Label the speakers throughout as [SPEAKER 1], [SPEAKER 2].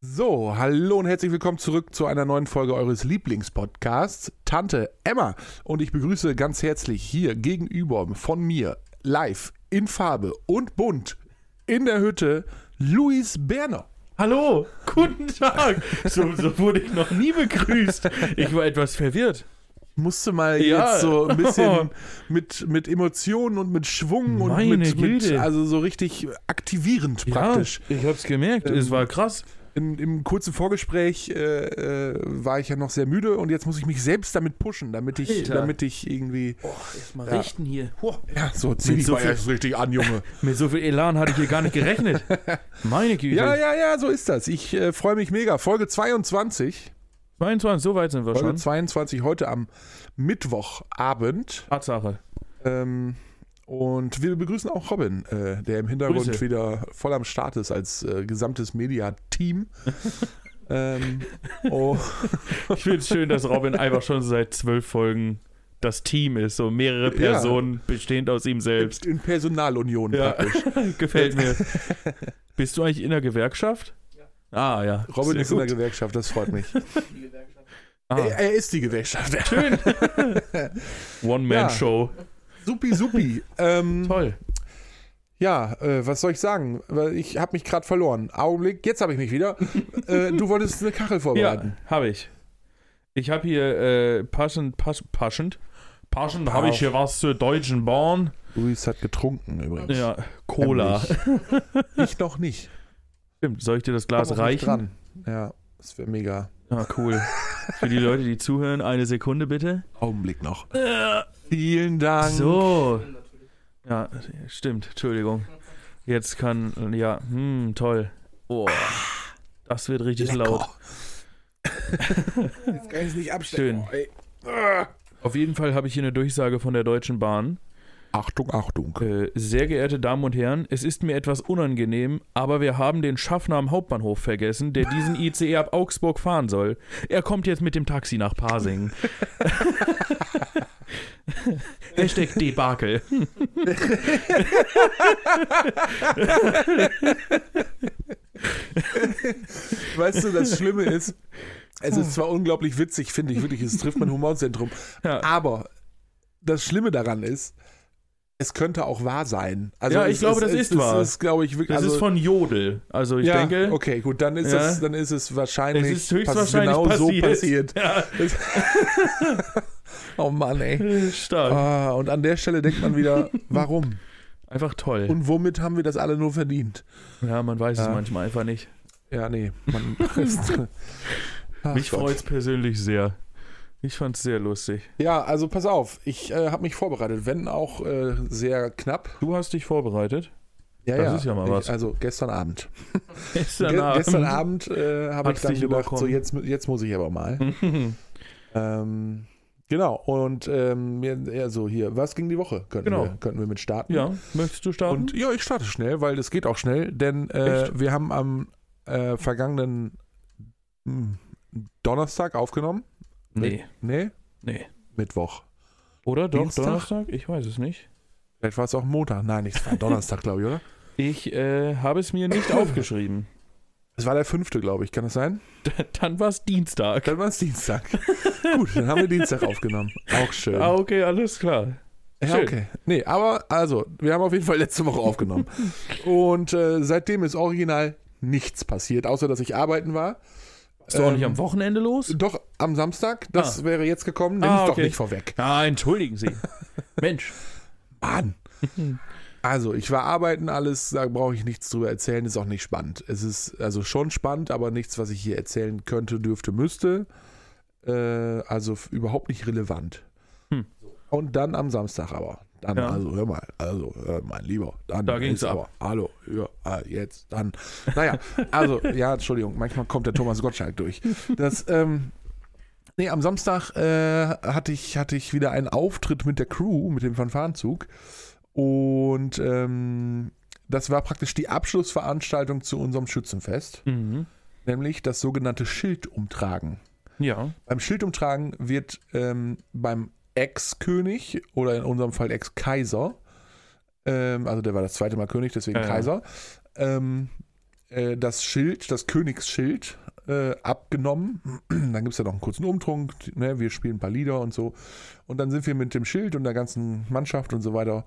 [SPEAKER 1] So, hallo und herzlich willkommen zurück zu einer neuen Folge eures Lieblingspodcasts, Tante Emma. Und ich begrüße ganz herzlich hier gegenüber von mir, live, in Farbe und bunt, in der Hütte, Luis Berner.
[SPEAKER 2] Hallo, guten Tag. So, so wurde ich noch nie begrüßt. Ich war etwas verwirrt.
[SPEAKER 1] Musste mal
[SPEAKER 2] Ja.
[SPEAKER 1] jetzt so ein bisschen mit, mit Emotionen und mit Schwung
[SPEAKER 2] Meine
[SPEAKER 1] und mit, mit,
[SPEAKER 2] Güte.
[SPEAKER 1] also so richtig aktivierend praktisch.
[SPEAKER 2] Ja, ich hab's gemerkt. es war krass.
[SPEAKER 1] In, Im kurzen Vorgespräch äh, äh, war ich ja noch sehr müde und jetzt muss ich mich selbst damit pushen, damit ich,
[SPEAKER 2] Alter.
[SPEAKER 1] damit ich irgendwie.
[SPEAKER 2] Erstmal
[SPEAKER 1] Ja.
[SPEAKER 2] richten hier.
[SPEAKER 1] Ja, so zieh
[SPEAKER 2] Mit
[SPEAKER 1] dich
[SPEAKER 2] so
[SPEAKER 1] mal
[SPEAKER 2] viel-
[SPEAKER 1] erst richtig an, Junge.
[SPEAKER 2] Mit so viel Elan hatte ich hier gar nicht gerechnet. Meine Güte.
[SPEAKER 1] ja, ja, ja, so ist das. Ich äh, freue mich mega. Folge 22.
[SPEAKER 2] 22, so weit sind wir
[SPEAKER 1] Folge
[SPEAKER 2] schon.
[SPEAKER 1] 22 heute am Mittwochabend.
[SPEAKER 2] Tatsache.
[SPEAKER 1] Ähm, und wir begrüßen auch Robin, äh, der im Hintergrund
[SPEAKER 2] Grüße.
[SPEAKER 1] wieder voll am Start ist als äh, gesamtes Media-Team. ähm, oh,
[SPEAKER 2] Ich find's schön, dass Robin einfach schon seit zwölf Folgen das Team ist. So mehrere
[SPEAKER 1] Ja.
[SPEAKER 2] Personen bestehend aus ihm selbst.
[SPEAKER 1] in Personalunion
[SPEAKER 2] Ja.
[SPEAKER 1] praktisch.
[SPEAKER 2] Gefällt mir. Bist du eigentlich in der Gewerkschaft? Ja. Ah, ja.
[SPEAKER 1] Robin
[SPEAKER 2] Sehr
[SPEAKER 1] ist in der
[SPEAKER 2] gut.
[SPEAKER 1] Gewerkschaft, das freut mich. Er,
[SPEAKER 2] ah,
[SPEAKER 1] er ist die Gewerkschaft.
[SPEAKER 2] Schön. One-Man-Show.
[SPEAKER 1] Supi, supi. ähm,
[SPEAKER 2] Toll.
[SPEAKER 1] Ja, äh, was soll ich sagen? Weil Ich habe mich gerade verloren. Augenblick, jetzt habe ich mich wieder. äh, du wolltest eine Kachel vorbereiten.
[SPEAKER 2] Ja, habe ich. Ich habe hier äh, passend, pass, passend, passend habe ich hier was zur Deutschen Bahn.
[SPEAKER 1] Luis hat getrunken übrigens.
[SPEAKER 2] Ja, Cola.
[SPEAKER 1] Ich noch nicht.
[SPEAKER 2] Stimmt, soll ich dir das
[SPEAKER 1] Komm
[SPEAKER 2] Glas
[SPEAKER 1] auch nicht
[SPEAKER 2] reichen?
[SPEAKER 1] Dran. Ja, das wäre mega.
[SPEAKER 2] Ah, cool. Für die Leute, die zuhören, eine Sekunde bitte.
[SPEAKER 1] Augenblick noch. Vielen Dank.
[SPEAKER 2] Äh. So. Ja, stimmt, Entschuldigung. Jetzt kann, ja, hm, toll. Oh, das wird richtig laut.
[SPEAKER 1] Jetzt kann ich es nicht Ah.
[SPEAKER 2] abstellen.
[SPEAKER 1] abstellen.
[SPEAKER 2] Schön. Auf jeden Fall habe ich hier eine Durchsage von der Deutschen Bahn.
[SPEAKER 1] Achtung, Achtung.
[SPEAKER 2] Äh, Sehr geehrte Damen und Herren, es ist mir etwas unangenehm, aber wir haben den Schaffner am Hauptbahnhof vergessen, der diesen ICE ab Augsburg fahren soll. Er kommt jetzt mit dem Taxi nach Pasing. Hashtag Debakel.
[SPEAKER 1] Weißt du, das Schlimme ist, es ist zwar unglaublich witzig, finde ich wirklich, es trifft mein Humorzentrum,
[SPEAKER 2] Ja.
[SPEAKER 1] aber das Schlimme daran ist, es könnte auch wahr sein. Also
[SPEAKER 2] Ja, ich
[SPEAKER 1] es
[SPEAKER 2] glaube, das ist
[SPEAKER 1] es
[SPEAKER 2] wahr.
[SPEAKER 1] ist, glaube ich, wirklich.
[SPEAKER 2] Das
[SPEAKER 1] also,
[SPEAKER 2] ist von Jodel. Also ich
[SPEAKER 1] ja,
[SPEAKER 2] denke,
[SPEAKER 1] okay, gut, dann ist,
[SPEAKER 2] Ja.
[SPEAKER 1] es, dann ist es wahrscheinlich
[SPEAKER 2] es ist höchstwahrscheinlich
[SPEAKER 1] genau so passiert.
[SPEAKER 2] passiert. Ja,
[SPEAKER 1] oh Mann, ey.
[SPEAKER 2] stark.
[SPEAKER 1] Ah, und an der Stelle denkt man wieder, warum?
[SPEAKER 2] Einfach toll.
[SPEAKER 1] Und womit haben wir das alle nur verdient?
[SPEAKER 2] Ja, man weiß es
[SPEAKER 1] Ja.
[SPEAKER 2] manchmal einfach nicht.
[SPEAKER 1] Ja, nee. Man Ach
[SPEAKER 2] Mich
[SPEAKER 1] Gott.
[SPEAKER 2] freut es persönlich sehr. Ich fand es sehr lustig.
[SPEAKER 1] Ja, also pass auf, ich äh, habe mich vorbereitet, wenn auch äh, sehr knapp.
[SPEAKER 2] Du hast dich vorbereitet.
[SPEAKER 1] Ja,
[SPEAKER 2] Das ist ja mal
[SPEAKER 1] Ich-
[SPEAKER 2] was.
[SPEAKER 1] Also gestern Abend.
[SPEAKER 2] Gestern
[SPEAKER 1] Ge gestern Abend äh, habe ich
[SPEAKER 2] Hat's
[SPEAKER 1] dann
[SPEAKER 2] dich
[SPEAKER 1] gedacht,
[SPEAKER 2] überkommen.
[SPEAKER 1] so jetzt, mu- jetzt muss ich aber mal.
[SPEAKER 2] Abend.
[SPEAKER 1] ähm, genau, und ähm, mir- ja, so hier, was ging die Woche? Könnten,
[SPEAKER 2] Genau.
[SPEAKER 1] wir, könnten wir mit starten.
[SPEAKER 2] Ja, möchtest du starten?
[SPEAKER 1] Und ja, ich starte schnell, weil das geht auch schnell, denn äh, wir haben am äh, vergangenen hm, Donnerstag aufgenommen.
[SPEAKER 2] nee,
[SPEAKER 1] Nee,
[SPEAKER 2] nee.
[SPEAKER 1] Mittwoch.
[SPEAKER 2] Oder doch,
[SPEAKER 1] Dienstag?
[SPEAKER 2] Donnerstag? Ich weiß es nicht.
[SPEAKER 1] Vielleicht war es auch Montag. Nein, es war Donnerstag, glaube ich, oder?
[SPEAKER 2] Ich äh, habe es mir nicht aufgeschrieben.
[SPEAKER 1] Es war der fünfte, glaube ich. Kann das sein?
[SPEAKER 2] Dann war es Dienstag.
[SPEAKER 1] Dann war es Dienstag. Gut, dann haben wir Dienstag aufgenommen. Auch schön.
[SPEAKER 2] Ah, okay, alles klar.
[SPEAKER 1] Ja,
[SPEAKER 2] Schön.
[SPEAKER 1] okay. Nee, aber also, wir haben auf jeden Fall letzte Woche aufgenommen. Und äh, seitdem ist original nichts passiert, außer dass ich arbeiten war. Ähm,
[SPEAKER 2] Bist du auch nicht am Wochenende los?
[SPEAKER 1] Doch, am Samstag, das wäre jetzt gekommen, nimm
[SPEAKER 2] Ah,
[SPEAKER 1] es doch
[SPEAKER 2] okay.
[SPEAKER 1] nicht vorweg.
[SPEAKER 2] Ah, entschuldigen Sie. Mensch.
[SPEAKER 1] Mann.
[SPEAKER 2] Mhm.
[SPEAKER 1] Also, ich war arbeiten, alles, da brauche ich nichts drüber erzählen, ist auch nicht spannend. Es ist also schon spannend, aber nichts, was ich hier erzählen könnte, dürfte, müsste. Äh, also f- überhaupt nicht relevant.
[SPEAKER 2] Hm.
[SPEAKER 1] Und dann am Samstag aber. Dann,
[SPEAKER 2] Ja.
[SPEAKER 1] also hör mal, also äh, mein Lieber, dann
[SPEAKER 2] Da ging's
[SPEAKER 1] ist
[SPEAKER 2] ab.
[SPEAKER 1] aber. Hallo, ja, ah, jetzt, dann. Naja, also, ja, Entschuldigung, manchmal kommt der Thomas Gottschalk halt durch. Das, ähm, nee, am Samstag äh, hatte, ich, hatte ich wieder einen Auftritt mit der Crew, mit dem Fanfarenzug. Und ähm, das war praktisch die Abschlussveranstaltung zu unserem Schützenfest,
[SPEAKER 2] Mhm.
[SPEAKER 1] nämlich das sogenannte Schildumtragen.
[SPEAKER 2] Ja.
[SPEAKER 1] Beim Schildumtragen wird ähm, beim Ex-König oder in unserem Fall Ex-Kaiser, ähm, also der war das zweite Mal König, deswegen
[SPEAKER 2] Ja, ja.
[SPEAKER 1] Kaiser, ähm, äh, das Schild, das Königsschild äh, abgenommen. dann gibt es ja noch einen kurzen Umtrunk. Ne? Wir spielen ein paar Lieder und so. Und dann sind wir mit dem Schild und der ganzen Mannschaft und so weiter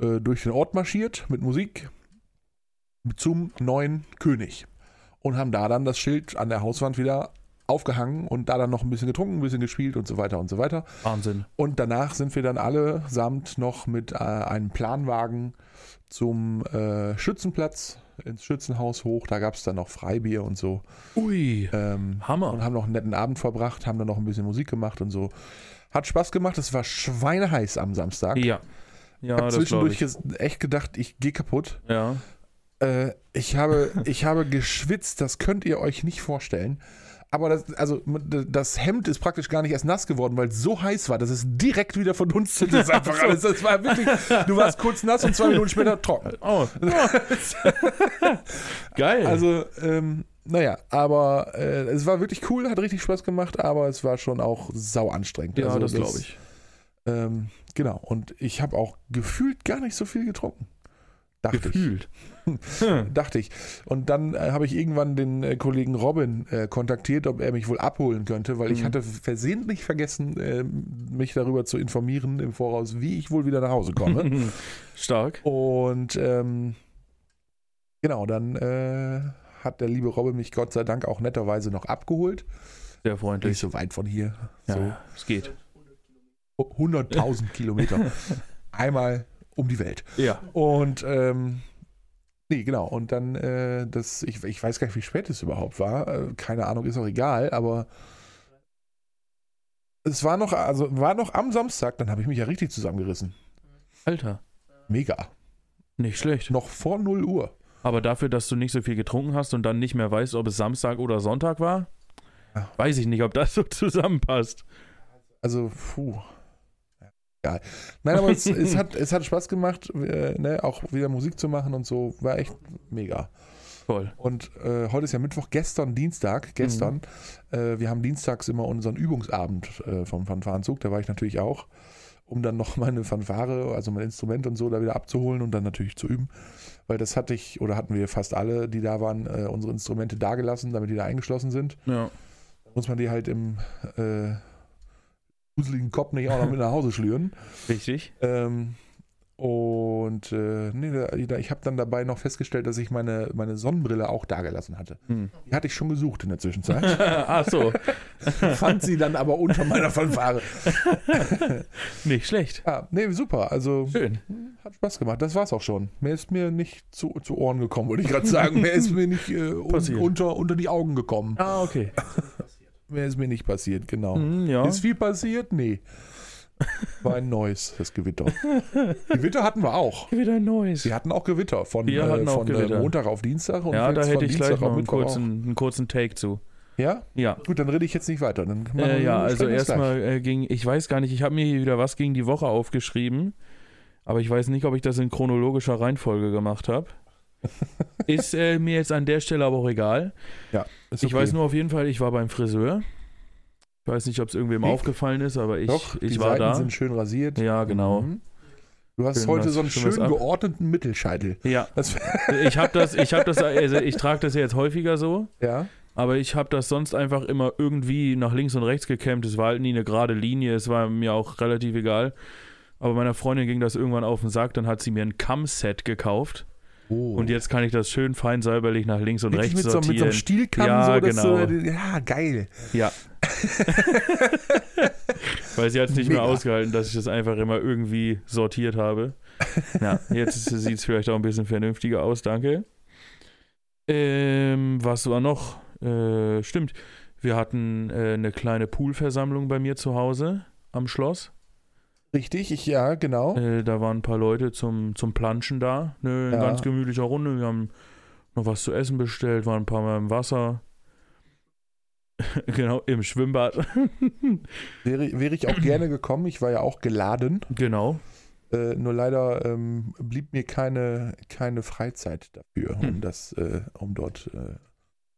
[SPEAKER 1] äh, durch den Ort marschiert mit Musik zum neuen König. Und haben da dann das Schild an der Hauswand wieder aufgehangen und da dann noch ein bisschen getrunken, ein bisschen gespielt und so weiter und so weiter.
[SPEAKER 2] Wahnsinn.
[SPEAKER 1] Und danach sind wir dann alle samt noch mit äh, einem Planwagen zum äh, Schützenplatz, ins Schützenhaus hoch. Da gab es dann noch Freibier und so.
[SPEAKER 2] Ui.
[SPEAKER 1] Ähm,
[SPEAKER 2] Hammer.
[SPEAKER 1] und haben noch einen netten Abend verbracht, haben dann noch ein bisschen Musik gemacht und so. Hat Spaß gemacht. Es war schweineheiß am Samstag.
[SPEAKER 2] Ja. Ja,
[SPEAKER 1] ich habe
[SPEAKER 2] das glaube
[SPEAKER 1] zwischendurch
[SPEAKER 2] ich.
[SPEAKER 1] ges- echt gedacht, ich gehe kaputt.
[SPEAKER 2] Ja.
[SPEAKER 1] Äh, ich, habe, ich habe geschwitzt, das könnt ihr euch nicht vorstellen. Aber das, also, das Hemd ist praktisch gar nicht erst nass geworden, weil es so heiß war, dass es direkt wieder verdunstet ist. Einfach alles. Das war wirklich, du warst kurz nass und zwei Minuten später trocken.
[SPEAKER 2] Oh. Geil.
[SPEAKER 1] Also, ähm, naja, aber äh, es war wirklich cool, hat richtig Spaß gemacht, aber es war schon auch sau anstrengend.
[SPEAKER 2] ja,
[SPEAKER 1] also,
[SPEAKER 2] das glaube ich.
[SPEAKER 1] Ähm, genau, und ich habe auch gefühlt gar nicht so viel getrunken. Dachte ich.
[SPEAKER 2] Gefühlt. Hm.
[SPEAKER 1] dachte ich. Und dann äh, habe ich irgendwann den äh, Kollegen Robin äh, kontaktiert, ob er mich wohl abholen könnte, weil ich
[SPEAKER 2] Mhm.
[SPEAKER 1] hatte versehentlich vergessen, äh, mich darüber zu informieren im Voraus, wie ich wohl wieder nach Hause komme.
[SPEAKER 2] Stark.
[SPEAKER 1] Und ähm, genau, dann äh, hat der liebe Robin mich Gott sei Dank auch netterweise noch abgeholt.
[SPEAKER 2] Sehr
[SPEAKER 1] Nicht
[SPEAKER 2] freundlich.
[SPEAKER 1] so weit von hier. So
[SPEAKER 2] Ja, es geht.
[SPEAKER 1] 100.000 Kilometer. Einmal um die Welt.
[SPEAKER 2] Ja.
[SPEAKER 1] Und ähm, nee, genau. Und dann, äh, das, ich, ich weiß gar nicht, wie spät es überhaupt war. Äh, keine Ahnung, ist auch egal, aber es war noch, also war noch am Samstag, dann habe ich mich ja richtig zusammengerissen.
[SPEAKER 2] Alter.
[SPEAKER 1] Mega.
[SPEAKER 2] Nicht schlecht.
[SPEAKER 1] Noch vor 0 Uhr.
[SPEAKER 2] Aber dafür, dass du nicht so viel getrunken hast und dann nicht mehr weißt, ob es Samstag oder Sonntag war,
[SPEAKER 1] Ja.
[SPEAKER 2] weiß ich nicht, ob das so zusammenpasst.
[SPEAKER 1] Also, puh. Ja, Egal. Nein, aber es, es, hat, es hat Spaß gemacht, äh, ne, auch wieder Musik zu machen und so. War echt mega.
[SPEAKER 2] Voll.
[SPEAKER 1] Und äh, heute ist ja Mittwoch, gestern Dienstag, gestern. Äh, wir haben dienstags immer unseren Übungsabend äh, vom Fanfarenzug, da war ich natürlich auch, um dann noch meine Fanfare, also mein Instrument und so da wieder abzuholen und dann natürlich zu üben. Weil das hatte ich, oder hatten wir fast alle, die da waren, äh, unsere Instrumente dagelassen, damit die da eingeschlossen sind.
[SPEAKER 2] Ja.
[SPEAKER 1] Da muss man die halt im äh, useligen Kopf nicht auch noch mit nach Hause schlüren.
[SPEAKER 2] Richtig.
[SPEAKER 1] Ähm, und äh, nee, da, da, ich habe dann dabei noch festgestellt, dass ich meine, meine Sonnenbrille auch dagelassen hatte.
[SPEAKER 2] Hm.
[SPEAKER 1] Die hatte ich schon gesucht in der Zwischenzeit.
[SPEAKER 2] Ach so,
[SPEAKER 1] Fand sie dann aber unter meiner Fanfare.
[SPEAKER 2] nicht schlecht.
[SPEAKER 1] Ja, nee, super. Also
[SPEAKER 2] Schön.
[SPEAKER 1] hat Spaß gemacht. Das war's auch schon. Mehr ist mir nicht zu, zu Ohren gekommen, würde ich gerade sagen. Mehr ist mir nicht äh, un,
[SPEAKER 2] Passiert.
[SPEAKER 1] unter, unter die Augen gekommen.
[SPEAKER 2] Ah, okay.
[SPEAKER 1] Mehr ist mir nicht passiert, genau.
[SPEAKER 2] Hm, ja.
[SPEAKER 1] Ist viel passiert? Nee. War ein neues, das Gewitter. Gewitter hatten wir auch.
[SPEAKER 2] Wieder ein neues.
[SPEAKER 1] Wir hatten auch Gewitter von,
[SPEAKER 2] Wir
[SPEAKER 1] äh,
[SPEAKER 2] hatten auch
[SPEAKER 1] von äh,
[SPEAKER 2] Gewitter.
[SPEAKER 1] Montag auf Dienstag und
[SPEAKER 2] ja, da
[SPEAKER 1] jetzt von
[SPEAKER 2] hätte ich
[SPEAKER 1] Dienstag
[SPEAKER 2] gleich noch
[SPEAKER 1] auf
[SPEAKER 2] einen
[SPEAKER 1] Mittwoch. auch.
[SPEAKER 2] kurzen, einen kurzen Take zu.
[SPEAKER 1] Ja?
[SPEAKER 2] Ja.
[SPEAKER 1] Gut, dann rede ich jetzt nicht weiter. Dann machen wir-
[SPEAKER 2] Äh, ja, also
[SPEAKER 1] sprechen wir uns gleich.
[SPEAKER 2] erstmal äh, ging, ich weiß gar nicht, ich habe mir hier wieder was gegen die Woche aufgeschrieben, aber ich weiß nicht, ob ich das in chronologischer Reihenfolge gemacht habe. Ist äh, mir jetzt an der Stelle aber auch egal.
[SPEAKER 1] Ist
[SPEAKER 2] Ich
[SPEAKER 1] okay.
[SPEAKER 2] weiß nur auf jeden Fall, ich war beim Friseur. Ich weiß nicht, ob es irgendwem
[SPEAKER 1] Ich?
[SPEAKER 2] aufgefallen ist, aber ich,
[SPEAKER 1] Doch, die
[SPEAKER 2] ich war
[SPEAKER 1] Seiten
[SPEAKER 2] da.
[SPEAKER 1] sind schön rasiert.
[SPEAKER 2] Ja, genau.
[SPEAKER 1] Mhm. Du hast
[SPEAKER 2] Schön
[SPEAKER 1] heute
[SPEAKER 2] was-
[SPEAKER 1] so einen
[SPEAKER 2] schön
[SPEAKER 1] schön
[SPEAKER 2] was ab.
[SPEAKER 1] geordneten Mittelscheitel.
[SPEAKER 2] Ja,
[SPEAKER 1] Das,
[SPEAKER 2] ich habe das, ich habe das, also ich trage das ja jetzt häufiger so.
[SPEAKER 1] ja.
[SPEAKER 2] Aber ich habe das sonst einfach immer irgendwie nach links und rechts gekämmt. Es war halt nie eine gerade Linie. Es war mir auch relativ egal. Aber meiner Freundin ging das irgendwann auf den Sack. Dann hat sie mir ein Kamm-Set gekauft.
[SPEAKER 1] Oh.
[SPEAKER 2] Und jetzt kann ich das schön fein säuberlich nach links und
[SPEAKER 1] Richtig
[SPEAKER 2] rechts
[SPEAKER 1] mit so, mit so
[SPEAKER 2] sortieren.
[SPEAKER 1] einem Stielkamm
[SPEAKER 2] Ja,
[SPEAKER 1] so, dass
[SPEAKER 2] genau.
[SPEAKER 1] du, ja, geil.
[SPEAKER 2] ja. Weil sie hat es nicht mehr
[SPEAKER 1] Mega.
[SPEAKER 2] ausgehalten, dass ich das einfach immer irgendwie sortiert habe. Ja, jetzt sieht es vielleicht auch ein bisschen vernünftiger aus, danke. Ähm, was war noch? Äh, stimmt, wir hatten äh, eine kleine Poolversammlung bei mir zu Hause am Schloss.
[SPEAKER 1] Richtig, ich, ja, genau.
[SPEAKER 2] Äh, da waren ein paar Leute zum, zum Planschen da. Ne,
[SPEAKER 1] Ja.
[SPEAKER 2] Eine ganz gemütlicher Runde. Wir haben noch was zu essen bestellt, waren ein paar Mal im Wasser. genau, im Schwimmbad.
[SPEAKER 1] Wäre, wäre ich auch gerne gekommen. Ich war ja auch geladen.
[SPEAKER 2] genau.
[SPEAKER 1] Äh, nur leider ähm, blieb mir keine, keine Freizeit dafür, um
[SPEAKER 2] Hm.
[SPEAKER 1] das, äh, um dort äh,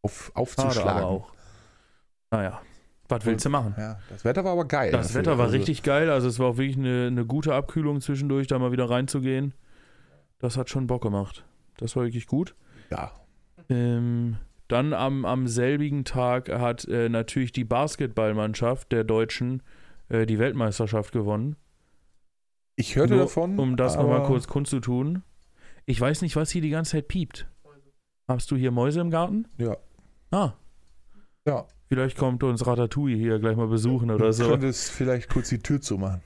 [SPEAKER 1] auf,
[SPEAKER 2] Schade
[SPEAKER 1] aufzuschlagen.
[SPEAKER 2] aber auch. Naja, was willst du machen?
[SPEAKER 1] Hm. Ja, das Wetter war aber geil.
[SPEAKER 2] Das
[SPEAKER 1] dafür.
[SPEAKER 2] Wetter war
[SPEAKER 1] Also,
[SPEAKER 2] richtig geil, also es war auch wirklich eine, eine gute Abkühlung zwischendurch, da mal wieder reinzugehen. Das hat schon Bock gemacht. Das war wirklich gut.
[SPEAKER 1] Ja.
[SPEAKER 2] Ähm, dann am, am selbigen Tag hat äh, natürlich die Basketballmannschaft der Deutschen äh, die Weltmeisterschaft gewonnen.
[SPEAKER 1] Ich hörte
[SPEAKER 2] Nur,
[SPEAKER 1] davon.
[SPEAKER 2] Um das
[SPEAKER 1] aber-
[SPEAKER 2] nochmal kurz kundzutun. Ich weiß nicht, was hier die ganze Zeit piept. Hast du hier Mäuse im Garten?
[SPEAKER 1] Ja.
[SPEAKER 2] Ah.
[SPEAKER 1] Ja.
[SPEAKER 2] Vielleicht kommt uns Ratatouille hier gleich mal besuchen oder
[SPEAKER 1] Du
[SPEAKER 2] so.
[SPEAKER 1] könntest vielleicht kurz die Tür zumachen.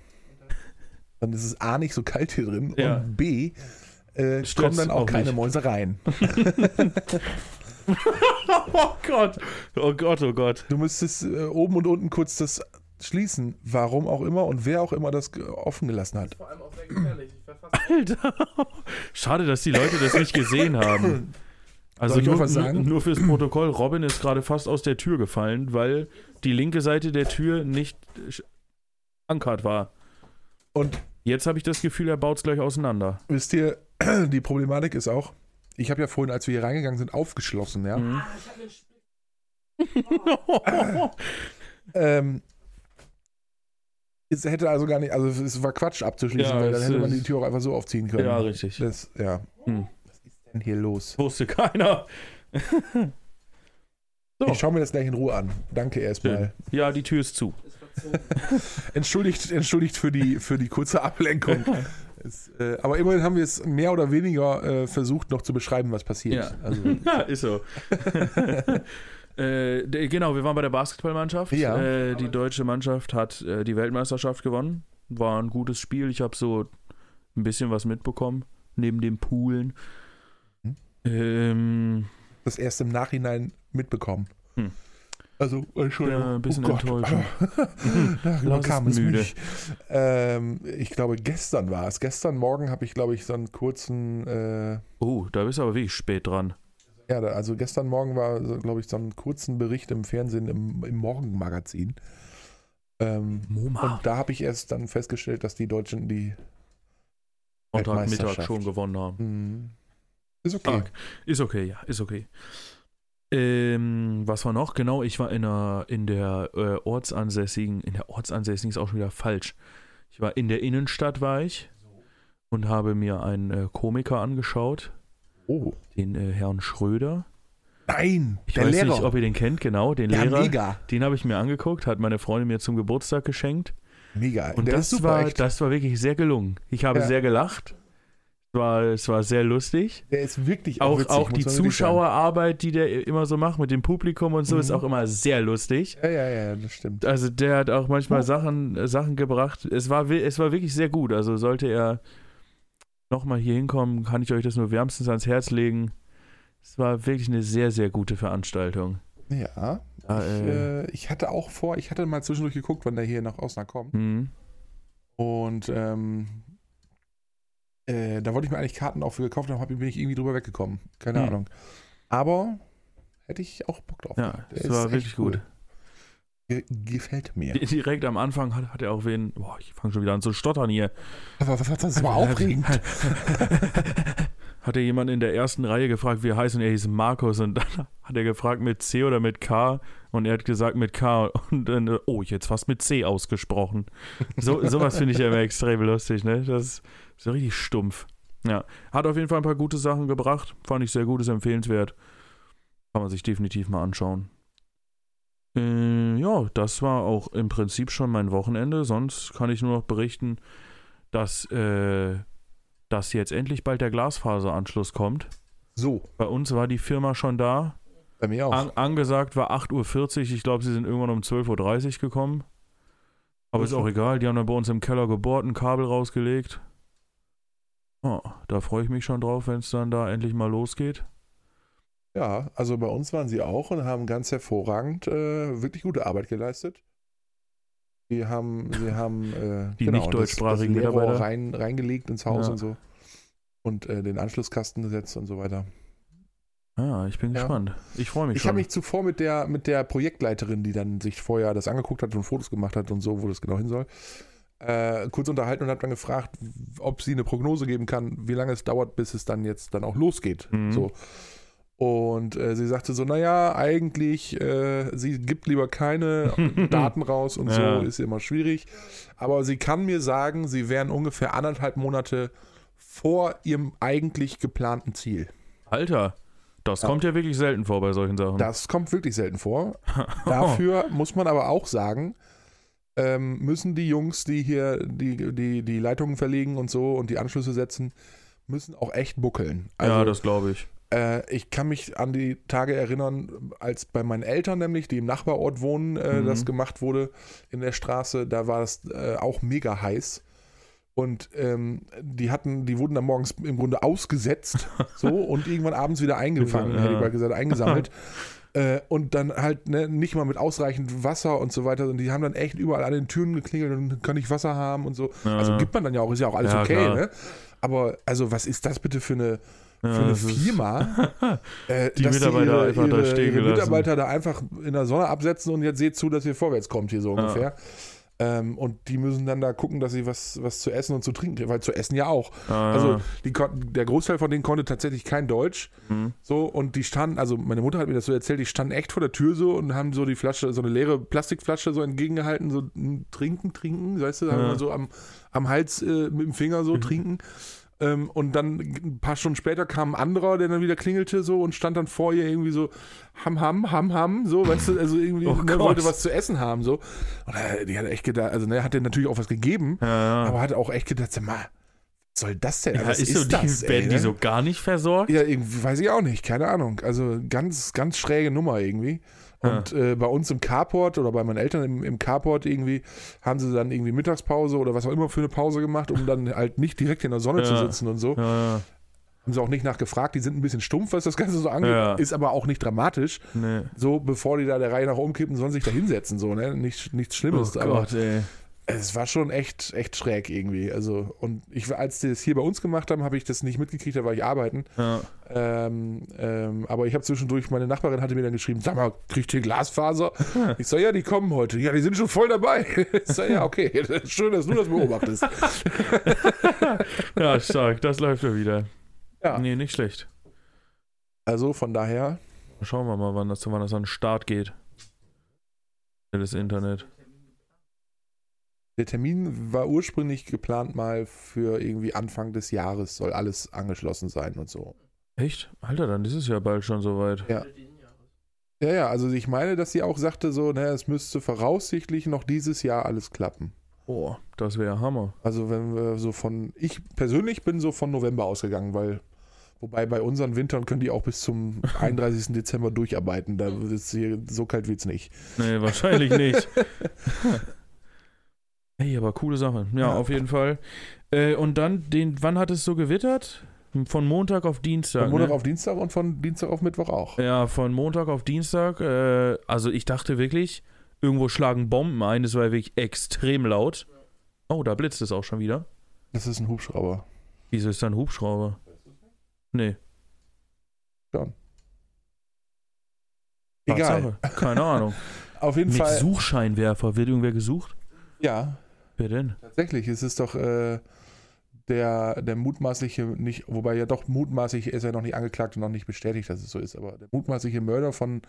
[SPEAKER 1] Dann ist es A, nicht so kalt hier drin
[SPEAKER 2] Ja.
[SPEAKER 1] und B, äh,
[SPEAKER 2] Stört's
[SPEAKER 1] kommen dann auch,
[SPEAKER 2] auch
[SPEAKER 1] keine
[SPEAKER 2] nicht.
[SPEAKER 1] Mäuse rein.
[SPEAKER 2] Oh Gott. Oh Gott, oh Gott.
[SPEAKER 1] Du müsstest äh, oben und unten kurz das schließen, warum auch immer und wer auch immer das ge- offen gelassen hat.
[SPEAKER 3] Vor allem auch sehr gefährlich. Ich wäre fast
[SPEAKER 2] Alter. Schade, dass die Leute das nicht gesehen haben. Also
[SPEAKER 1] Soll ich
[SPEAKER 2] nur,
[SPEAKER 1] auch was
[SPEAKER 2] nur-
[SPEAKER 1] sagen?
[SPEAKER 2] nur fürs Protokoll, Robin ist gerade fast aus der Tür gefallen, weil die linke Seite der Tür nicht äh, sch- ankert war.
[SPEAKER 1] Und
[SPEAKER 2] Jetzt habe ich das Gefühl, er baut es gleich auseinander.
[SPEAKER 1] wisst ihr, die Problematik ist auch, ich habe ja vorhin, als wir hier reingegangen sind, aufgeschlossen, ja.
[SPEAKER 2] Mhm.
[SPEAKER 1] Ähm, es hätte also gar nicht, also es war Quatsch abzuschließen,
[SPEAKER 2] Ja,
[SPEAKER 1] weil dann
[SPEAKER 2] es
[SPEAKER 1] hätte man
[SPEAKER 2] ist-
[SPEAKER 1] die Tür auch einfach so aufziehen können.
[SPEAKER 2] ja, richtig.
[SPEAKER 1] Das, ja.
[SPEAKER 2] Hm.
[SPEAKER 1] Was ist denn hier los?
[SPEAKER 2] Wusste keiner. So.
[SPEAKER 1] Ich schaue mir das gleich in Ruhe an. Danke erstmal.
[SPEAKER 2] Ja, die Tür ist zu.
[SPEAKER 3] ist verzogen.
[SPEAKER 1] Entschuldigt, entschuldigt für die, für die kurze Ablenkung. es, äh, aber immerhin haben wir es mehr oder weniger äh, versucht, noch zu beschreiben, was passiert.
[SPEAKER 2] Ja.
[SPEAKER 1] Also,
[SPEAKER 2] Ja, ist so. äh, de- genau, wir waren bei der Basketballmannschaft.
[SPEAKER 1] Ja.
[SPEAKER 2] Äh, die deutsche Mannschaft hat äh, die Weltmeisterschaft gewonnen. War ein gutes Spiel. Ich habe so ein bisschen was mitbekommen, neben dem Poolen.
[SPEAKER 1] Mhm.
[SPEAKER 2] Ähm,
[SPEAKER 1] das erst im Nachhinein mitbekommen.
[SPEAKER 2] Hm.
[SPEAKER 1] Also, Entschuldigung. Ah.
[SPEAKER 2] Ja, ein bisschen enttäuschend.
[SPEAKER 1] Darüber
[SPEAKER 2] Lars
[SPEAKER 1] kam
[SPEAKER 2] ist
[SPEAKER 1] es
[SPEAKER 2] müde.
[SPEAKER 1] mich. Ähm, ich glaube, gestern war es. Gestern Morgen habe ich, glaube ich, so einen kurzen. Äh,
[SPEAKER 2] oh, da bist du aber wirklich spät dran.
[SPEAKER 1] ja, da- also gestern Morgen war, so, glaube ich, so einen kurzen Bericht im Fernsehen, im, im Morgenmagazin. Ähm,
[SPEAKER 2] Moma.
[SPEAKER 1] und da habe ich erst dann festgestellt, dass die Deutschen die.
[SPEAKER 2] Sonntagmittag
[SPEAKER 1] Weltmeisterschaft.
[SPEAKER 2] schon gewonnen haben.
[SPEAKER 1] Hm, ist okay.
[SPEAKER 2] Stark. Ist okay, ja, ist okay. Ähm, was war noch? Genau, ich war in der, in der äh, ortsansässigen, in der ortsansässigen ist auch schon wieder falsch. Ich war in der Innenstadt, war ich, und habe mir einen äh, Komiker angeschaut,
[SPEAKER 1] Oh.
[SPEAKER 2] den äh, Herrn Schröder.
[SPEAKER 1] Nein,
[SPEAKER 2] Ich
[SPEAKER 1] der
[SPEAKER 2] weiß
[SPEAKER 1] Lehrer.
[SPEAKER 2] nicht, ob ihr den kennt, genau, den
[SPEAKER 1] ja,
[SPEAKER 2] Lehrer.
[SPEAKER 1] mega.
[SPEAKER 2] Den habe ich mir angeguckt, hat meine Freundin mir zum Geburtstag geschenkt.
[SPEAKER 1] Mega.
[SPEAKER 2] Und
[SPEAKER 1] der
[SPEAKER 2] das,
[SPEAKER 1] ist super
[SPEAKER 2] war,
[SPEAKER 1] echt.
[SPEAKER 2] das war wirklich sehr gelungen. Ich habe
[SPEAKER 1] Ja.
[SPEAKER 2] sehr gelacht. Es war, es war sehr lustig.
[SPEAKER 1] Der ist wirklich
[SPEAKER 2] auch,
[SPEAKER 1] witzig,
[SPEAKER 2] auch
[SPEAKER 1] muss
[SPEAKER 2] die
[SPEAKER 1] man wirklich
[SPEAKER 2] Zuschauerarbeit, die der immer so macht mit dem Publikum und so,
[SPEAKER 1] Mhm.
[SPEAKER 2] ist auch immer sehr lustig.
[SPEAKER 1] sagen. Ja, ja, ja, das stimmt.
[SPEAKER 2] Also der hat auch manchmal
[SPEAKER 1] Ja.
[SPEAKER 2] Sachen, äh, Sachen gebracht. Es war, wi- es war wirklich sehr gut. Also sollte er nochmal hier hinkommen, kann ich euch das nur wärmstens ans Herz legen. Es war wirklich eine sehr, sehr gute Veranstaltung.
[SPEAKER 1] Ja.
[SPEAKER 2] Ja,
[SPEAKER 1] Ich,
[SPEAKER 2] äh,
[SPEAKER 1] äh, ich hatte auch vor, ich hatte mal zwischendurch geguckt, wann der hier nach Osnabrück kommt.
[SPEAKER 2] hm.
[SPEAKER 1] Und ähm, äh, da wollte ich mir eigentlich Karten auch für gekauft haben, hab- bin ich irgendwie drüber weggekommen. Keine
[SPEAKER 2] Hm.
[SPEAKER 1] Ahnung. Aber hätte ich auch Bock drauf.
[SPEAKER 2] ja
[SPEAKER 1] gehabt. Der
[SPEAKER 2] es
[SPEAKER 1] ist
[SPEAKER 2] war
[SPEAKER 1] echt
[SPEAKER 2] wirklich gut.
[SPEAKER 1] Ge gefällt mir.
[SPEAKER 2] Di- Direkt am Anfang hat, hat er auch wen. Boah, ich fange schon wieder an zu stottern hier.
[SPEAKER 1] Aber was, was, das war aufregend.
[SPEAKER 2] halt. Hat er jemand in der ersten Reihe gefragt, wie er heißt, und er hieß Markus. Und dann hat er gefragt mit C oder mit K. Und er hat gesagt mit K. Und dann, äh, oh, ich hätte fast mit C ausgesprochen. So, sowas finde ich ja immer extrem lustig, ne? Das ist so richtig stumpf. Ja. Hat auf jeden Fall ein paar gute Sachen gebracht. Fand ich sehr gut, ist empfehlenswert. Kann man sich definitiv mal anschauen. Äh, ja, das war auch im Prinzip schon mein Wochenende. Sonst kann ich nur noch berichten, dass. Äh, dass jetzt endlich bald der Glasfaseranschluss kommt.
[SPEAKER 1] So,
[SPEAKER 2] Bei uns war die Firma schon da.
[SPEAKER 1] bei mir auch.
[SPEAKER 2] An, angesagt war 8.40 Uhr. Ich glaube, sie sind irgendwann um 12.30 Uhr gekommen. Aber ist auch egal. Die haben dann bei uns im Keller gebohrt, ein Kabel rausgelegt. Oh, da freue ich mich schon drauf, wenn es dann da endlich mal losgeht.
[SPEAKER 1] Ja, also bei uns waren sie auch und haben ganz hervorragend äh, wirklich gute Arbeit geleistet. Die haben, sie haben äh,
[SPEAKER 2] Die nicht
[SPEAKER 1] das-
[SPEAKER 2] deutschsprachigen
[SPEAKER 1] das Leerrohr
[SPEAKER 2] Mitarbeiter.
[SPEAKER 1] rein, reingelegt ins Haus
[SPEAKER 2] Ja.
[SPEAKER 1] und so und äh, den Anschlusskasten gesetzt und so weiter.
[SPEAKER 2] Ja, ich bin
[SPEAKER 1] Ja.
[SPEAKER 2] gespannt. Ich freue mich
[SPEAKER 1] Ich
[SPEAKER 2] schon.
[SPEAKER 1] habe mich zuvor mit der mit der Projektleiterin, die dann sich vorher das angeguckt hat und Fotos gemacht hat und so, wo das genau hin soll, äh, kurz unterhalten und habe dann gefragt, ob sie eine Prognose geben kann, wie lange es dauert, bis es dann jetzt dann auch losgeht.
[SPEAKER 2] Mhm.
[SPEAKER 1] So. Und äh, sie sagte so, naja, eigentlich, äh, sie gibt lieber keine Daten raus und
[SPEAKER 2] Ja.
[SPEAKER 1] so, ist immer schwierig. Aber sie kann mir sagen, sie wären ungefähr anderthalb Monate vor ihrem eigentlich geplanten Ziel.
[SPEAKER 2] Alter, Das
[SPEAKER 1] Ja.
[SPEAKER 2] kommt ja wirklich selten vor bei solchen Sachen.
[SPEAKER 1] Das kommt wirklich selten vor. Dafür
[SPEAKER 2] Oh.
[SPEAKER 1] muss man aber auch sagen, ähm, müssen die Jungs, die hier die, die, die Leitungen verlegen und so und die Anschlüsse setzen, müssen auch echt buckeln. Also,
[SPEAKER 2] ja, das glaube ich.
[SPEAKER 1] äh, ich kann mich an die Tage erinnern, als bei meinen Eltern nämlich, die im Nachbarort wohnen, äh,
[SPEAKER 2] Mhm.
[SPEAKER 1] das gemacht wurde in der Straße, da war es äh, auch mega heiß. Und ähm, die hatten, die wurden dann morgens im Grunde ausgesetzt so und irgendwann abends wieder eingefangen,
[SPEAKER 2] Ja.
[SPEAKER 1] hätte ich mal gesagt, eingesammelt. Äh, und dann halt ne, nicht mal mit ausreichend Wasser und so weiter. Und die haben dann echt überall an den Türen geklingelt und kann ich Wasser haben und so. Also
[SPEAKER 2] Ja.
[SPEAKER 1] gibt man dann ja auch, ist ja auch alles
[SPEAKER 2] Ja,
[SPEAKER 1] okay.
[SPEAKER 2] klar.
[SPEAKER 1] Ne? Aber also was ist das bitte für eine, für
[SPEAKER 2] Ja,
[SPEAKER 1] eine
[SPEAKER 2] das ist-
[SPEAKER 1] Firma, äh,
[SPEAKER 2] Die
[SPEAKER 1] dass die
[SPEAKER 2] Mitarbeiter
[SPEAKER 1] ihre,
[SPEAKER 2] einfach da
[SPEAKER 1] ihre,
[SPEAKER 2] stehen
[SPEAKER 1] ihre
[SPEAKER 2] gelassen.
[SPEAKER 1] Mitarbeiter da einfach in der Sonne absetzen und jetzt seht zu, dass ihr vorwärts kommt hier so
[SPEAKER 2] Ja.
[SPEAKER 1] ungefähr. Ähm, und die müssen dann da gucken, dass sie was, was zu essen und zu trinken kriegen, weil zu essen ja auch.
[SPEAKER 2] Ah,
[SPEAKER 1] Also die konnten, der Großteil von denen konnte tatsächlich kein Deutsch.
[SPEAKER 2] Mhm.
[SPEAKER 1] So, und die standen, also meine Mutter hat mir das so erzählt, die standen echt vor der Tür so und haben so die Flasche, so eine leere Plastikflasche so entgegengehalten, so m, trinken, trinken, weißt du, haben
[SPEAKER 2] Ja.
[SPEAKER 1] wir so am, am Hals äh, mit dem Finger so trinken. Ähm, und dann ein paar Stunden später kam ein anderer, der dann wieder klingelte so und stand dann vor ihr irgendwie so ham, ham, ham, ham, so, weißt du, also irgendwie
[SPEAKER 2] Oh
[SPEAKER 1] ne,
[SPEAKER 2] Gott.
[SPEAKER 1] wollte was zu essen haben, so. Und äh, die hat echt gedacht, also ne, hat der natürlich auch was gegeben,
[SPEAKER 2] ja, ja.
[SPEAKER 1] aber hat auch echt gedacht, sag mal, was soll das denn? Also,
[SPEAKER 2] ja,
[SPEAKER 1] Was
[SPEAKER 2] ist, so die
[SPEAKER 1] das, ey,
[SPEAKER 2] werden die
[SPEAKER 1] ne?
[SPEAKER 2] so gar nicht versorgt?
[SPEAKER 1] Ja, irgendwie weiß ich auch nicht, keine Ahnung. Also ganz, ganz schräge Nummer irgendwie. Und äh, bei uns im Carport oder bei meinen Eltern im, im Carport irgendwie haben sie dann irgendwie Mittagspause oder was auch immer für eine Pause gemacht, um dann halt nicht direkt in der Sonne zu
[SPEAKER 2] Ja.
[SPEAKER 1] sitzen und so.
[SPEAKER 2] Ja, ja.
[SPEAKER 1] Haben sie auch nicht nachgefragt. Die sind ein bisschen stumpf, was das Ganze so angeht.
[SPEAKER 2] Ja.
[SPEAKER 1] Ist aber auch nicht dramatisch.
[SPEAKER 2] Nee.
[SPEAKER 1] So, bevor die da der Reihe nach umkippen, sollen sich da hinsetzen. So, ne? nicht, nichts
[SPEAKER 2] Oh
[SPEAKER 1] Schlimmes. aber
[SPEAKER 2] Gott, ey.
[SPEAKER 1] es war schon echt, echt schräg irgendwie. Also, und ich, war- als die das hier bei uns gemacht haben, habe ich das nicht mitgekriegt, da war ich arbeiten.
[SPEAKER 2] Ja.
[SPEAKER 1] Ähm, ähm, aber ich habe zwischendurch, meine Nachbarin hatte mir dann geschrieben, sag mal, kriegt ihr Glasfaser? Ich sag, ja, die kommen heute. Ja, die sind schon voll dabei. Ich sag, ja, okay, schön, dass du das beobachtest.
[SPEAKER 2] ja, stark, das läuft ja wieder.
[SPEAKER 1] Ja.
[SPEAKER 2] Nee, nicht schlecht.
[SPEAKER 1] Also von daher,
[SPEAKER 2] Schauen wir mal, wann das, wann das an den Start geht. Das Internet.
[SPEAKER 1] der Termin war ursprünglich geplant mal für irgendwie Anfang des Jahres, soll alles angeschlossen sein und so.
[SPEAKER 2] Echt? Alter, dann ist es ja bald schon soweit.
[SPEAKER 1] Ja. Ja, ja, also ich meine, dass sie auch sagte so, ne, es müsste voraussichtlich noch dieses Jahr alles klappen.
[SPEAKER 2] Boah, das wäre ja Hammer.
[SPEAKER 1] Also wenn wir so von, ich persönlich bin so von November ausgegangen, weil, wobei bei unseren Wintern können die auch bis zum 31. Dezember durcharbeiten. Da ist hier, so kalt wird es nicht.
[SPEAKER 2] Nee, wahrscheinlich nicht. Ey, aber coole Sache. Ja,
[SPEAKER 1] Ja.
[SPEAKER 2] auf jeden Fall. Äh, und dann, den, wann hat es so gewittert? Von Montag auf Dienstag.
[SPEAKER 1] Von Montag
[SPEAKER 2] ne?
[SPEAKER 1] auf Dienstag und von Dienstag auf Mittwoch auch.
[SPEAKER 2] Ja, von Montag auf Dienstag. Äh, also ich dachte wirklich, irgendwo schlagen Bomben ein. Das war wirklich extrem laut. Oh, da blitzt es auch schon wieder.
[SPEAKER 1] Das ist ein Hubschrauber.
[SPEAKER 2] Wieso ist da ein Hubschrauber? Nee.
[SPEAKER 1] Egal.
[SPEAKER 2] Tatsache. Keine Ahnung.
[SPEAKER 1] Auf jeden
[SPEAKER 2] Mit
[SPEAKER 1] Fall.
[SPEAKER 2] Suchscheinwerfer. Wird irgendwer gesucht?
[SPEAKER 1] ja,
[SPEAKER 2] Wer denn?
[SPEAKER 1] tatsächlich. Es ist doch äh, der, der mutmaßliche, nicht, wobei ja doch mutmaßlich ist er noch nicht angeklagt und noch nicht bestätigt, dass es so ist, aber der mutmaßliche Mörder von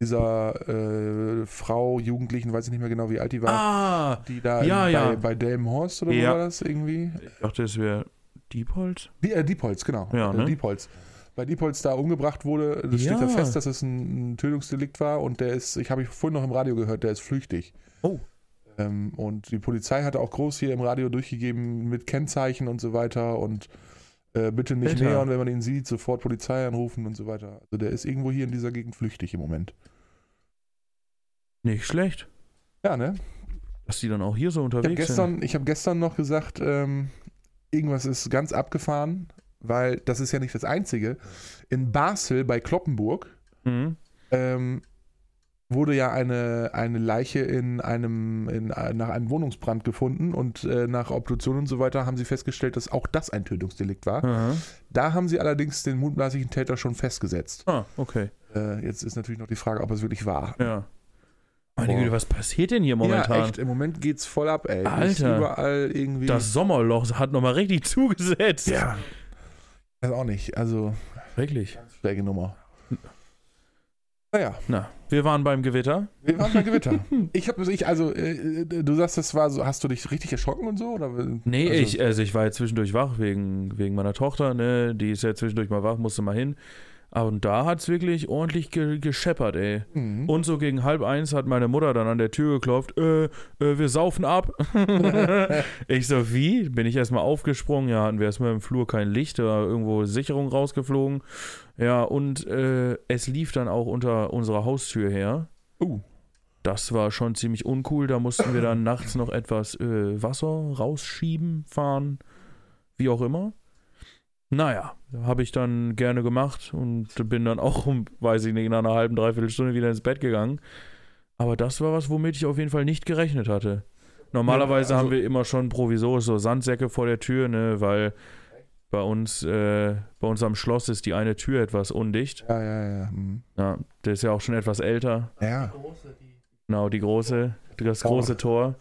[SPEAKER 1] dieser äh, Frau, Jugendlichen, weiß ich nicht mehr genau, wie alt die war.
[SPEAKER 2] Ah!
[SPEAKER 1] die da
[SPEAKER 2] Ja,
[SPEAKER 1] in,
[SPEAKER 2] ja.
[SPEAKER 1] bei, bei Delmenhorst oder
[SPEAKER 2] Ja.
[SPEAKER 1] wo war das irgendwie?
[SPEAKER 2] Ich dachte, es wäre Diepholz.
[SPEAKER 1] Die, äh, Diepholz, genau.
[SPEAKER 2] Ja,
[SPEAKER 1] Äh,
[SPEAKER 2] ne?
[SPEAKER 1] Diepholz. Bei Diepholz da umgebracht wurde, das
[SPEAKER 2] Ja.
[SPEAKER 1] steht da fest, dass es ein, ein Tötungsdelikt war und der ist, ich habe ich vorhin noch im Radio gehört, der ist flüchtig.
[SPEAKER 2] Oh.
[SPEAKER 1] Ähm, und die Polizei hatte auch groß hier im Radio durchgegeben mit Kennzeichen und so weiter und äh, bitte nicht
[SPEAKER 2] Alter.
[SPEAKER 1] nähern, wenn man ihn sieht, sofort Polizei anrufen und so weiter. Also der ist irgendwo hier in dieser Gegend flüchtig im Moment.
[SPEAKER 2] Nicht schlecht.
[SPEAKER 1] Ja, ne?
[SPEAKER 2] Dass die dann auch hier so
[SPEAKER 1] Ich habe
[SPEAKER 2] unterwegs sind.
[SPEAKER 1] gestern, ich hab gestern noch gesagt, ähm, irgendwas ist ganz abgefahren, weil das ist ja nicht das Einzige. In Basel bei Kloppenburg
[SPEAKER 2] Mhm.
[SPEAKER 1] ähm, wurde ja eine, eine Leiche in einem, in, äh, nach einem Wohnungsbrand gefunden und äh, nach Obduktion und so weiter haben sie festgestellt, dass auch das ein Tötungsdelikt war.
[SPEAKER 2] Aha.
[SPEAKER 1] Da haben sie allerdings den mutmaßlichen Täter schon festgesetzt.
[SPEAKER 2] Ah, okay.
[SPEAKER 1] Äh, jetzt ist natürlich noch die Frage, ob es wirklich war.
[SPEAKER 2] Ja. Meine Güte, was passiert denn hier momentan?
[SPEAKER 1] Ja, echt, im Moment geht's voll ab, ey. Ist
[SPEAKER 2] Alter.
[SPEAKER 1] überall irgendwie.
[SPEAKER 2] Das Sommerloch hat nochmal richtig zugesetzt.
[SPEAKER 1] Ja. Weiß auch nicht. Also,
[SPEAKER 2] Wirklich.
[SPEAKER 1] schräge Nummer. Naja,
[SPEAKER 2] Na, wir waren beim Gewitter.
[SPEAKER 1] wir waren bei Gewitter. Ich habe ich also äh, äh, du sagst, das war so, hast du dich richtig erschrocken und so oder
[SPEAKER 2] Nee,
[SPEAKER 1] also,
[SPEAKER 2] ich, also ich war ja zwischendurch wach wegen, wegen meiner Tochter, ne? Die ist ja zwischendurch mal wach, musste mal hin. Aber und da hat es wirklich ordentlich ge gescheppert, ey.
[SPEAKER 1] Mhm.
[SPEAKER 2] Und so gegen halb eins hat meine Mutter dann an der Tür geklopft, äh, äh wir saufen ab. ich so, wie? Bin ich erstmal aufgesprungen, ja, hatten wir erstmal im Flur kein Licht, da war irgendwo Sicherung rausgeflogen. Ja, und äh, es lief dann auch unter unserer Haustür her.
[SPEAKER 1] Uh.
[SPEAKER 2] Das war schon ziemlich uncool, da mussten wir dann nachts noch etwas äh, Wasser rausschieben, fahren, wie auch immer. Naja, habe ich dann gerne gemacht und bin dann auch um, weiß ich nicht, nach einer halben, dreiviertel Stunde wieder ins Bett gegangen. Aber das war was, womit ich auf jeden Fall nicht gerechnet hatte. Normalerweise
[SPEAKER 1] Ja, also-
[SPEAKER 2] haben wir immer schon provisorisch so Sandsäcke vor der Tür, ne, weil bei uns, äh, bei uns am Schloss ist die eine Tür etwas undicht.
[SPEAKER 1] Ja, ja, ja. Mhm.
[SPEAKER 2] Ja, der ist ja auch schon etwas älter.
[SPEAKER 1] Ja.
[SPEAKER 3] Große, die.
[SPEAKER 2] Genau, die große, das
[SPEAKER 1] Tor.
[SPEAKER 2] große Tor.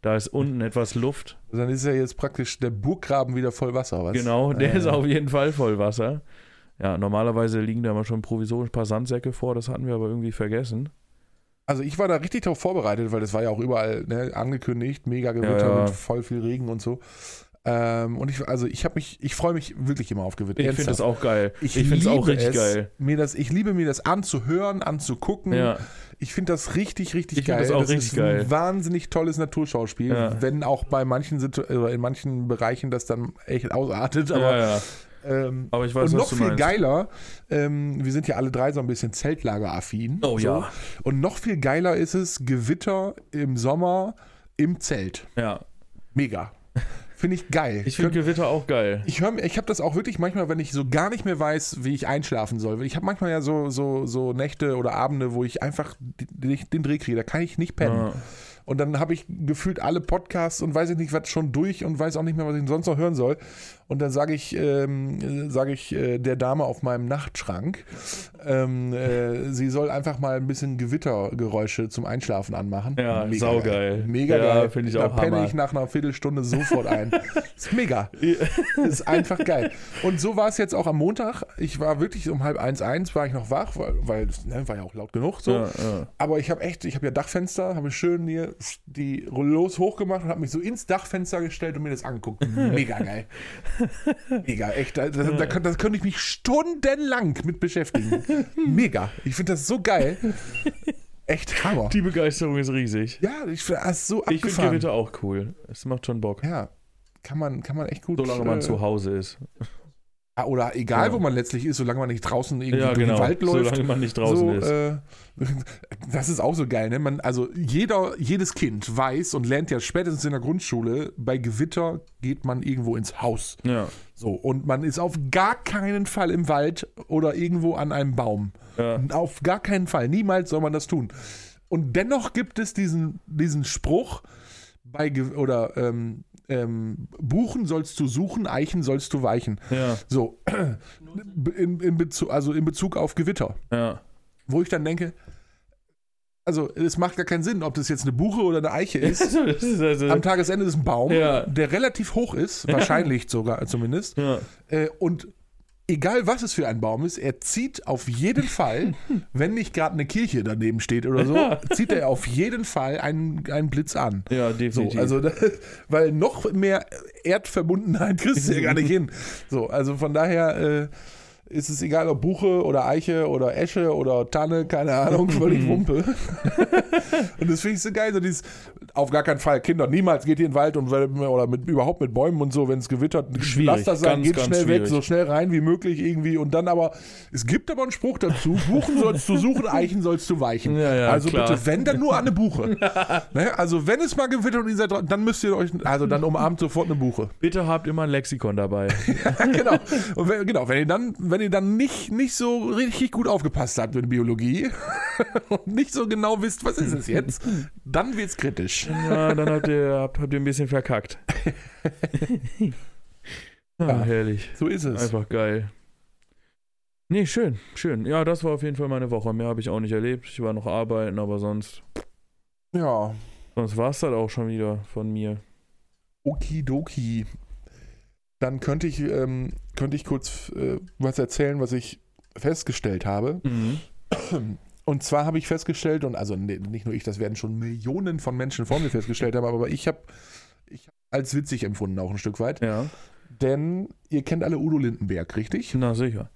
[SPEAKER 2] Da ist unten etwas Luft.
[SPEAKER 1] Also Dann ist ja jetzt praktisch der Burggraben wieder voll Wasser, was? Äh.
[SPEAKER 2] Genau, der
[SPEAKER 1] Ja,
[SPEAKER 2] ist
[SPEAKER 1] ja.
[SPEAKER 2] auf jeden Fall voll Wasser. Ja, normalerweise liegen da mal schon provisorisch ein paar Sandsäcke vor, das hatten wir aber irgendwie vergessen.
[SPEAKER 1] Also ich war da richtig darauf vorbereitet, weil das war ja auch überall ne, angekündigt, mega Gewitter
[SPEAKER 2] Ja, ja.
[SPEAKER 1] mit voll viel Regen und so. Ähm, und ich, also ich habe mich, ich freue mich wirklich immer auf Gewitter.
[SPEAKER 2] Ich finde das
[SPEAKER 1] Ernsthaft.
[SPEAKER 2] auch geil. Ich, finde es auch
[SPEAKER 1] liebe
[SPEAKER 2] richtig
[SPEAKER 1] es, Hm.
[SPEAKER 2] geil.
[SPEAKER 1] Mir das, ich liebe mir das anzuhören, anzugucken.
[SPEAKER 2] Ja,
[SPEAKER 1] Ich finde das richtig, richtig
[SPEAKER 2] Ich find
[SPEAKER 1] geil.
[SPEAKER 2] das auch richtig
[SPEAKER 1] ist
[SPEAKER 2] geil.
[SPEAKER 1] ein wahnsinnig tolles Naturschauspiel,
[SPEAKER 2] Ja.
[SPEAKER 1] wenn auch bei manchen Situ oder in manchen Bereichen das dann echt ausartet.
[SPEAKER 2] aber,
[SPEAKER 1] Aber,
[SPEAKER 2] ja, ja.
[SPEAKER 1] Ähm,
[SPEAKER 2] aber ich weiß,
[SPEAKER 1] und
[SPEAKER 2] was
[SPEAKER 1] noch
[SPEAKER 2] du
[SPEAKER 1] viel
[SPEAKER 2] meinst.
[SPEAKER 1] geiler, ähm, wir sind ja alle drei so ein bisschen Zeltlageraffin.
[SPEAKER 2] Oh
[SPEAKER 1] so.
[SPEAKER 2] ja.
[SPEAKER 1] Und noch viel geiler ist es, Gewitter im Sommer im Zelt.
[SPEAKER 2] ja.
[SPEAKER 1] Mega. Finde ich geil.
[SPEAKER 2] Ich finde Gewitter auch geil.
[SPEAKER 1] Ich höre, ich habe das auch wirklich manchmal, wenn ich so gar nicht mehr weiß, wie ich einschlafen soll. Ich habe manchmal ja so, so, so Nächte oder Abende, wo ich einfach die- die- den Dreh kriege. Da kann ich nicht pennen.
[SPEAKER 2] Ja.
[SPEAKER 1] Und dann habe ich gefühlt alle Podcasts und weiß ich nicht, was schon durch und weiß auch nicht mehr, was ich sonst noch hören soll. Und dann sage ich, ähm, sage ich äh, der Dame auf meinem Nachtschrank, ähm, äh, sie soll einfach mal ein bisschen Gewittergeräusche zum Einschlafen anmachen.
[SPEAKER 2] Ja,
[SPEAKER 1] Mega
[SPEAKER 2] saugeil.
[SPEAKER 1] geil. Mega
[SPEAKER 2] Ja,
[SPEAKER 1] geil.
[SPEAKER 2] finde ich
[SPEAKER 1] da
[SPEAKER 2] auch
[SPEAKER 1] penne
[SPEAKER 2] Hammer.
[SPEAKER 1] ich nach einer Viertelstunde sofort ein. ist mega. ist einfach geil. Und so war es jetzt auch am Montag. Ich war wirklich um halb eins, eins war ich noch wach, weil, weil ne, war ja auch laut genug so.
[SPEAKER 2] Ja, ja.
[SPEAKER 1] Aber ich habe echt, ich habe ja Dachfenster, habe schön hier die los hochgemacht und habe mich so ins Dachfenster gestellt und mir das angeguckt. Mega geil. Mega, echt. Da, da, da, könnt- da könnte ich mich stundenlang mit beschäftigen. Mega. Ich finde das so geil. Echt Hammer.
[SPEAKER 2] Die Begeisterung ist riesig.
[SPEAKER 1] ja, ich finde das so
[SPEAKER 2] Ich finde
[SPEAKER 1] abgefahren.
[SPEAKER 2] Gewitter auch cool. Es macht schon Bock.
[SPEAKER 1] ja, kann man, kann man echt gut.
[SPEAKER 2] Solange man
[SPEAKER 1] äh,
[SPEAKER 2] zu Hause ist.
[SPEAKER 1] Ah, Oder egal,
[SPEAKER 2] Ja.
[SPEAKER 1] wo man letztlich ist, solange man nicht draußen irgendwie
[SPEAKER 2] Ja,
[SPEAKER 1] durch
[SPEAKER 2] genau.
[SPEAKER 1] den Wald läuft.
[SPEAKER 2] Solange man nicht draußen
[SPEAKER 1] so,
[SPEAKER 2] ist.
[SPEAKER 1] Äh, das ist auch so geil, ne? Man, also jeder, jedes Kind weiß und lernt ja spätestens in der Grundschule, bei Gewitter geht man irgendwo ins Haus.
[SPEAKER 2] ja.
[SPEAKER 1] So, und man ist auf gar keinen Fall im Wald oder irgendwo an einem Baum.
[SPEAKER 2] Ja.
[SPEAKER 1] Auf gar keinen Fall. Niemals soll man das tun. Und dennoch gibt es diesen, diesen Spruch bei Ge- oder ähm, ähm, Buchen sollst du suchen, Eichen sollst du weichen.
[SPEAKER 2] Ja.
[SPEAKER 1] So, in, in Bezug, also in Bezug auf Gewitter
[SPEAKER 2] Ja.
[SPEAKER 1] wo ich dann denke, also es macht gar keinen Sinn, ob das jetzt eine Buche oder eine Eiche ist.
[SPEAKER 2] So, das ist also,
[SPEAKER 1] Am Tagesende ist ein Baum,
[SPEAKER 2] Ja.
[SPEAKER 1] der relativ hoch ist, wahrscheinlich sogar zumindest.
[SPEAKER 2] ja.
[SPEAKER 1] Äh, und egal was es für ein Baum ist, er zieht auf jeden Fall, wenn nicht gerade eine Kirche daneben steht oder so, zieht er auf jeden Fall einen, einen Blitz an.
[SPEAKER 2] ja,
[SPEAKER 1] So,
[SPEAKER 2] definitiv.
[SPEAKER 1] also, da- weil noch mehr Erdverbundenheit kriegst du ja gar nicht hin. So, also von daher äh, ist es egal, ob Buche oder Eiche oder Esche oder Tanne, keine Ahnung, völlig Wumpe. und das finde ich so geil, so dieses, auf gar keinen Fall, Kinder, niemals geht ihr in den Wald und oder mit, überhaupt mit Bäumen und so, wenn es gewittert,
[SPEAKER 2] Schwierig,
[SPEAKER 1] lasst das sein,
[SPEAKER 2] ganz,
[SPEAKER 1] geht
[SPEAKER 2] ganz
[SPEAKER 1] schnell weg,
[SPEAKER 2] schwierig.
[SPEAKER 1] so schnell rein wie möglich irgendwie und dann aber, es gibt aber einen Spruch dazu, Buchen sollst du suchen, Eichen sollst du weichen.
[SPEAKER 2] Ja, ja,
[SPEAKER 1] also
[SPEAKER 2] klar.
[SPEAKER 1] bitte, wenn, dann nur an eine Buche. Ne? Also wenn es mal gewittert und ihr seid dran, dann müsst ihr euch, also dann umarmt sofort eine Buche.
[SPEAKER 2] Bitte habt immer ein Lexikon dabei.
[SPEAKER 1] genau. Und wenn, genau, wenn ihr dann, wenn ihr dann nicht, nicht so richtig gut aufgepasst habt in Biologie und nicht so genau wisst, was ist es jetzt, dann wird's kritisch.
[SPEAKER 2] Ja, dann habt ihr, habt, habt ihr ein bisschen verkackt. ah,
[SPEAKER 1] Ja.
[SPEAKER 2] Herrlich.
[SPEAKER 1] So ist es.
[SPEAKER 2] Einfach geil. Nee, schön, schön. Ja, das war auf jeden Fall meine Woche. Mehr habe ich auch nicht erlebt. Ich war noch arbeiten, aber sonst,
[SPEAKER 1] Ja.
[SPEAKER 2] sonst war es das auch schon wieder von mir.
[SPEAKER 1] Okidoki. Dann könnte ich, ähm, könnte ich kurz äh, was erzählen, was ich festgestellt habe. Und zwar habe ich festgestellt, und also ne- nicht nur ich, das werden schon Millionen von Menschen vor mir festgestellt haben, aber ich habe ich hab als witzig empfunden, auch ein Stück weit.
[SPEAKER 2] Ja,
[SPEAKER 1] Denn ihr kennt alle Udo Lindenberg, richtig?
[SPEAKER 2] na sicher.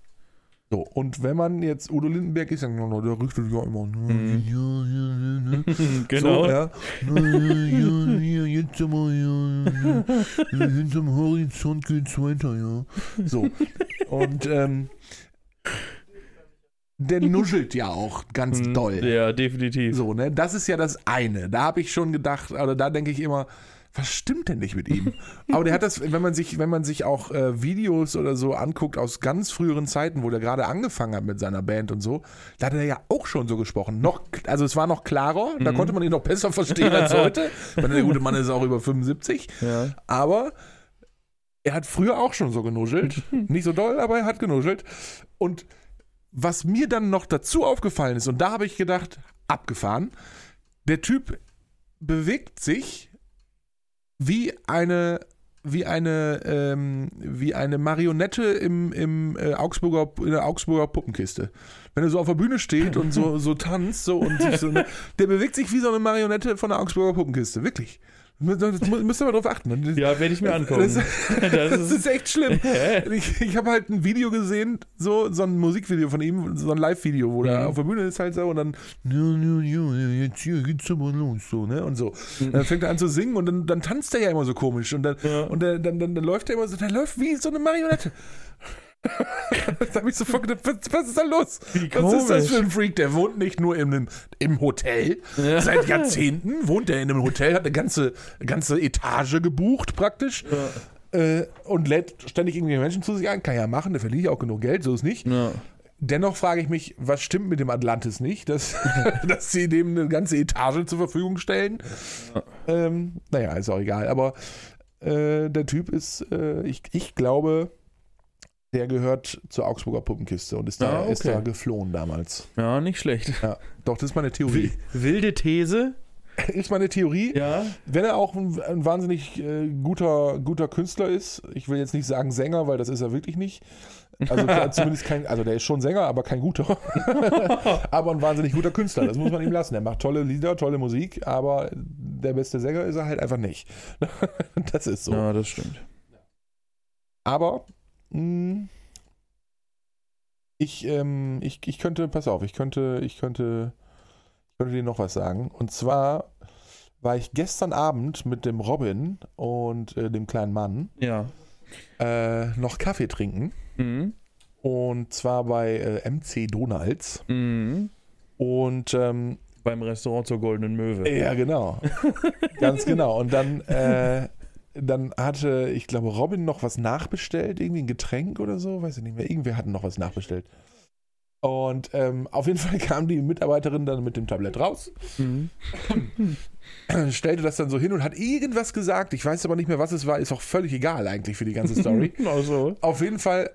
[SPEAKER 1] So, und wenn man jetzt Udo Lindenberg ist, dann oh, der richtet ja immer. ne, ja, ja, ja, ja.
[SPEAKER 2] Genau.
[SPEAKER 1] So, ja. Ja, ja, ja, jetzt aber, ja, ja, ja, hinterm Horizont geht's weiter, ja. So. Und ähm, der nuschelt ja auch ganz
[SPEAKER 2] Mhm.
[SPEAKER 1] doll.
[SPEAKER 2] Ja, definitiv.
[SPEAKER 1] So, ne? Das ist ja das eine. Da habe ich schon gedacht, oder da denke ich immer, was stimmt denn nicht mit ihm? Aber der hat das, wenn man sich, wenn man sich auch äh, Videos oder so anguckt aus ganz früheren Zeiten, wo der gerade angefangen hat mit seiner Band und so, da hat er ja auch schon so gesprochen. Noch, also es war noch klarer, da konnte man ihn noch besser verstehen als heute. Ich meine, der gute Mann ist auch über 75,
[SPEAKER 2] Ja.
[SPEAKER 1] aber er hat früher auch schon so genuschelt. Nicht so doll, aber er hat genuschelt. Und was mir dann noch dazu aufgefallen ist, und da habe ich gedacht, abgefahren, der Typ bewegt sich wie eine wie eine ähm, wie eine Marionette im, im äh, Augsburger in der Augsburger Puppenkiste. Wenn er so auf der Bühne steht und so so tanzt so und sich so ne, der bewegt sich wie so eine Marionette von der Augsburger Puppenkiste, wirklich. Mü- Das mü- müsst ihr mal drauf achten.
[SPEAKER 2] Ja, werde ich mir angucken.
[SPEAKER 1] Das-
[SPEAKER 2] Das
[SPEAKER 1] Das
[SPEAKER 2] ist,
[SPEAKER 1] ist echt schlimm. Ich, ich habe halt ein Video gesehen, so, so ein Musikvideo von ihm, so ein Live-Video, wo
[SPEAKER 2] Mhm.
[SPEAKER 1] er auf der Bühne ist halt so und dann "Nu, nu, nu, jetzt hier geht's aber los, so, ne? Und so. Und dann fängt er an zu singen und dann, dann tanzt er ja immer so komisch und dann,
[SPEAKER 2] Mhm. Ja.
[SPEAKER 1] und dann, dann, dann, dann läuft er immer so, der läuft wie so eine Marionette. da habe ich sofort gedacht, was, was ist da los?
[SPEAKER 2] Wie
[SPEAKER 1] was ist das
[SPEAKER 2] komisch.
[SPEAKER 1] für ein Freak? Der wohnt nicht nur in einem, im Hotel. Seit Jahrzehnten wohnt er in einem Hotel, hat eine ganze, ganze Etage gebucht praktisch. Äh, und lädt ständig irgendwelche Menschen zu sich ein. Kann ja machen, da verliere ich auch genug Geld, so ist nicht.
[SPEAKER 2] ja.
[SPEAKER 1] Dennoch frage ich mich, was stimmt mit dem Atlantis nicht, dass, dass sie dem eine ganze Etage zur Verfügung stellen? Ähm, naja, ist auch egal. Aber äh, der Typ ist, äh, ich, ich glaube, der gehört zur Augsburger Puppenkiste und ist da,
[SPEAKER 2] Ah, okay.
[SPEAKER 1] ist da geflohen damals.
[SPEAKER 2] ja, nicht schlecht.
[SPEAKER 1] Ja. Doch, das ist meine Theorie.
[SPEAKER 2] Wilde These.
[SPEAKER 1] Ist meine Theorie.
[SPEAKER 2] Ja.
[SPEAKER 1] Wenn er auch ein, ein wahnsinnig äh, guter, guter Künstler ist, ich will jetzt nicht sagen Sänger, weil das ist er wirklich nicht. Also klar, zumindest kein, also der ist schon Sänger, aber kein guter. aber ein wahnsinnig guter Künstler, das muss man ihm lassen. Er macht tolle Lieder, tolle Musik, aber der beste Sänger ist er halt einfach nicht. das ist so.
[SPEAKER 2] Ja, das stimmt.
[SPEAKER 1] Aber mh, ich, ähm, ich, ich könnte, pass auf, ich könnte, ich könnte, ich könnte dir noch was sagen. Und zwar war ich gestern Abend mit dem Robin und äh, dem kleinen Mann
[SPEAKER 2] Ja.
[SPEAKER 1] äh, noch Kaffee trinken.
[SPEAKER 2] Mhm.
[SPEAKER 1] Und zwar bei äh, MC Donalds.
[SPEAKER 2] Mhm.
[SPEAKER 1] Und ähm,
[SPEAKER 2] Beim Restaurant zur Goldenen Möwe.
[SPEAKER 1] Ja, genau. Ganz genau. Und dann, äh, dann hatte, ich glaube, Robin noch was nachbestellt, irgendwie ein Getränk oder so, weiß ich nicht mehr. Irgendwer hat noch was nachbestellt. Und ähm, auf jeden Fall kam die Mitarbeiterin dann mit dem Tablett raus,
[SPEAKER 2] Mhm.
[SPEAKER 1] stellte das dann so hin und hat irgendwas gesagt. Ich weiß aber nicht mehr, was es war. Ist auch völlig egal eigentlich für die ganze Story.
[SPEAKER 2] Genau so.
[SPEAKER 1] Auf jeden Fall.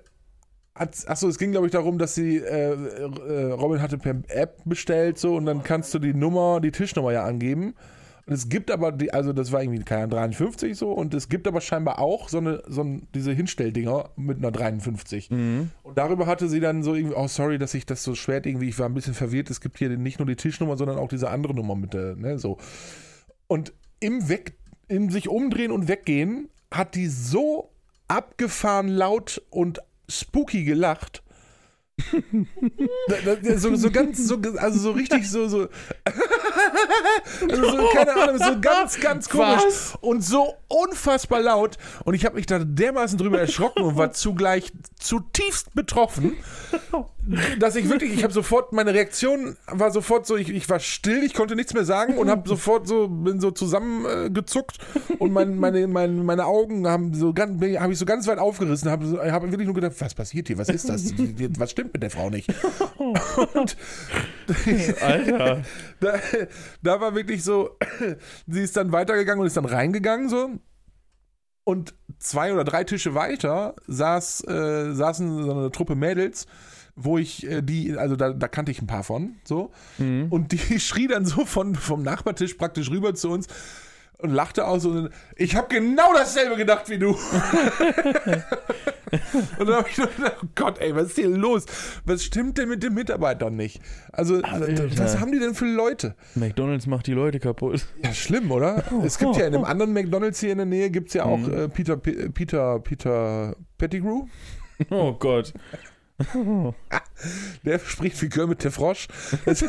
[SPEAKER 1] hat's- Achso, es ging, glaube ich, darum, dass sie, äh, äh, Robin hatte per App bestellt, so, und dann kannst du die Nummer, die Tischnummer ja angeben. Und es gibt aber, die, also das war irgendwie, keine Ahnung, 53 so, und es gibt aber scheinbar auch so eine, so ein, diese Hinstelldinger mit einer 53.
[SPEAKER 2] Mhm.
[SPEAKER 1] Und darüber hatte sie dann so irgendwie, oh sorry, dass ich das so schwer irgendwie, ich war ein bisschen verwirrt, es gibt hier nicht nur die Tischnummer, sondern auch diese andere Nummer mit der, ne, so. Und im Weg, im sich umdrehen und weggehen, hat die so abgefahren laut und spooky gelacht. Da- da- so, so ganz, so, also so richtig so, so, also so, keine Ahnung, so ganz, ganz komisch
[SPEAKER 2] Was?
[SPEAKER 1] und so unfassbar laut. Und ich habe mich da dermaßen drüber erschrocken und war zugleich zutiefst betroffen, dass ich wirklich, ich habe sofort, meine Reaktion war sofort so, ich, ich war still, ich konnte nichts mehr sagen und habe sofort so, bin so zusammengezuckt äh, gezuckt und mein, meine, mein, meine Augen haben so ganz, habe ich so ganz weit aufgerissen, habe so, hab wirklich nur gedacht, was passiert hier, was ist das, was stimmt mit der Frau nicht? Und
[SPEAKER 2] Alter.
[SPEAKER 1] da, da war wirklich so, sie ist dann weitergegangen und ist dann reingegangen so. Und zwei oder drei Tische weiter saß, äh, saßen so eine Truppe Mädels, wo ich äh, die, also da, da kannte ich ein paar von, so. Und die schrie dann so von, vom Nachbartisch praktisch rüber zu uns und lachte aus und ich habe genau dasselbe gedacht wie du. Und dann habe ich nur gedacht, oh Gott, ey, was ist hier los? Was stimmt denn mit den Mitarbeitern nicht? Also,
[SPEAKER 2] Alter.
[SPEAKER 1] was haben die denn für Leute?
[SPEAKER 2] McDonalds macht die Leute kaputt.
[SPEAKER 1] Ja, schlimm, oder?
[SPEAKER 2] Oh,
[SPEAKER 1] Es gibt ja in einem anderen McDonalds hier in der Nähe, äh, gibt es ja auch äh, Peter, Pe- Peter, Peter Pettigrew.
[SPEAKER 2] Oh Gott.
[SPEAKER 1] Der spricht wie Kermit der Frosch. Das-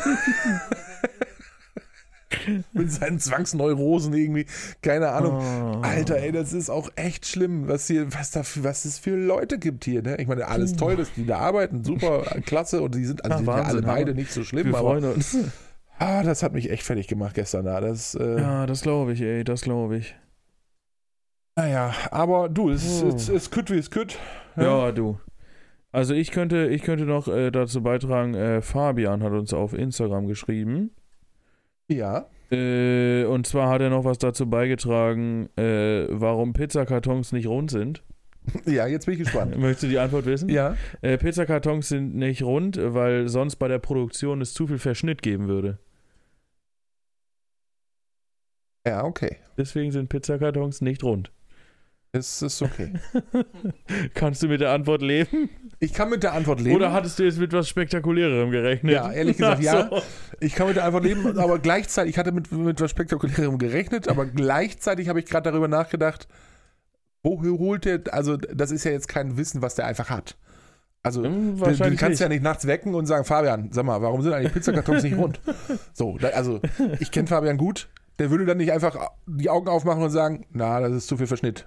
[SPEAKER 1] Mit seinen Zwangsneurosen irgendwie. Keine Ahnung.
[SPEAKER 2] Ah. Oh.
[SPEAKER 1] Alter, ey, das ist auch echt schlimm, was hier, was da, für- was es für Leute gibt hier. Ne? Ich meine, alles toll, dass die da arbeiten, super, klasse und die sind, also
[SPEAKER 2] Ja,
[SPEAKER 1] die sind ja alle
[SPEAKER 2] Wahnsinn,
[SPEAKER 1] beide
[SPEAKER 2] aber
[SPEAKER 1] nicht so schlimm,
[SPEAKER 2] Wir
[SPEAKER 1] aber
[SPEAKER 2] freuen uns.
[SPEAKER 1] ah, das hat mich echt fertig gemacht gestern da. Das, äh,
[SPEAKER 2] Ja, das glaube ich, ey, das glaube ich.
[SPEAKER 1] Naja, aber du, es ist
[SPEAKER 2] Hm.
[SPEAKER 1] es, es kütt wie es kütt.
[SPEAKER 2] Ja, du. Also ich könnte, ich könnte noch äh, dazu beitragen, äh, Fabian hat uns auf Instagram geschrieben.
[SPEAKER 1] Ja.
[SPEAKER 2] Äh, und zwar hat er noch was dazu beigetragen, äh, warum Pizzakartons nicht rund sind.
[SPEAKER 1] Ja, jetzt bin ich gespannt.
[SPEAKER 2] Möchtest du die Antwort wissen?
[SPEAKER 1] ja.
[SPEAKER 2] Äh, Pizzakartons sind nicht rund, weil sonst bei der Produktion es zu viel Verschnitt geben würde.
[SPEAKER 1] Ja, okay.
[SPEAKER 2] Deswegen sind Pizzakartons nicht rund.
[SPEAKER 1] Es ist okay.
[SPEAKER 2] Kannst du mit der Antwort leben?
[SPEAKER 1] Ich kann mit der Antwort leben.
[SPEAKER 2] Oder hattest du jetzt mit was Spektakulärerem gerechnet?
[SPEAKER 1] Ja, ehrlich gesagt,
[SPEAKER 2] Ach
[SPEAKER 1] ja.
[SPEAKER 2] so. hm,
[SPEAKER 1] ich kann mit der Antwort leben, aber gleichzeitig, ich hatte mit, mit was Spektakulärem gerechnet, aber gleichzeitig habe ich gerade darüber nachgedacht, woher holt der, also das ist ja jetzt kein Wissen, was der einfach hat. Also du,
[SPEAKER 2] Hm,
[SPEAKER 1] du
[SPEAKER 2] wahrscheinlich
[SPEAKER 1] kannst ja nicht nachts wecken und sagen, Fabian, sag mal, warum sind eigentlich Pizzakartons nicht rund? So, da, also ich kenne Fabian gut, der würde dann nicht einfach die Augen aufmachen und sagen, na, das ist zu viel Verschnitt.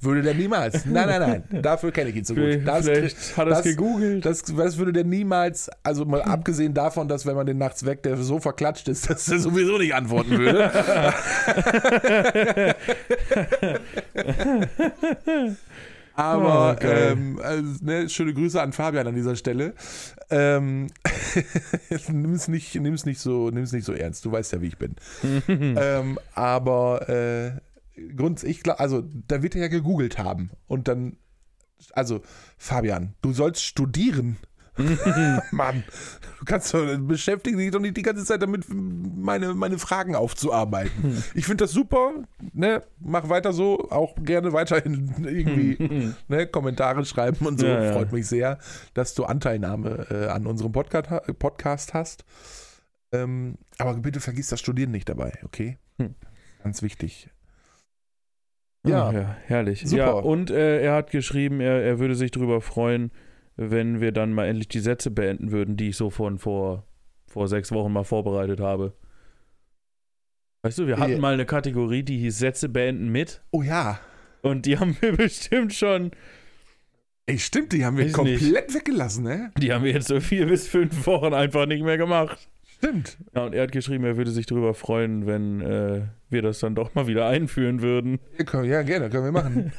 [SPEAKER 1] würde der niemals. Nein, nein, nein, dafür kenne ich ihn so gut. Das,
[SPEAKER 2] Vielleicht hat er es
[SPEAKER 1] das-
[SPEAKER 2] gegoogelt.
[SPEAKER 1] das, das würde der niemals, also mal abgesehen davon, dass wenn man den nachts weckt, der so verklatscht ist, dass er sowieso nicht antworten würde. Aber
[SPEAKER 2] Oh, geil.
[SPEAKER 1] ähm, also, ne, schöne Grüße an Fabian an dieser Stelle. Ähm, nimm's, nicht, nimm's, nicht so, nimm's nicht so ernst, du weißt ja, wie ich bin. ähm, aber äh, Grund, ich glaube, also da wird er ja gegoogelt haben und dann, also Fabian, du sollst studieren. Mann, du kannst doch, beschäftige dich doch nicht die ganze Zeit damit, meine, meine Fragen
[SPEAKER 2] Hm.
[SPEAKER 1] aufzuarbeiten. Ich finde das super, ne? Mach weiter so, auch gerne weiterhin irgendwie ne? Kommentare schreiben und so.
[SPEAKER 2] Hm, Ja, ja.
[SPEAKER 1] Freut mich sehr, dass du Anteilnahme äh, an unserem Podcast, Podcast hast. Ähm, aber bitte vergiss das Studieren nicht dabei, okay?
[SPEAKER 2] Hm.
[SPEAKER 1] Ganz wichtig.
[SPEAKER 2] Ja.
[SPEAKER 1] Ja.
[SPEAKER 2] ja, herrlich.
[SPEAKER 1] Super.
[SPEAKER 2] Ja, und äh, er hat geschrieben, er, er würde sich darüber freuen, wenn wir dann mal endlich die Sätze beenden würden, die ich so von vor, vor sechs Wochen mal vorbereitet habe. Weißt du, wir hatten
[SPEAKER 1] Ja.
[SPEAKER 2] mal eine Kategorie, die hieß Sätze beenden mit.
[SPEAKER 1] Oh ja.
[SPEAKER 2] Und die haben wir bestimmt schon,
[SPEAKER 1] Ey, stimmt, die haben wir
[SPEAKER 2] Ist
[SPEAKER 1] komplett weggelassen, ne?
[SPEAKER 2] die haben wir jetzt so vier bis fünf Wochen einfach nicht mehr gemacht.
[SPEAKER 1] Stimmt.
[SPEAKER 2] Ja, und er hat geschrieben, er würde sich darüber freuen, wenn äh, wir das dann doch mal wieder einführen würden.
[SPEAKER 1] Ja, können- ja, gerne, können wir machen.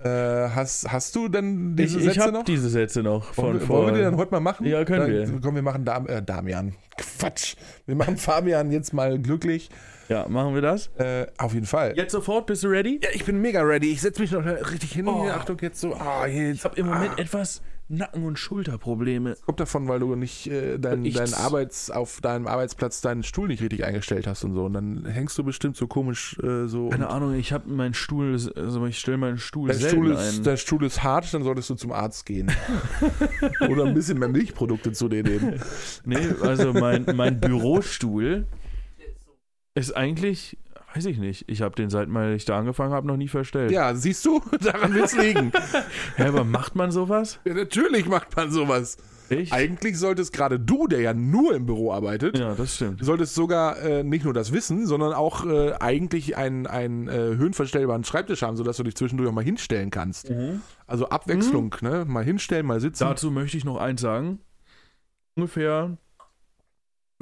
[SPEAKER 1] äh, hast, hast du denn
[SPEAKER 2] Ich,
[SPEAKER 1] diese
[SPEAKER 2] ich
[SPEAKER 1] Sätze
[SPEAKER 2] habe
[SPEAKER 1] noch?
[SPEAKER 2] diese Sätze noch von
[SPEAKER 1] wollen, wir,
[SPEAKER 2] vor.
[SPEAKER 1] wollen wir die dann heute mal machen?
[SPEAKER 2] Ja, können
[SPEAKER 1] dann,
[SPEAKER 2] wir.
[SPEAKER 1] Komm, wir machen Dam äh, Damian. Quatsch. Wir machen Fabian jetzt mal glücklich.
[SPEAKER 2] ja, machen wir das?
[SPEAKER 1] Äh, auf jeden Fall.
[SPEAKER 2] Jetzt sofort, bist du ready?
[SPEAKER 1] Ja, ich bin mega ready. Ich setze mich noch richtig hin.
[SPEAKER 2] Oh.
[SPEAKER 1] Achtung, jetzt so. Ah,
[SPEAKER 2] Ich
[SPEAKER 1] jetzt.
[SPEAKER 2] habe im Moment etwas Nacken- und Schulterprobleme.
[SPEAKER 1] Kommt davon, weil du nicht äh, dein,
[SPEAKER 2] Ich-
[SPEAKER 1] deinen Arbeits, auf deinem Arbeitsplatz deinen Stuhl nicht richtig eingestellt hast und so. Und dann hängst du bestimmt so komisch äh, so.
[SPEAKER 2] Keine Ahnung, ich habe meinen Stuhl, also ich stelle meinen Stuhl
[SPEAKER 1] Der
[SPEAKER 2] selten
[SPEAKER 1] Stuhl,
[SPEAKER 2] ein.
[SPEAKER 1] ist, der Stuhl ist hart, dann solltest du zum Arzt gehen. Oder ein bisschen mehr Milchprodukte zu dir nehmen.
[SPEAKER 2] nee, also mein, mein Bürostuhl ist eigentlich, weiß ich nicht, ich habe den seit mal ich da angefangen habe noch nie verstellt.
[SPEAKER 1] Ja, siehst du? Daran wird's liegen.
[SPEAKER 2] Hä, aber macht man sowas?
[SPEAKER 1] ja, natürlich macht man sowas.
[SPEAKER 2] Ich?
[SPEAKER 1] Eigentlich solltest gerade du, der ja nur im Büro arbeitet,
[SPEAKER 2] Ja, das stimmt.
[SPEAKER 1] solltest sogar äh, nicht nur das wissen, sondern auch äh, eigentlich einen, einen äh, höhenverstellbaren Schreibtisch haben, sodass du dich zwischendurch auch mal hinstellen kannst. Also Abwechslung, ne? Mal hinstellen, mal sitzen.
[SPEAKER 2] Dazu möchte ich noch eins sagen. Ungefähr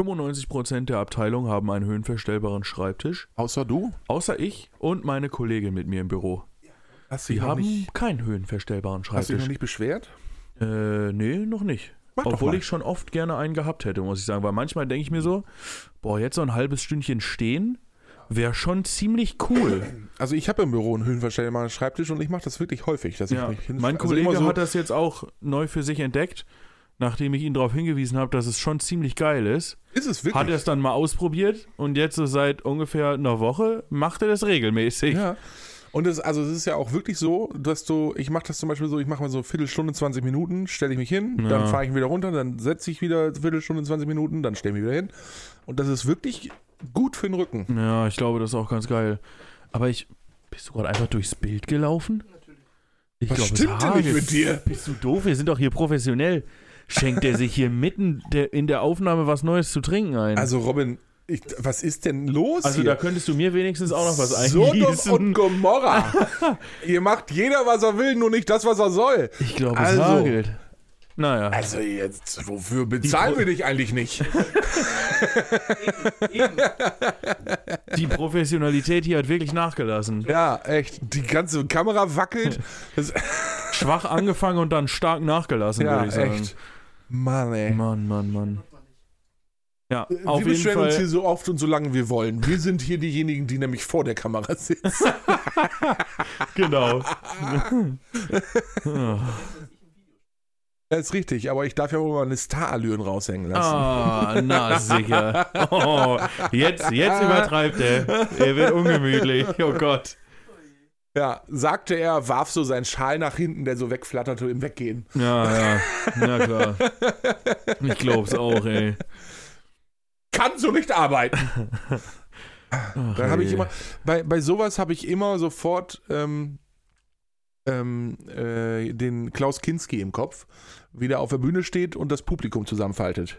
[SPEAKER 2] 95% der Abteilung haben einen höhenverstellbaren Schreibtisch,
[SPEAKER 1] Außer du.
[SPEAKER 2] außer ich und meine Kollegin mit mir im Büro.
[SPEAKER 1] Hast
[SPEAKER 2] Die
[SPEAKER 1] noch
[SPEAKER 2] haben
[SPEAKER 1] nicht,
[SPEAKER 2] keinen höhenverstellbaren
[SPEAKER 1] hast du dich
[SPEAKER 2] Schreibtisch.
[SPEAKER 1] noch nicht beschwert?
[SPEAKER 2] Äh, nee, noch nicht.
[SPEAKER 1] Mach doch
[SPEAKER 2] Obwohl
[SPEAKER 1] mal.
[SPEAKER 2] ich schon oft gerne einen gehabt hätte, muss ich sagen. Weil manchmal denke ich mir so, boah, jetzt so ein halbes Stündchen stehen, wäre schon ziemlich cool.
[SPEAKER 1] Also ich habe im Büro einen höhenverstellbaren Schreibtisch und ich mache das wirklich häufig, dass ich
[SPEAKER 2] ja.
[SPEAKER 1] mich hin-
[SPEAKER 2] Mein
[SPEAKER 1] also
[SPEAKER 2] Kollege
[SPEAKER 1] immer so,
[SPEAKER 2] hat das jetzt auch neu für sich entdeckt, nachdem ich ihn darauf hingewiesen habe, dass es schon ziemlich geil ist.
[SPEAKER 1] ist es
[SPEAKER 2] Hat er
[SPEAKER 1] wirklich.
[SPEAKER 2] es dann mal ausprobiert und jetzt so seit ungefähr einer Woche macht er das regelmäßig.
[SPEAKER 1] ja. Und es, also es ist ja auch wirklich so, dass du, ich mache das zum Beispiel so, ich mache mal so eine Viertelstunde, 20 Minuten, stelle ich mich hin,
[SPEAKER 2] Ja.
[SPEAKER 1] dann fahre ich wieder runter, dann setze ich wieder eine Viertelstunde, 20 Minuten, dann stelle ich mich wieder hin. Und das ist wirklich gut für den Rücken.
[SPEAKER 2] Ja, ich glaube, das ist auch ganz geil. Aber ich. Bist du gerade einfach durchs Bild gelaufen? Ich
[SPEAKER 1] Was
[SPEAKER 2] glaub, es
[SPEAKER 1] stimmt denn nicht
[SPEAKER 2] hagelt.
[SPEAKER 1] mit dir?
[SPEAKER 2] Bist du doof? Wir sind doch hier professionell. Schenkt er sich hier mitten der, in der Aufnahme was Neues zu trinken ein?
[SPEAKER 1] Also Robin, ich, was ist denn los
[SPEAKER 2] Also
[SPEAKER 1] hier?
[SPEAKER 2] da könntest du mir wenigstens auch noch was
[SPEAKER 1] Sodom und
[SPEAKER 2] eingießen.
[SPEAKER 1] Gomorra. Ihr macht jeder, was er will, nur nicht das, was er soll.
[SPEAKER 2] ich glaube, es
[SPEAKER 1] Also.
[SPEAKER 2] hagelt. Naja.
[SPEAKER 1] Also jetzt, wofür bezahlen
[SPEAKER 2] Pro-
[SPEAKER 1] wir dich eigentlich nicht?
[SPEAKER 2] Die Professionalität hier hat wirklich nachgelassen.
[SPEAKER 1] Ja, echt. Die ganze Kamera wackelt. Das,
[SPEAKER 2] Schwach angefangen und dann stark nachgelassen,
[SPEAKER 1] ja,
[SPEAKER 2] würde ich sagen.
[SPEAKER 1] echt. Mann, ey.
[SPEAKER 2] Mann, Mann, Mann. Ja, auf
[SPEAKER 1] Äh, wir
[SPEAKER 2] jeden
[SPEAKER 1] beschweren uns hier
[SPEAKER 2] Fall.
[SPEAKER 1] so oft und so lange wir wollen. Wir sind hier diejenigen, die nämlich vor der Kamera sitzen.
[SPEAKER 2] Genau.
[SPEAKER 1] Das ist richtig, aber ich darf ja wohl mal eine Starallüren raushängen lassen.
[SPEAKER 2] ah, na sicher. Oh, jetzt, jetzt übertreibt er. Er wird ungemütlich. Oh Gott.
[SPEAKER 1] Ja, sagte er, warf so seinen Schal nach hinten, der so wegflatterte im Weggehen.
[SPEAKER 2] Ja, ja. Na klar. Ich glaub's auch, ey.
[SPEAKER 1] Kannst du nicht arbeiten!
[SPEAKER 2] Ach,
[SPEAKER 1] Dann habe ich
[SPEAKER 2] ey.
[SPEAKER 1] immer, bei, bei sowas habe ich immer sofort ähm, ähm, äh, den Klaus Kinski im Kopf, wie der auf der Bühne steht und das Publikum zusammenfaltet.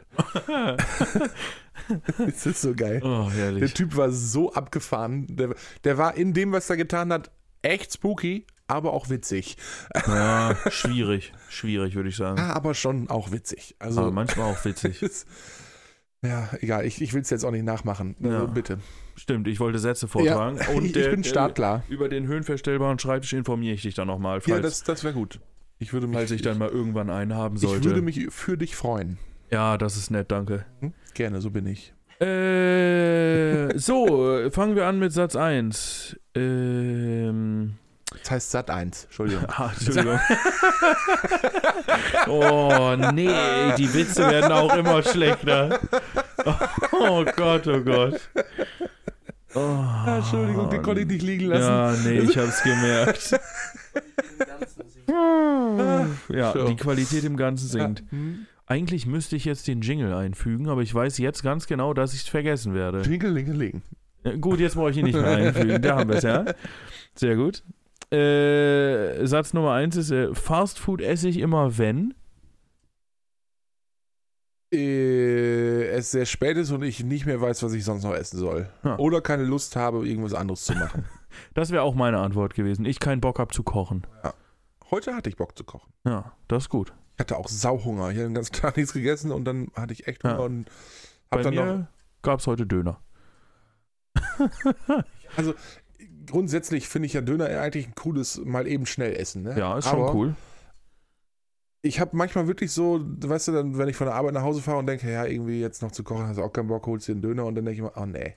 [SPEAKER 1] das ist so geil.
[SPEAKER 2] Oh,
[SPEAKER 1] Der
[SPEAKER 2] herrlich.
[SPEAKER 1] Typ war so abgefahren. Der, der war in dem, was er getan hat, echt spooky, aber auch witzig.
[SPEAKER 2] Ja, schwierig. Schwierig, würde ich sagen.
[SPEAKER 1] Ah, aber schon auch witzig. Also,
[SPEAKER 2] Aber manchmal auch witzig.
[SPEAKER 1] das- ja, egal. Ich, ich will es jetzt auch nicht nachmachen. Also,
[SPEAKER 2] Ja.
[SPEAKER 1] Bitte.
[SPEAKER 2] Stimmt, ich wollte Sätze vortragen.
[SPEAKER 1] Ja,
[SPEAKER 2] Und
[SPEAKER 1] ich
[SPEAKER 2] der-
[SPEAKER 1] bin
[SPEAKER 2] der-
[SPEAKER 1] startklar.
[SPEAKER 2] Über den höhenverstellbaren Schreibtisch informiere ich dich dann nochmal, falls,
[SPEAKER 1] Ja, das, das wäre gut. Ich würde mich,
[SPEAKER 2] falls ich dann mal irgendwann einen haben
[SPEAKER 1] ich, ich
[SPEAKER 2] sollte.
[SPEAKER 1] würde mich für dich freuen.
[SPEAKER 2] ja, das ist nett, danke.
[SPEAKER 1] Hm? Gerne, so bin ich.
[SPEAKER 2] Äh, so, äh, fangen wir an mit Satz 1. Ähm,
[SPEAKER 1] Das heißt Sat 1, Entschuldigung.
[SPEAKER 2] ah, Entschuldigung. oh, nee, die Witze werden auch immer schlechter. Oh Gott, oh Gott. Oh,
[SPEAKER 1] Ah, Entschuldigung, den konnte ich nicht liegen lassen.
[SPEAKER 2] Ja, nee, ich hab's gemerkt. Ja,
[SPEAKER 1] So.
[SPEAKER 2] die Qualität im Ganzen sinkt.
[SPEAKER 1] Hm?
[SPEAKER 2] Eigentlich müsste ich jetzt den Jingle einfügen, aber ich weiß jetzt ganz genau, dass ich es vergessen werde.
[SPEAKER 1] Klingelingeling.
[SPEAKER 2] Ja, Äh, Gut, jetzt brauche ich ihn nicht mehr einfügen. Da haben wir es, ja. Sehr gut. Äh, Satz Nummer eins ist: äh, Fast Food esse ich immer, wenn.
[SPEAKER 1] Äh, es sehr spät ist und ich nicht mehr weiß, was ich sonst noch essen soll.
[SPEAKER 2] Ja.
[SPEAKER 1] Oder keine Lust habe, irgendwas anderes zu machen.
[SPEAKER 2] Das wäre auch meine Antwort gewesen. Ich keinen Bock habe zu kochen.
[SPEAKER 1] Heute hatte ich Bock zu kochen.
[SPEAKER 2] Ja, das ist gut.
[SPEAKER 1] Ich hatte auch Sauhunger. Ich hatte den ganzen Tag nichts gegessen und dann hatte ich echt Hunger
[SPEAKER 2] Ja.
[SPEAKER 1] und hab
[SPEAKER 2] Bei
[SPEAKER 1] dann noch.
[SPEAKER 2] mir gab es heute Döner.
[SPEAKER 1] Grundsätzlich finde ich ja Döner eigentlich ein cooles, mal eben schnell essen. Ne?
[SPEAKER 2] ja, ist
[SPEAKER 1] Aber
[SPEAKER 2] schon cool.
[SPEAKER 1] Ich habe manchmal wirklich so, weißt du, dann, wenn ich von der Arbeit nach Hause fahre und denke, ja, irgendwie jetzt noch zu kochen, hast du auch keinen Bock, holst dir einen Döner und dann denke ich immer, oh nee.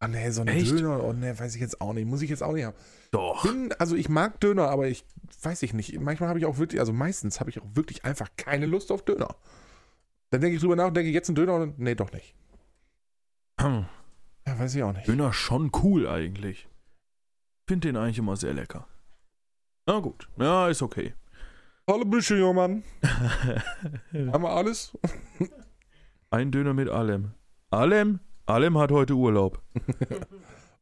[SPEAKER 1] Ah nee, so ein
[SPEAKER 2] Echt?
[SPEAKER 1] Döner, oh nee, weiß ich jetzt auch nicht, muss ich jetzt auch nicht haben.
[SPEAKER 2] Doch.
[SPEAKER 1] Bin, also ich mag Döner, aber ich weiß ich nicht. Manchmal habe ich auch wirklich, also meistens habe ich auch wirklich einfach keine Lust auf Döner. Dann denke ich drüber nach und denke, jetzt ein Döner und dann, nee, doch nicht. Ja, weiß ich auch nicht.
[SPEAKER 2] Döner schon cool eigentlich. Find den eigentlich immer sehr lecker. Na gut. Ja, ist okay.
[SPEAKER 1] Tolle Büsche, junger Mann. Haben wir alles?
[SPEAKER 2] Ein Döner mit Alem. Alem? Alem hat heute Urlaub.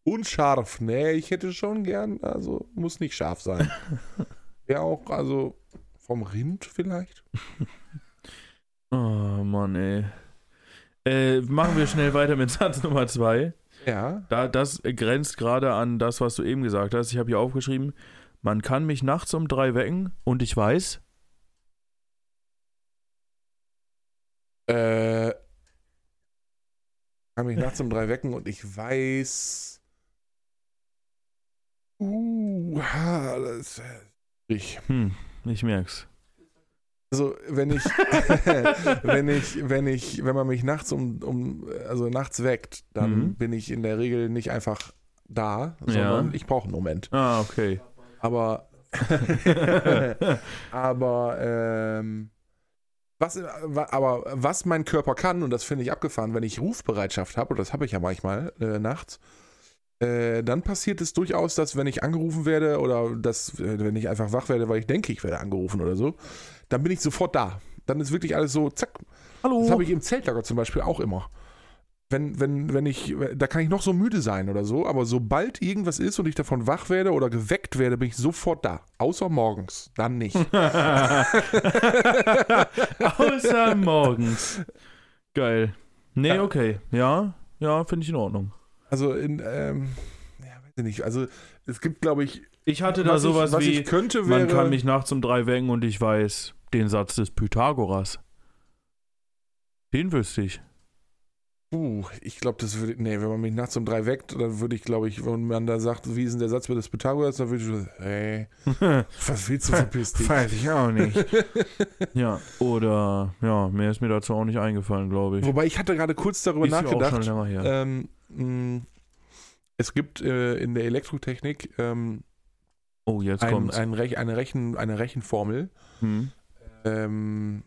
[SPEAKER 1] Unscharf. Nee, ne? ich hätte schon gern, also muss nicht scharf sein. Ja, auch, also vom Rind vielleicht.
[SPEAKER 2] Oh Mann, ey. Äh, machen wir schnell weiter mit Satz Nummer zwei.
[SPEAKER 1] Ja.
[SPEAKER 2] Da, das grenzt gerade an das, was du eben gesagt hast. Ich habe hier aufgeschrieben, man kann mich nachts um drei wecken und ich weiß,
[SPEAKER 1] Äh, kann mich nachts um drei wecken und ich weiß. Uh, ha, das ist ich.
[SPEAKER 2] hm, ich merk's.
[SPEAKER 1] Also wenn ich, wenn ich, wenn ich, wenn man mich nachts um, um also nachts weckt, dann
[SPEAKER 2] Mhm.
[SPEAKER 1] bin ich in der Regel nicht einfach da, sondern
[SPEAKER 2] Ja.
[SPEAKER 1] ich brauche einen Moment.
[SPEAKER 2] Ah, okay.
[SPEAKER 1] Aber, aber, ähm, was, wa- aber was mein Körper kann, und das finde ich abgefahren, wenn ich Rufbereitschaft habe, und das habe ich ja manchmal äh, nachts, äh, dann passiert es durchaus, dass wenn ich angerufen werde oder dass, äh, wenn ich einfach wach werde, weil ich denke, ich werde angerufen oder so, dann bin ich sofort da. Dann ist wirklich alles so, zack.
[SPEAKER 2] Hallo.
[SPEAKER 1] Das habe ich im Zeltlager zum Beispiel auch immer. wenn, wenn, wenn ich, da kann ich noch so müde sein oder so, aber sobald irgendwas ist und ich davon wach werde oder geweckt werde, bin ich sofort da. Außer morgens. Dann nicht.
[SPEAKER 2] Hm. Außer morgens. Geil. Nee,
[SPEAKER 1] Ja.
[SPEAKER 2] okay. Ja, ja, finde ich in Ordnung.
[SPEAKER 1] Also in, ähm, ja, weiß ich nicht. Also es gibt, glaube ich,
[SPEAKER 2] Ich hatte da
[SPEAKER 1] was
[SPEAKER 2] sowas
[SPEAKER 1] ich, was
[SPEAKER 2] wie,
[SPEAKER 1] ich könnte, wäre,
[SPEAKER 2] man kann mich nachts um drei wecken und ich weiß den Satz des Pythagoras. Den wüsste ich.
[SPEAKER 1] Uh, ich glaube, das würde. Nee, wenn man mich nachts um drei weckt, dann würde ich, glaube ich, wenn man da sagt, wie ist denn der Satz des Pythagoras, dann würde ich so, ey, was willst du verpiss dich?
[SPEAKER 2] ich auch nicht. ja, oder, ja, mehr ist mir dazu auch nicht eingefallen, glaube ich.
[SPEAKER 1] Wobei ich hatte gerade kurz darüber
[SPEAKER 2] ist ja auch schon
[SPEAKER 1] nachgedacht.
[SPEAKER 2] länger her.
[SPEAKER 1] Ähm, mh, es gibt äh, in der Elektrotechnik ähm,
[SPEAKER 2] oh, jetzt
[SPEAKER 1] ein,
[SPEAKER 2] kommt's.
[SPEAKER 1] ein Rech, eine, Rechen, eine Rechenformel,
[SPEAKER 2] hm.
[SPEAKER 1] ähm,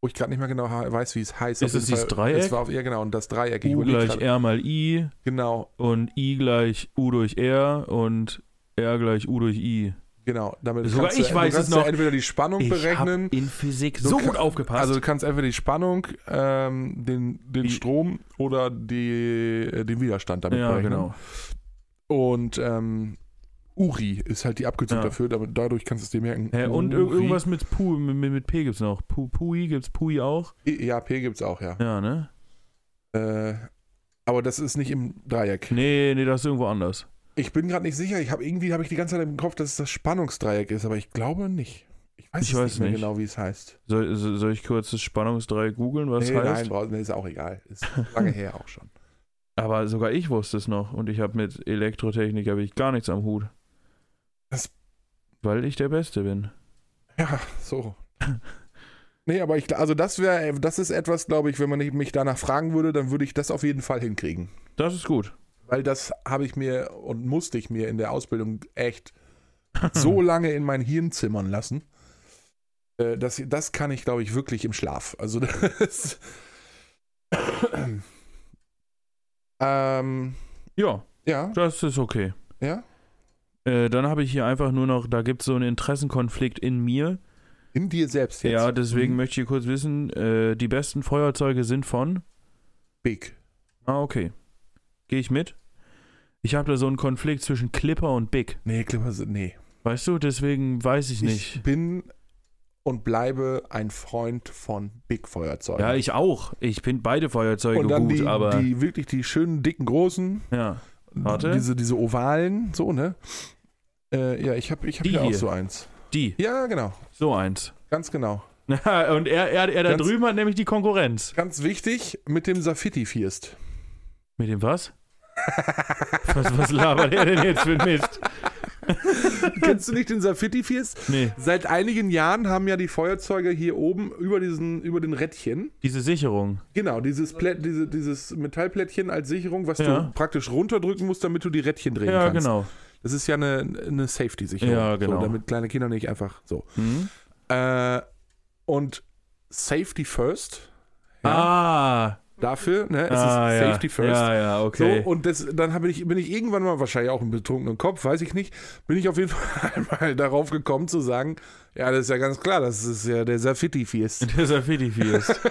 [SPEAKER 1] wo ich gerade nicht mehr genau ha- weiß, wie es heißt.
[SPEAKER 2] Ist
[SPEAKER 1] Auf
[SPEAKER 2] es
[SPEAKER 1] jeden
[SPEAKER 2] dieses
[SPEAKER 1] Fall-
[SPEAKER 2] Dreieck?
[SPEAKER 1] Es war auf, ja, genau, und das Dreieck. Ich
[SPEAKER 2] U
[SPEAKER 1] überleg
[SPEAKER 2] gleich
[SPEAKER 1] grad-
[SPEAKER 2] R mal I
[SPEAKER 1] Genau,
[SPEAKER 2] und I gleich U durch R und R gleich U durch I.
[SPEAKER 1] genau. Damit
[SPEAKER 2] Sogar
[SPEAKER 1] kannst du-
[SPEAKER 2] ich weiß
[SPEAKER 1] du kannst
[SPEAKER 2] es noch.
[SPEAKER 1] Ja entweder die Spannung berechnen.
[SPEAKER 2] in Physik
[SPEAKER 1] Du
[SPEAKER 2] so
[SPEAKER 1] kann-
[SPEAKER 2] gut aufgepasst.
[SPEAKER 1] Also du kannst entweder die Spannung, ähm, den, den
[SPEAKER 2] Die-
[SPEAKER 1] Strom oder die, äh, den Widerstand damit
[SPEAKER 2] ja,
[SPEAKER 1] berechnen.
[SPEAKER 2] genau.
[SPEAKER 1] Und ähm, Uri ist halt die Abkürzung
[SPEAKER 2] Ja.
[SPEAKER 1] dafür, damit, dadurch kannst du es dir merken.
[SPEAKER 2] Hä, und ir
[SPEAKER 1] Uri.
[SPEAKER 2] irgendwas mit, Pu, mit, mit mit P gibt's noch. Pu, Pui gibt's Pui auch.
[SPEAKER 1] Ja, E P gibt's auch, ja.
[SPEAKER 2] Ja, ne?
[SPEAKER 1] Äh, aber das ist nicht im Dreieck.
[SPEAKER 2] Nee, nee, das ist irgendwo anders.
[SPEAKER 1] Ich bin gerade nicht sicher. Ich hab, irgendwie habe ich die ganze Zeit im Kopf, dass es das Spannungsdreieck ist, aber ich glaube nicht. Ich weiß,
[SPEAKER 2] Ich
[SPEAKER 1] es
[SPEAKER 2] weiß
[SPEAKER 1] nicht mehr
[SPEAKER 2] nicht.
[SPEAKER 1] genau, wie es heißt.
[SPEAKER 2] Soll, so- soll ich kurz das Spannungsdreieck googeln, was
[SPEAKER 1] nee,
[SPEAKER 2] heißt?
[SPEAKER 1] nein, brauch- nee, ist auch egal. Ist lange her auch schon.
[SPEAKER 2] Aber sogar ich wusste es noch und ich habe mit Elektrotechnik habe ich gar nichts am Hut.
[SPEAKER 1] Das-
[SPEAKER 2] Weil ich der Beste bin.
[SPEAKER 1] Ja, so. Nee, aber ich, gl- also das wäre, das ist etwas, glaube ich, wenn man nicht- mich danach fragen würde, dann würde ich das auf jeden Fall hinkriegen.
[SPEAKER 2] Das ist gut.
[SPEAKER 1] Weil das habe ich mir und musste ich mir in der Ausbildung echt so lange in mein Hirn zimmern lassen. Äh, Das, das kann ich, glaube ich, wirklich im Schlaf. Also das. ähm,
[SPEAKER 2] Ja,
[SPEAKER 1] ja,
[SPEAKER 2] das ist okay.
[SPEAKER 1] ja.
[SPEAKER 2] Äh, dann habe ich hier einfach nur noch, da gibt es so einen Interessenkonflikt in mir.
[SPEAKER 1] In dir selbst jetzt.
[SPEAKER 2] Ja, deswegen
[SPEAKER 1] Mhm.
[SPEAKER 2] möchte ich hier kurz wissen, äh, die besten Feuerzeuge sind von.
[SPEAKER 1] Big.
[SPEAKER 2] Ah, okay. Gehe ich mit? Ich habe da so einen Konflikt zwischen Clipper und Big.
[SPEAKER 1] Nee, Clipper sind, nee.
[SPEAKER 2] Weißt du, deswegen weiß ich nicht.
[SPEAKER 1] Ich bin und bleibe ein Freund von Big Feuerzeugen.
[SPEAKER 2] ja, ich auch. Ich finde beide Feuerzeuge
[SPEAKER 1] und dann
[SPEAKER 2] gut,
[SPEAKER 1] die,
[SPEAKER 2] aber.
[SPEAKER 1] die wirklich die schönen dicken großen,
[SPEAKER 2] ja. Warte.
[SPEAKER 1] diese diese ovalen, so ne. Äh, ja, ich habe ich hab
[SPEAKER 2] Die
[SPEAKER 1] hier, auch
[SPEAKER 2] hier.
[SPEAKER 1] so eins.
[SPEAKER 2] Die.
[SPEAKER 1] Ja, genau,
[SPEAKER 2] So eins.
[SPEAKER 1] ganz genau.
[SPEAKER 2] und er, er, er da
[SPEAKER 1] Ganz-
[SPEAKER 2] drüben hat nämlich die Konkurrenz.
[SPEAKER 1] Ganz wichtig mit dem Safiti First.
[SPEAKER 2] Mit dem was? was? Was labert er denn jetzt für ein Mist?
[SPEAKER 1] Kennst du nicht den Safiti First?
[SPEAKER 2] Nee,
[SPEAKER 1] Seit einigen Jahren haben ja die Feuerzeuge hier oben über diesen über den Rädchen
[SPEAKER 2] diese Sicherung.
[SPEAKER 1] Genau, dieses, Plä- diese, dieses Metallplättchen als Sicherung, was
[SPEAKER 2] Ja.
[SPEAKER 1] du praktisch runterdrücken musst, damit du die Rädchen drehen
[SPEAKER 2] Ja,
[SPEAKER 1] kannst.
[SPEAKER 2] genau.
[SPEAKER 1] Das ist ja eine, eine Safety-Sicherung.
[SPEAKER 2] Ja, genau.
[SPEAKER 1] So, damit kleine Kinder nicht einfach so.
[SPEAKER 2] Hm?
[SPEAKER 1] Äh, und Safety First. Ja,
[SPEAKER 2] Ah,
[SPEAKER 1] Dafür, ne? Es
[SPEAKER 2] ah,
[SPEAKER 1] ist
[SPEAKER 2] ja.
[SPEAKER 1] Safety First.
[SPEAKER 2] Ja, ja, okay.
[SPEAKER 1] So, und das, dann hab ich, bin ich irgendwann mal, wahrscheinlich auch im betrunkenen Kopf, weiß ich nicht, bin ich auf jeden Fall einmal darauf gekommen zu sagen, ja, das ist ja ganz klar, das ist ja der Safety First.
[SPEAKER 2] der Safiti Fierst.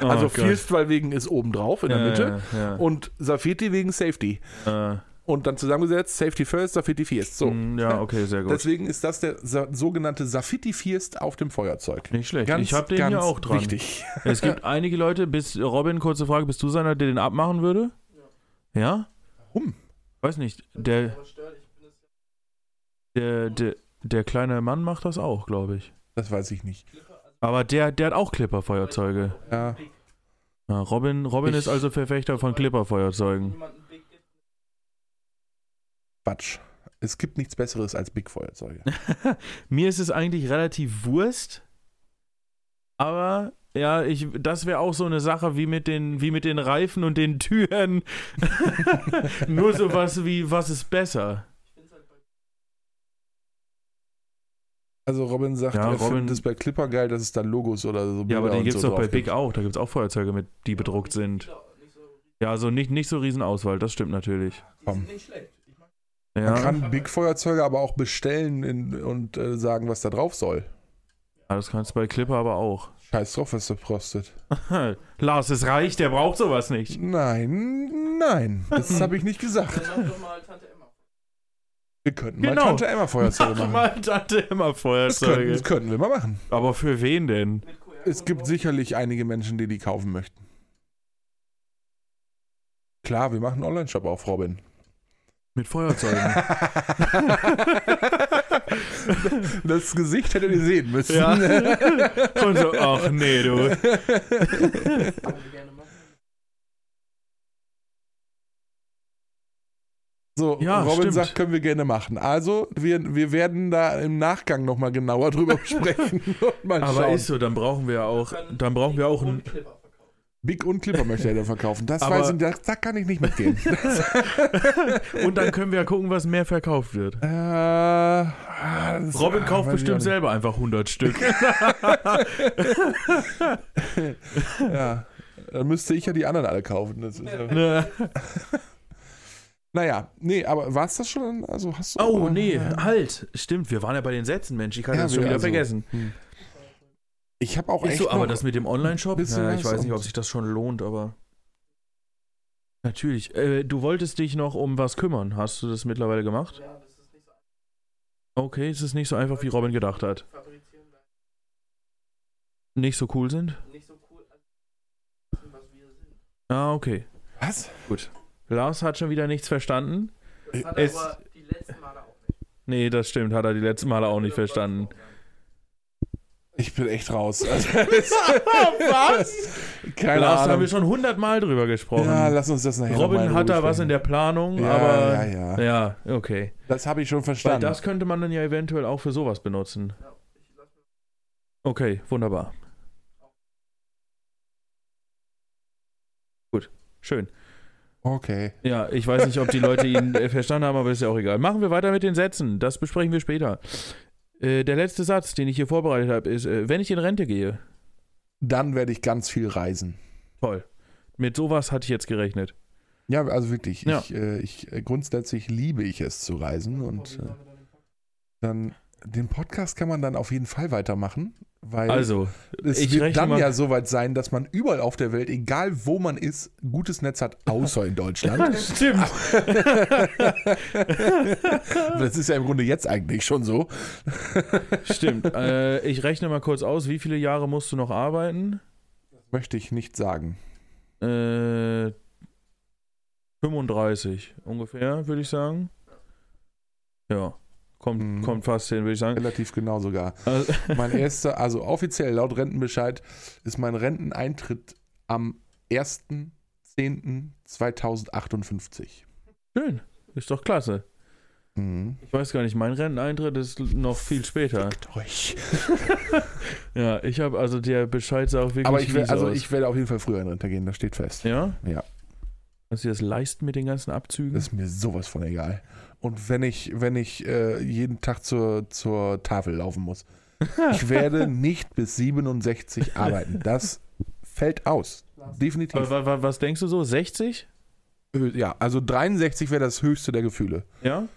[SPEAKER 2] Oh
[SPEAKER 1] also
[SPEAKER 2] Gott.
[SPEAKER 1] First, weil wegen ist oben drauf in der
[SPEAKER 2] Ja,
[SPEAKER 1] Mitte.
[SPEAKER 2] Ja, ja.
[SPEAKER 1] Und Safety wegen Safety.
[SPEAKER 2] Äh,
[SPEAKER 1] Und dann zusammengesetzt, Safety First, Safety First. So.
[SPEAKER 2] mm, ja, okay, sehr gut.
[SPEAKER 1] Deswegen ist das der sa- sogenannte Safety First auf dem Feuerzeug.
[SPEAKER 2] Nicht schlecht. ich habe den hier auch dran.
[SPEAKER 1] Wichtig.
[SPEAKER 2] Es gibt einige Leute, bis Robin, kurze Frage, bist du einer, der den abmachen würde? Ja.
[SPEAKER 1] Warum?
[SPEAKER 2] Weiß nicht. Der,
[SPEAKER 3] Aber stört, ich bin es ja.
[SPEAKER 2] der, der, der kleine Mann macht das auch, glaube ich.
[SPEAKER 1] Das weiß ich nicht.
[SPEAKER 2] Aber der, der hat auch Clipper-Feuerzeuge.
[SPEAKER 1] Ja.
[SPEAKER 2] Ja, Robin, Robin
[SPEAKER 1] Ich-
[SPEAKER 2] ist also Verfechter von
[SPEAKER 3] Wenn
[SPEAKER 2] Clipper-Feuerzeugen.
[SPEAKER 3] jemand einen Big gibt,
[SPEAKER 1] Quatsch. Es gibt nichts Besseres als Big Feuerzeuge.
[SPEAKER 2] Mir ist es eigentlich relativ Wurst. Aber ja, ich, das wäre auch so eine Sache wie mit den, wie mit den Reifen und den Türen. Nur sowas wie, was ist besser?
[SPEAKER 3] ich finde es halt bei
[SPEAKER 1] Also Robin sagt, er
[SPEAKER 2] Ja, Robin-
[SPEAKER 1] findet es bei Clipper geil, dass es da Logos oder so
[SPEAKER 2] Ja, aber
[SPEAKER 1] Bilder
[SPEAKER 2] die
[SPEAKER 1] und
[SPEAKER 2] gibt es
[SPEAKER 1] so
[SPEAKER 2] doch bei
[SPEAKER 1] drauf
[SPEAKER 2] Big
[SPEAKER 1] gibt.
[SPEAKER 2] auch. Da gibt es auch Feuerzeuge, mit, die bedruckt sind.
[SPEAKER 3] genau. Nicht so, die
[SPEAKER 2] Ja, also nicht, nicht so riesen Auswahl, das stimmt natürlich.
[SPEAKER 1] Komm.
[SPEAKER 3] sind nicht schlecht. Ich mag
[SPEAKER 1] Man
[SPEAKER 2] Ja,
[SPEAKER 1] kann Big Feuerzeuge aber auch bestellen in, und äh, sagen, was da drauf soll.
[SPEAKER 3] ja,
[SPEAKER 2] Ja, das kannst du bei Clipper aber auch.
[SPEAKER 1] Scheiß drauf, was du prostet.
[SPEAKER 2] Lars ist reich, der braucht sowas nicht.
[SPEAKER 1] Nein, nein, das habe ich nicht gesagt.
[SPEAKER 3] Dann mach doch mal Tante Emma.
[SPEAKER 1] Wir könnten mal
[SPEAKER 2] Genau.
[SPEAKER 1] Tante Emma Feuerzeuge
[SPEAKER 2] Mach
[SPEAKER 1] machen.
[SPEAKER 2] mal Tante immer
[SPEAKER 1] Das könnten,
[SPEAKER 2] Feuerzeuge.
[SPEAKER 1] das könnten wir mal machen.
[SPEAKER 2] Aber für wen denn?
[SPEAKER 3] Mit QR
[SPEAKER 1] Es gibt sicherlich einige Menschen, die die kaufen möchten. Klar, wir machen einen Online-Shop auf, Robin.
[SPEAKER 2] Mit Feuerzeugen.
[SPEAKER 1] das Gesicht hättet ihr sehen müssen.
[SPEAKER 2] ja. Und so, ach nee, du.
[SPEAKER 1] So,
[SPEAKER 2] Ja,
[SPEAKER 1] Robin
[SPEAKER 2] stimmt.
[SPEAKER 1] sagt, können wir gerne machen. Also, wir, wir werden da im Nachgang nochmal genauer drüber sprechen und mal
[SPEAKER 2] Aber
[SPEAKER 1] schauen.
[SPEAKER 2] ist so, dann brauchen wir auch, dann brauchen wir
[SPEAKER 3] um
[SPEAKER 2] auch ein,
[SPEAKER 1] Big und Clipper möchte er da verkaufen. Das
[SPEAKER 2] Aber-
[SPEAKER 1] weiß ich, da, da kann ich nicht mitgehen.
[SPEAKER 2] und dann können wir ja gucken, was mehr verkauft wird.
[SPEAKER 1] Äh, ah, das-
[SPEAKER 2] Robin
[SPEAKER 1] ah,
[SPEAKER 2] kauft
[SPEAKER 1] weiß ich
[SPEAKER 2] bestimmt
[SPEAKER 1] auch
[SPEAKER 2] selber einfach 100 Stück.
[SPEAKER 1] nicht. Ja. Dann müsste ich ja die anderen alle kaufen. Das ist ja,
[SPEAKER 2] Ne?
[SPEAKER 1] naja, nee, aber war es das schon? Also hast du.
[SPEAKER 2] Oh, nee, halt. Stimmt, wir waren ja bei den Sätzen, Mensch. Ich hatte
[SPEAKER 1] Ja,
[SPEAKER 2] das schon
[SPEAKER 1] wir-
[SPEAKER 2] wieder
[SPEAKER 1] also-
[SPEAKER 2] vergessen.
[SPEAKER 1] Ich habe auch
[SPEAKER 2] Ist
[SPEAKER 1] echt.
[SPEAKER 2] so, aber
[SPEAKER 1] noch,
[SPEAKER 2] das mit dem Online-Shop?
[SPEAKER 1] bisschen
[SPEAKER 2] Ja, ich
[SPEAKER 1] was
[SPEAKER 2] weiß nicht,
[SPEAKER 1] und-
[SPEAKER 2] ob sich das schon lohnt, aber. Natürlich. Äh, du wolltest dich noch um was kümmern. Hast du das mittlerweile gemacht? Okay, es ist nicht so einfach, wie Robin gedacht hat.
[SPEAKER 3] Fabrizieren da
[SPEAKER 2] Nicht so cool sind?
[SPEAKER 3] nicht so cool, als was wir sind.
[SPEAKER 2] Ah, okay.
[SPEAKER 1] was?
[SPEAKER 2] Lars hat schon wieder nichts verstanden.
[SPEAKER 3] Das hat
[SPEAKER 2] Es-
[SPEAKER 3] er aber die letzten Male auch nicht.
[SPEAKER 2] Nee, das stimmt, hat er die letzten Male auch nicht verstanden.
[SPEAKER 1] Ich bin echt raus. Also,
[SPEAKER 2] was?
[SPEAKER 1] Keine
[SPEAKER 2] Lars haben
[SPEAKER 1] Ahnung.
[SPEAKER 2] wir schon hundertmal drüber gesprochen.
[SPEAKER 1] ja, lass uns das nachher noch mal
[SPEAKER 2] Robin
[SPEAKER 1] in
[SPEAKER 2] hat da
[SPEAKER 1] Ruhe
[SPEAKER 2] was in
[SPEAKER 1] sprechen.
[SPEAKER 2] der Planung,
[SPEAKER 1] Ja,
[SPEAKER 2] aber.
[SPEAKER 1] ja, ja,
[SPEAKER 2] Ja, okay.
[SPEAKER 1] Das habe ich schon
[SPEAKER 2] Weil
[SPEAKER 1] verstanden.
[SPEAKER 2] das könnte man dann ja eventuell auch für sowas benutzen.
[SPEAKER 3] Ja, ich lass mir
[SPEAKER 2] Okay, wunderbar. Gut, schön.
[SPEAKER 1] okay.
[SPEAKER 2] Ja, ich weiß nicht, ob die Leute ihn äh, verstanden haben, aber ist ja auch egal. Machen wir weiter mit den Sätzen. Das besprechen wir später. Äh, der letzte Satz, den ich hier vorbereitet habe, ist, äh, wenn ich in Rente gehe.
[SPEAKER 1] Dann werde ich ganz viel reisen.
[SPEAKER 2] Toll. Mit sowas hatte ich jetzt gerechnet.
[SPEAKER 1] Ja, also wirklich.
[SPEAKER 2] Ja.
[SPEAKER 1] Ich, äh, ich, äh, grundsätzlich liebe ich es zu reisen und. Äh,
[SPEAKER 3] mal wieder den Kopf.
[SPEAKER 1] Dann den Podcast kann man dann auf jeden Fall weitermachen, weil
[SPEAKER 2] Also,
[SPEAKER 1] es
[SPEAKER 2] ich
[SPEAKER 1] wird
[SPEAKER 2] rechne
[SPEAKER 1] dann
[SPEAKER 2] mal-
[SPEAKER 1] ja soweit sein, dass man überall auf der Welt, egal wo man ist, gutes Netz hat, außer in Deutschland.
[SPEAKER 2] stimmt.
[SPEAKER 1] das ist ja im Grunde jetzt eigentlich schon so.
[SPEAKER 2] Stimmt. Äh, ich rechne mal kurz aus, wie viele Jahre musst du noch arbeiten?
[SPEAKER 1] Möchte ich nicht sagen.
[SPEAKER 2] Äh, 35 ungefähr, würde ich sagen. Ja, kommt,
[SPEAKER 1] Mhm.
[SPEAKER 2] kommt fast hin, würde ich sagen.
[SPEAKER 1] Relativ genau sogar.
[SPEAKER 2] Also,
[SPEAKER 1] Mein erster, also offiziell laut Rentenbescheid, ist mein Renteneintritt am 1.10.2058.
[SPEAKER 2] schön, ist doch klasse.
[SPEAKER 1] Mhm.
[SPEAKER 2] Ich weiß gar nicht, mein Renteneintritt ist noch viel später.
[SPEAKER 1] Fickt euch.
[SPEAKER 2] Ja, ich habe also der Bescheid sah auch wirklich
[SPEAKER 1] Aber ich,
[SPEAKER 2] fies
[SPEAKER 1] will, also
[SPEAKER 2] aus.
[SPEAKER 1] ich werde auf jeden Fall früher in Rente gehen, das steht fest.
[SPEAKER 2] ja?
[SPEAKER 1] Ja.
[SPEAKER 2] Kannst du dir das leisten mit den ganzen Abzügen?
[SPEAKER 1] Das ist mir sowas von egal. Und wenn ich, wenn ich äh, jeden Tag zur, zur Tafel laufen muss. Ich werde nicht bis 67 arbeiten. Das fällt aus. Definitiv.
[SPEAKER 2] Aber wa- wa- was denkst du so? 60?
[SPEAKER 1] Äh, Ja, also 63 wäre das höchste der Gefühle.
[SPEAKER 2] Ja?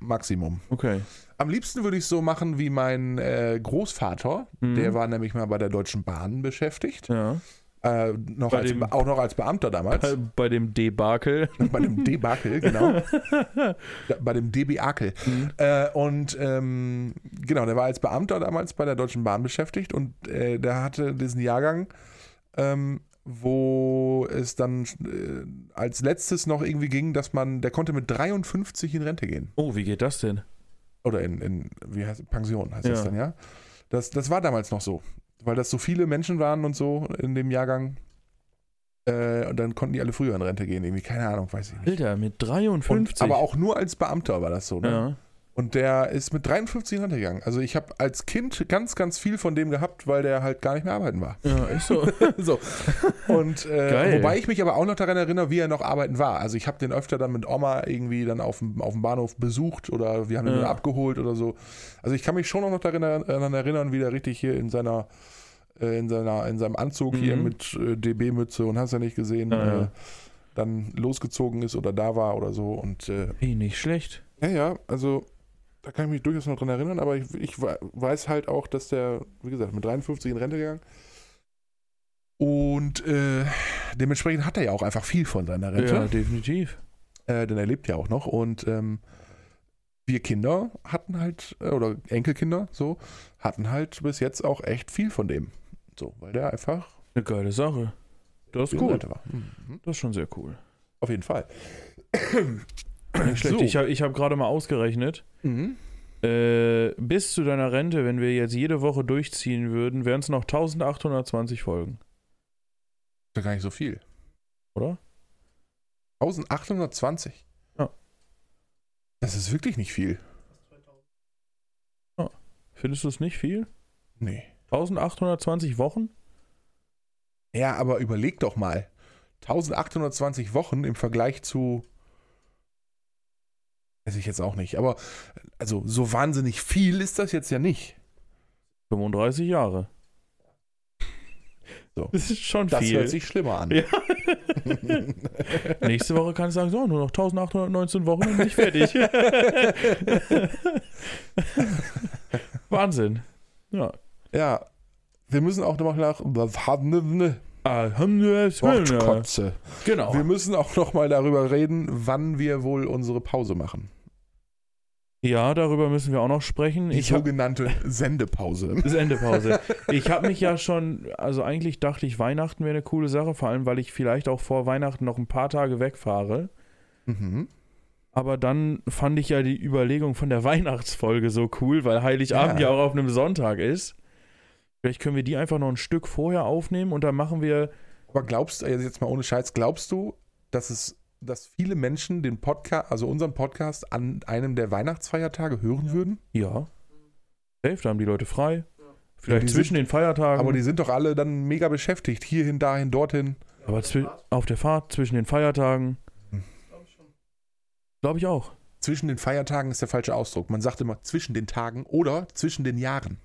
[SPEAKER 1] Maximum.
[SPEAKER 2] Okay.
[SPEAKER 1] Am liebsten würde ich so machen wie mein äh, Großvater.
[SPEAKER 2] Mhm.
[SPEAKER 1] Der war nämlich mal bei der Deutschen Bahn beschäftigt.
[SPEAKER 2] Ja.
[SPEAKER 1] Äh, noch
[SPEAKER 2] Bei
[SPEAKER 1] als,
[SPEAKER 2] dem-
[SPEAKER 1] auch noch als Beamter damals.
[SPEAKER 2] Bei, bei dem Debakel.
[SPEAKER 1] bei dem Debakel, genau. Ja, bei dem Debakel.
[SPEAKER 2] Hm.
[SPEAKER 1] Äh, und ähm, genau, der war als Beamter damals bei der Deutschen Bahn beschäftigt und äh, der hatte diesen Jahrgang, ähm, wo es dann äh, als letztes noch irgendwie ging, dass man, der konnte mit 53 in Rente gehen.
[SPEAKER 2] Oh, wie geht das denn?
[SPEAKER 1] Oder in, in wie heißt Pension heißt das
[SPEAKER 2] Ja.
[SPEAKER 1] dann, ja? Das, das war damals noch so, weil das so viele Menschen waren und so in dem Jahrgang. Äh, und dann konnten die alle früher in Rente gehen, irgendwie. Keine Ahnung, weiß ich nicht.
[SPEAKER 2] Alter, mit
[SPEAKER 1] Und,
[SPEAKER 2] 53.
[SPEAKER 1] aber auch nur als Beamter war das so. Ne?
[SPEAKER 2] Ja.
[SPEAKER 1] Und der ist mit 53 runtergegangen. Also ich habe als Kind ganz, ganz viel von dem gehabt, weil der halt gar nicht mehr arbeiten war.
[SPEAKER 2] Ja, ist so.
[SPEAKER 1] so. Und äh,
[SPEAKER 2] Geil.
[SPEAKER 1] wobei ich mich aber auch noch daran erinnere, wie er noch arbeiten war. Also ich habe den öfter dann mit Oma irgendwie dann auf dem, auf dem Bahnhof besucht oder wir haben ihn
[SPEAKER 2] Ja.
[SPEAKER 1] dann abgeholt oder so. Also ich kann mich schon auch noch daran, daran erinnern, wie der richtig hier in seiner äh, in, seiner, in seinem Anzug hier
[SPEAKER 2] Mhm.
[SPEAKER 1] mit äh, DB-Mütze und hast ja nicht gesehen,
[SPEAKER 2] Ja, ja.
[SPEAKER 1] äh, dann losgezogen ist oder da war oder so. Und äh,
[SPEAKER 2] Ey, nicht schlecht.
[SPEAKER 1] ja, ja, also Da kann ich mich durchaus noch dran erinnern, aber ich, ich we- weiß halt auch, dass der, wie gesagt, mit 53 in Rente gegangen. Und äh, dementsprechend hat er ja auch einfach viel von seiner Rente.
[SPEAKER 2] Ja, definitiv.
[SPEAKER 1] äh, denn er lebt ja auch noch und ähm, wir Kinder hatten halt, äh, oder Enkelkinder so, hatten halt bis jetzt auch echt viel von dem. So, weil der einfach
[SPEAKER 2] Eine geile Sache. Das ist
[SPEAKER 1] viel in
[SPEAKER 2] cool.
[SPEAKER 1] Rente war. Mhm.
[SPEAKER 2] Das ist schon sehr cool.
[SPEAKER 1] Auf jeden Fall.
[SPEAKER 2] Nicht schlecht.
[SPEAKER 1] So.
[SPEAKER 2] Ich habe ich hab gerade mal ausgerechnet,
[SPEAKER 1] Mhm.
[SPEAKER 2] äh, bis zu deiner Rente, wenn wir jetzt jede Woche durchziehen würden, wären es noch 1820 Folgen,
[SPEAKER 1] Das ist ja gar nicht so viel.
[SPEAKER 2] oder?
[SPEAKER 1] 1820.
[SPEAKER 2] Ja.
[SPEAKER 1] Das ist wirklich nicht viel.
[SPEAKER 2] Findest du es nicht viel?
[SPEAKER 1] Nee.
[SPEAKER 2] 1820 Wochen?
[SPEAKER 1] Ja, aber überleg doch mal. 1820 Wochen im Vergleich zu. Weiß ich jetzt auch nicht. Aber also so wahnsinnig viel ist das jetzt ja nicht.
[SPEAKER 2] 35 Jahre.
[SPEAKER 1] So.
[SPEAKER 2] Das ist schon
[SPEAKER 1] Das
[SPEAKER 2] viel.
[SPEAKER 1] hört sich schlimmer an.
[SPEAKER 2] Ja. Nächste Woche kannst du sagen, so, nur noch 1819 Wochen und bin ich fertig. Wahnsinn. Ja.
[SPEAKER 1] ja. Wir müssen auch noch nach
[SPEAKER 2] Alhamdulillah.
[SPEAKER 1] Wortkotze.
[SPEAKER 2] Genau.
[SPEAKER 1] Wir müssen auch noch mal darüber reden, wann wir wohl unsere Pause machen.
[SPEAKER 2] Ja, darüber müssen wir auch noch sprechen.
[SPEAKER 1] Die
[SPEAKER 2] Ich habe
[SPEAKER 1] sogenannte Sendepause.
[SPEAKER 2] das ist Endepause. Ich habe mich ja schon, also eigentlich dachte ich, Weihnachten wäre eine coole Sache, vor allem, weil ich vielleicht auch vor Weihnachten noch ein paar Tage wegfahre.
[SPEAKER 1] Mhm.
[SPEAKER 2] Aber dann fand ich ja die Überlegung von der Weihnachtsfolge so cool, weil Heiligabend ja,
[SPEAKER 1] Ja.
[SPEAKER 2] auch auf einem Sonntag ist. Vielleicht können wir die einfach noch ein Stück vorher aufnehmen und dann machen wir.
[SPEAKER 1] Aber glaubst du, also jetzt mal ohne Scheiß, glaubst du, dass es, dass viele Menschen den Podcast, also unseren Podcast an einem der Weihnachtsfeiertage hören würden?
[SPEAKER 2] Ja. Safe, da haben die Leute frei.
[SPEAKER 1] Ja,
[SPEAKER 2] Vielleicht
[SPEAKER 1] die
[SPEAKER 2] zwischen den Feiertagen.
[SPEAKER 1] Aber die sind doch alle dann mega beschäftigt. Hierhin, dahin, dorthin.
[SPEAKER 2] aber zwi- auf der Fahrt, zwischen den Feiertagen.
[SPEAKER 1] Hm.
[SPEAKER 2] Glaube ich auch.
[SPEAKER 1] Zwischen den Feiertagen ist der falsche Ausdruck. Man sagt immer zwischen den Tagen oder zwischen den Jahren.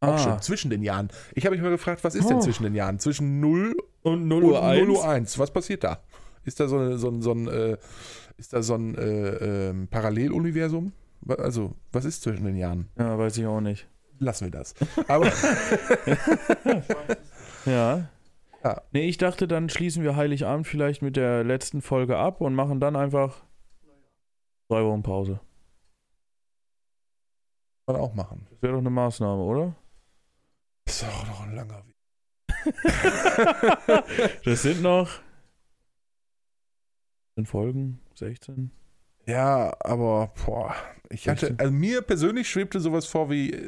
[SPEAKER 1] Auch schön, zwischen den Jahren. Ich habe mich mal gefragt, was ist
[SPEAKER 2] Ah. Oh.
[SPEAKER 1] denn zwischen den Jahren? Zwischen 0
[SPEAKER 2] Und 0
[SPEAKER 1] und
[SPEAKER 2] Uhr 1.
[SPEAKER 1] 0 Uhr 1. Was passiert da? Ist da so ein, so ein, so ein, äh, ist da so ein äh, ähm, Paralleluniversum? Wa- Also, was ist zwischen den Jahren?
[SPEAKER 2] Ja, weiß ich auch nicht.
[SPEAKER 1] Lassen wir das. Aber
[SPEAKER 2] Ja.
[SPEAKER 1] Ja.
[SPEAKER 2] Nee, ich dachte, dann schließen wir Heiligabend vielleicht mit der letzten Folge ab und machen dann einfach drei Wochen Pause.
[SPEAKER 1] man auch machen.
[SPEAKER 2] Das wäre doch eine Maßnahme, oder?
[SPEAKER 1] Ist auch noch ein langer Weg.
[SPEAKER 2] das sind noch. Sind Folgen? 16?
[SPEAKER 1] Ja, aber boah, ich hatte,
[SPEAKER 2] Richtig.
[SPEAKER 1] also mir persönlich schwebte sowas vor, wie äh,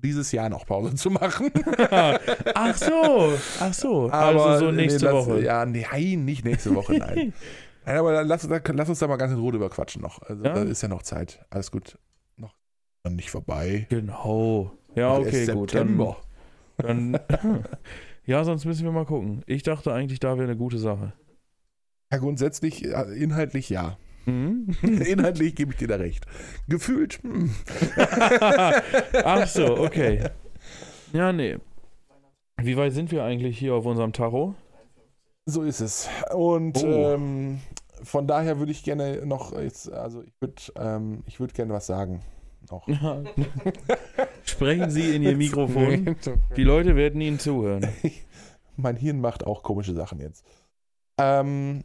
[SPEAKER 1] dieses Jahr noch Pause zu machen.
[SPEAKER 2] Ach so, ach so.
[SPEAKER 1] Aber,
[SPEAKER 2] also so nächste
[SPEAKER 1] nee, lass-
[SPEAKER 2] Woche.
[SPEAKER 1] Ja, nein, nicht nächste Woche, nein. nein aber dann lass, dann, lass uns da mal ganz in Ruhe drüber quatschen noch. Also,
[SPEAKER 2] Ja.
[SPEAKER 1] Da ist ja noch Zeit. Alles gut. Noch noch nicht vorbei.
[SPEAKER 2] Genau. Ja,
[SPEAKER 1] Noch
[SPEAKER 2] okay,
[SPEAKER 1] erst
[SPEAKER 2] gut. Dann,
[SPEAKER 1] September.
[SPEAKER 2] dann, ja, sonst müssen wir mal gucken. Ich dachte eigentlich, da wäre eine gute Sache.
[SPEAKER 1] Ja, grundsätzlich, äh, inhaltlich ja.
[SPEAKER 2] Mhm.
[SPEAKER 1] Inhaltlich gebe ich dir da recht. Gefühlt. hm.
[SPEAKER 2] Ach so, okay. Ja, nee. Wie weit sind wir eigentlich hier auf unserem Tacho?
[SPEAKER 1] So ist es. Und
[SPEAKER 2] Oh.
[SPEAKER 1] ähm, von daher würde ich gerne noch, jetzt, also ich würde ähm, ich würd gerne was sagen. Noch.
[SPEAKER 2] Sprechen Sie in Ihr Mikrofon. Die Leute werden Ihnen zuhören.
[SPEAKER 1] mein Hirn macht auch komische Sachen jetzt. Ähm,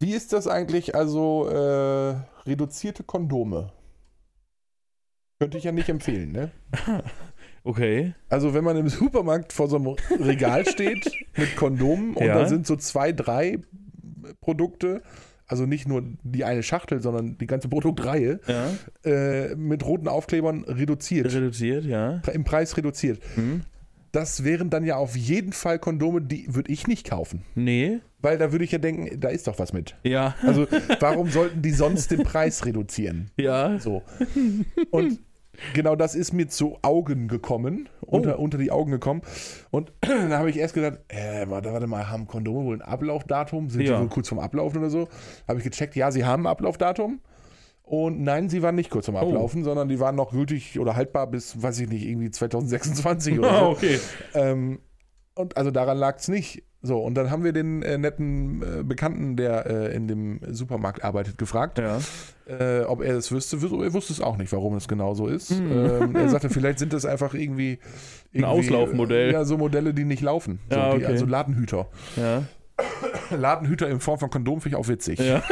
[SPEAKER 1] wie ist das eigentlich? Also äh, reduzierte Kondome. Könnte ich ja nicht empfehlen, ne?
[SPEAKER 2] Okay.
[SPEAKER 1] Also wenn man im Supermarkt vor so einem Regal steht mit Kondomen und
[SPEAKER 2] Ja.
[SPEAKER 1] da sind so zwei, drei Produkte, also nicht nur die eine Schachtel, sondern die ganze Produktreihe,
[SPEAKER 2] Ja.
[SPEAKER 1] äh, mit roten Aufklebern reduziert,
[SPEAKER 2] Reduziert, ja.
[SPEAKER 1] im Preis reduziert.
[SPEAKER 2] Hm.
[SPEAKER 1] Das wären dann ja auf jeden Fall Kondome, die würde ich nicht kaufen.
[SPEAKER 2] Nee.
[SPEAKER 1] Weil da würde ich ja denken, da ist doch was mit.
[SPEAKER 2] Ja.
[SPEAKER 1] Also warum sollten die sonst den Preis reduzieren?
[SPEAKER 2] Ja.
[SPEAKER 1] So. Und genau das ist mir zu Augen gekommen, unter, unter die Augen gekommen. Und da habe ich erst gedacht, äh, warte, warte mal, haben Kondome wohl ein Ablaufdatum? Sind
[SPEAKER 2] Ja.
[SPEAKER 1] die wohl kurz vom Ablaufen oder so? Habe ich gecheckt, ja, sie haben ein Ablaufdatum. Und nein, sie waren nicht kurz vom Ablaufen, sondern die waren noch gültig oder haltbar bis,
[SPEAKER 2] Oh,
[SPEAKER 1] weiß ich nicht, irgendwie 2026 oder so.
[SPEAKER 2] Ah, okay.
[SPEAKER 1] Ähm, und also daran lag es nicht, So, und dann haben wir den äh, netten äh, Bekannten, der äh, in dem Supermarkt arbeitet, gefragt,
[SPEAKER 2] Ja.
[SPEAKER 1] äh, ob er das wüsste. Wus- Er wusste es auch nicht, warum es genau so ist.
[SPEAKER 2] Mhm.
[SPEAKER 1] Ähm, er sagte, vielleicht sind das einfach irgendwie. irgendwie
[SPEAKER 2] Auslaufmodell.
[SPEAKER 1] äh, Ja, so Modelle, die nicht laufen. So,
[SPEAKER 2] Ja,
[SPEAKER 1] die,
[SPEAKER 2] okay.
[SPEAKER 1] also Ladenhüter.
[SPEAKER 2] Ja.
[SPEAKER 1] Ladenhüter in Form von Kondom finde ich auch witzig.
[SPEAKER 2] Ja.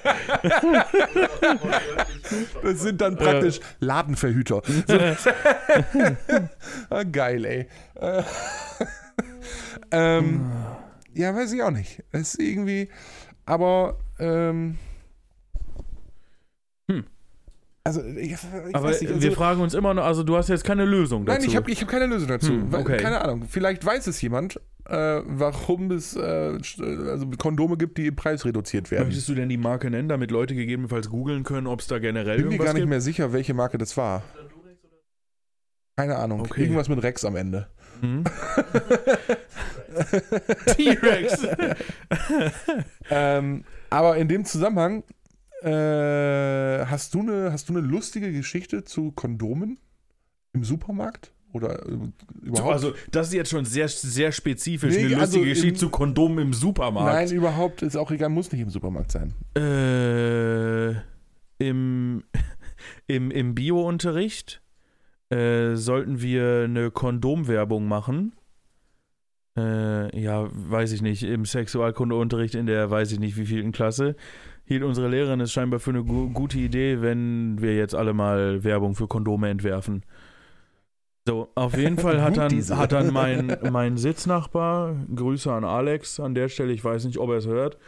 [SPEAKER 1] Das sind dann praktisch Ladenverhüter. So. ah, geil, ey. Äh, ähm, ja, weiß ich auch nicht. Es ist irgendwie, aber ähm,
[SPEAKER 2] Hm.
[SPEAKER 1] also ich, ich
[SPEAKER 2] Aber
[SPEAKER 1] weiß nicht. Also,
[SPEAKER 2] wir fragen uns immer noch, also du hast jetzt keine Lösung dazu.
[SPEAKER 1] nein, ich habe ich hab keine Lösung dazu.
[SPEAKER 2] Hm,
[SPEAKER 1] Weil-
[SPEAKER 2] okay.
[SPEAKER 1] Keine Ahnung. Vielleicht weiß es jemand, äh, warum es äh, st- also Kondome gibt, die im Preis reduziert werden.
[SPEAKER 2] Möchtest du denn die Marke nennen, damit Leute gegebenenfalls googeln können, ob es da generell
[SPEAKER 1] Ich bin mir
[SPEAKER 2] irgendwas
[SPEAKER 1] gar nicht
[SPEAKER 2] gibt?
[SPEAKER 1] mehr sicher, welche Marke das war. Keine Ahnung.
[SPEAKER 2] Okay.
[SPEAKER 1] Irgendwas mit Rex am Ende.
[SPEAKER 2] Hm? T-Rex.
[SPEAKER 1] Ähm, aber in dem Zusammenhang, äh, hast, du eine, hast du eine lustige Geschichte zu Kondomen im Supermarkt? Oder äh, überhaupt?
[SPEAKER 2] Also, das ist jetzt schon sehr, sehr spezifisch.
[SPEAKER 1] Nee,
[SPEAKER 2] eine
[SPEAKER 1] also
[SPEAKER 2] lustige
[SPEAKER 1] im-
[SPEAKER 2] Geschichte zu Kondomen im Supermarkt.
[SPEAKER 1] Nein, überhaupt ist auch egal, muss nicht im Supermarkt sein.
[SPEAKER 2] Äh, im, im, im Bio-Unterricht äh, sollten wir eine Kondomwerbung machen. Äh, ja, weiß ich nicht. Im Sexualkundeunterricht in der, weiß ich nicht, wie vielen Klasse, hielt unsere Lehrerin es scheinbar für eine gu gute Idee, wenn wir jetzt alle mal Werbung für Kondome entwerfen. So, auf jeden Fall hat
[SPEAKER 1] Gut,
[SPEAKER 2] dann,
[SPEAKER 1] diese.
[SPEAKER 2] hat dann mein, mein Sitznachbar, Grüße an Alex an der Stelle, ich weiß nicht, ob er es hört,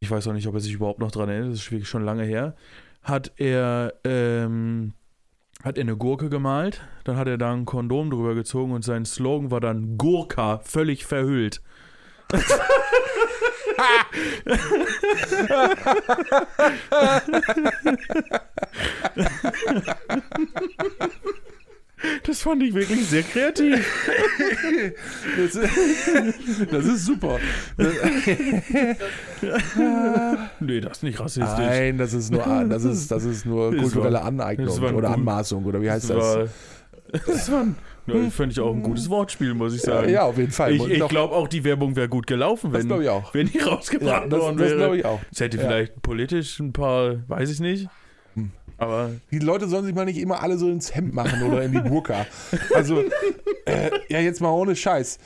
[SPEAKER 2] ich weiß auch nicht, ob er sich überhaupt noch dran erinnert, das ist wirklich schon lange her, hat er, ähm, hat er eine Gurke gemalt, dann hat er da ein Kondom drüber gezogen und sein Slogan war dann Gurka, völlig verhüllt. Das fand ich wirklich sehr kreativ.
[SPEAKER 1] Das ist, das ist super.
[SPEAKER 2] Nee, das ist nicht rassistisch.
[SPEAKER 1] Nein, das ist nur, das ist, das ist nur
[SPEAKER 2] Es war-
[SPEAKER 1] kulturelle
[SPEAKER 2] es
[SPEAKER 1] Aneignung
[SPEAKER 2] war ein
[SPEAKER 1] oder
[SPEAKER 2] gut-
[SPEAKER 1] Anmaßung oder wie heißt
[SPEAKER 2] das
[SPEAKER 1] das?
[SPEAKER 2] war, das war ein, ja, fand ich auch ein gutes Wortspiel, muss ich sagen.
[SPEAKER 1] ja, auf jeden Fall.
[SPEAKER 2] Ich,
[SPEAKER 1] Und
[SPEAKER 2] ich
[SPEAKER 1] doch-
[SPEAKER 2] glaube auch, die Werbung wäre gut gelaufen,
[SPEAKER 1] das
[SPEAKER 2] wenn,
[SPEAKER 1] glaube ich auch.
[SPEAKER 2] wenn die rausgebracht
[SPEAKER 1] Ja, das-
[SPEAKER 2] worden
[SPEAKER 1] das
[SPEAKER 2] wäre.
[SPEAKER 1] glaub ich auch.
[SPEAKER 2] Es hätte
[SPEAKER 1] Ja.
[SPEAKER 2] vielleicht politisch ein paar, weiß ich nicht.
[SPEAKER 1] Hm.
[SPEAKER 2] Aber
[SPEAKER 1] Die Leute sollen sich mal nicht immer alle so ins Hemd machen oder in die Burka. Also, äh, ja, jetzt mal ohne Scheiß.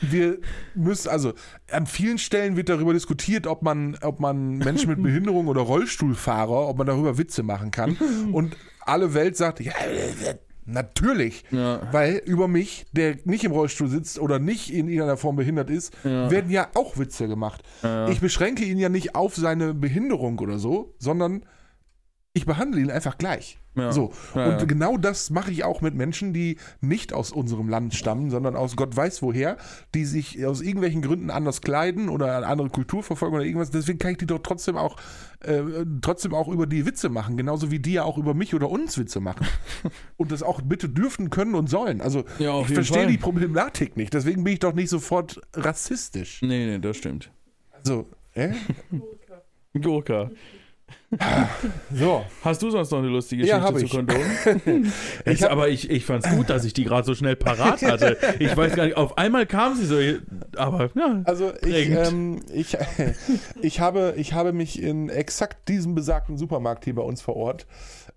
[SPEAKER 1] Wir müssen, also, an vielen Stellen wird darüber diskutiert, ob man, ob man Menschen mit Behinderung oder Rollstuhlfahrer, ob man darüber Witze machen kann. Und alle Welt sagt, ja, äh, natürlich.
[SPEAKER 2] Ja.
[SPEAKER 1] Weil über mich, der nicht im Rollstuhl sitzt oder nicht in irgendeiner Form behindert ist,
[SPEAKER 2] Ja.
[SPEAKER 1] werden ja auch Witze gemacht.
[SPEAKER 2] Ja.
[SPEAKER 1] Ich beschränke ihn ja nicht auf seine Behinderung oder so, sondern ich behandle ihn einfach gleich.
[SPEAKER 2] Ja.
[SPEAKER 1] So.
[SPEAKER 2] Ja,
[SPEAKER 1] und
[SPEAKER 2] ja.
[SPEAKER 1] genau das mache ich auch mit Menschen, die nicht aus unserem Land stammen, sondern aus Gott weiß woher, die sich aus irgendwelchen Gründen anders kleiden oder eine andere Kultur verfolgen oder irgendwas. Deswegen kann ich die doch trotzdem auch, äh, trotzdem auch über die Witze machen, genauso wie die ja auch über mich oder uns Witze machen. und das auch bitte dürfen können und sollen. Also
[SPEAKER 2] Ja, auf
[SPEAKER 1] ich
[SPEAKER 2] jeden
[SPEAKER 1] verstehe
[SPEAKER 2] Fall.
[SPEAKER 1] die Problematik nicht. Deswegen bin ich doch nicht sofort rassistisch.
[SPEAKER 2] nee, nee, das stimmt.
[SPEAKER 1] So. Äh?
[SPEAKER 2] Gurka.
[SPEAKER 1] So.
[SPEAKER 2] Hast du sonst noch eine lustige
[SPEAKER 1] Ja,
[SPEAKER 2] Geschichte
[SPEAKER 1] hab
[SPEAKER 2] zu
[SPEAKER 1] ich.
[SPEAKER 2] Kondomen? ich
[SPEAKER 1] hab-
[SPEAKER 2] aber ich, ich fand's gut, dass ich die gerade so schnell parat hatte. Ich weiß gar nicht, auf einmal kam sie so, aber ja.
[SPEAKER 1] Also ich,
[SPEAKER 2] Prägend.
[SPEAKER 1] ähm, ich, ich, habe, ich habe mich in exakt diesem besagten Supermarkt hier bei uns vor Ort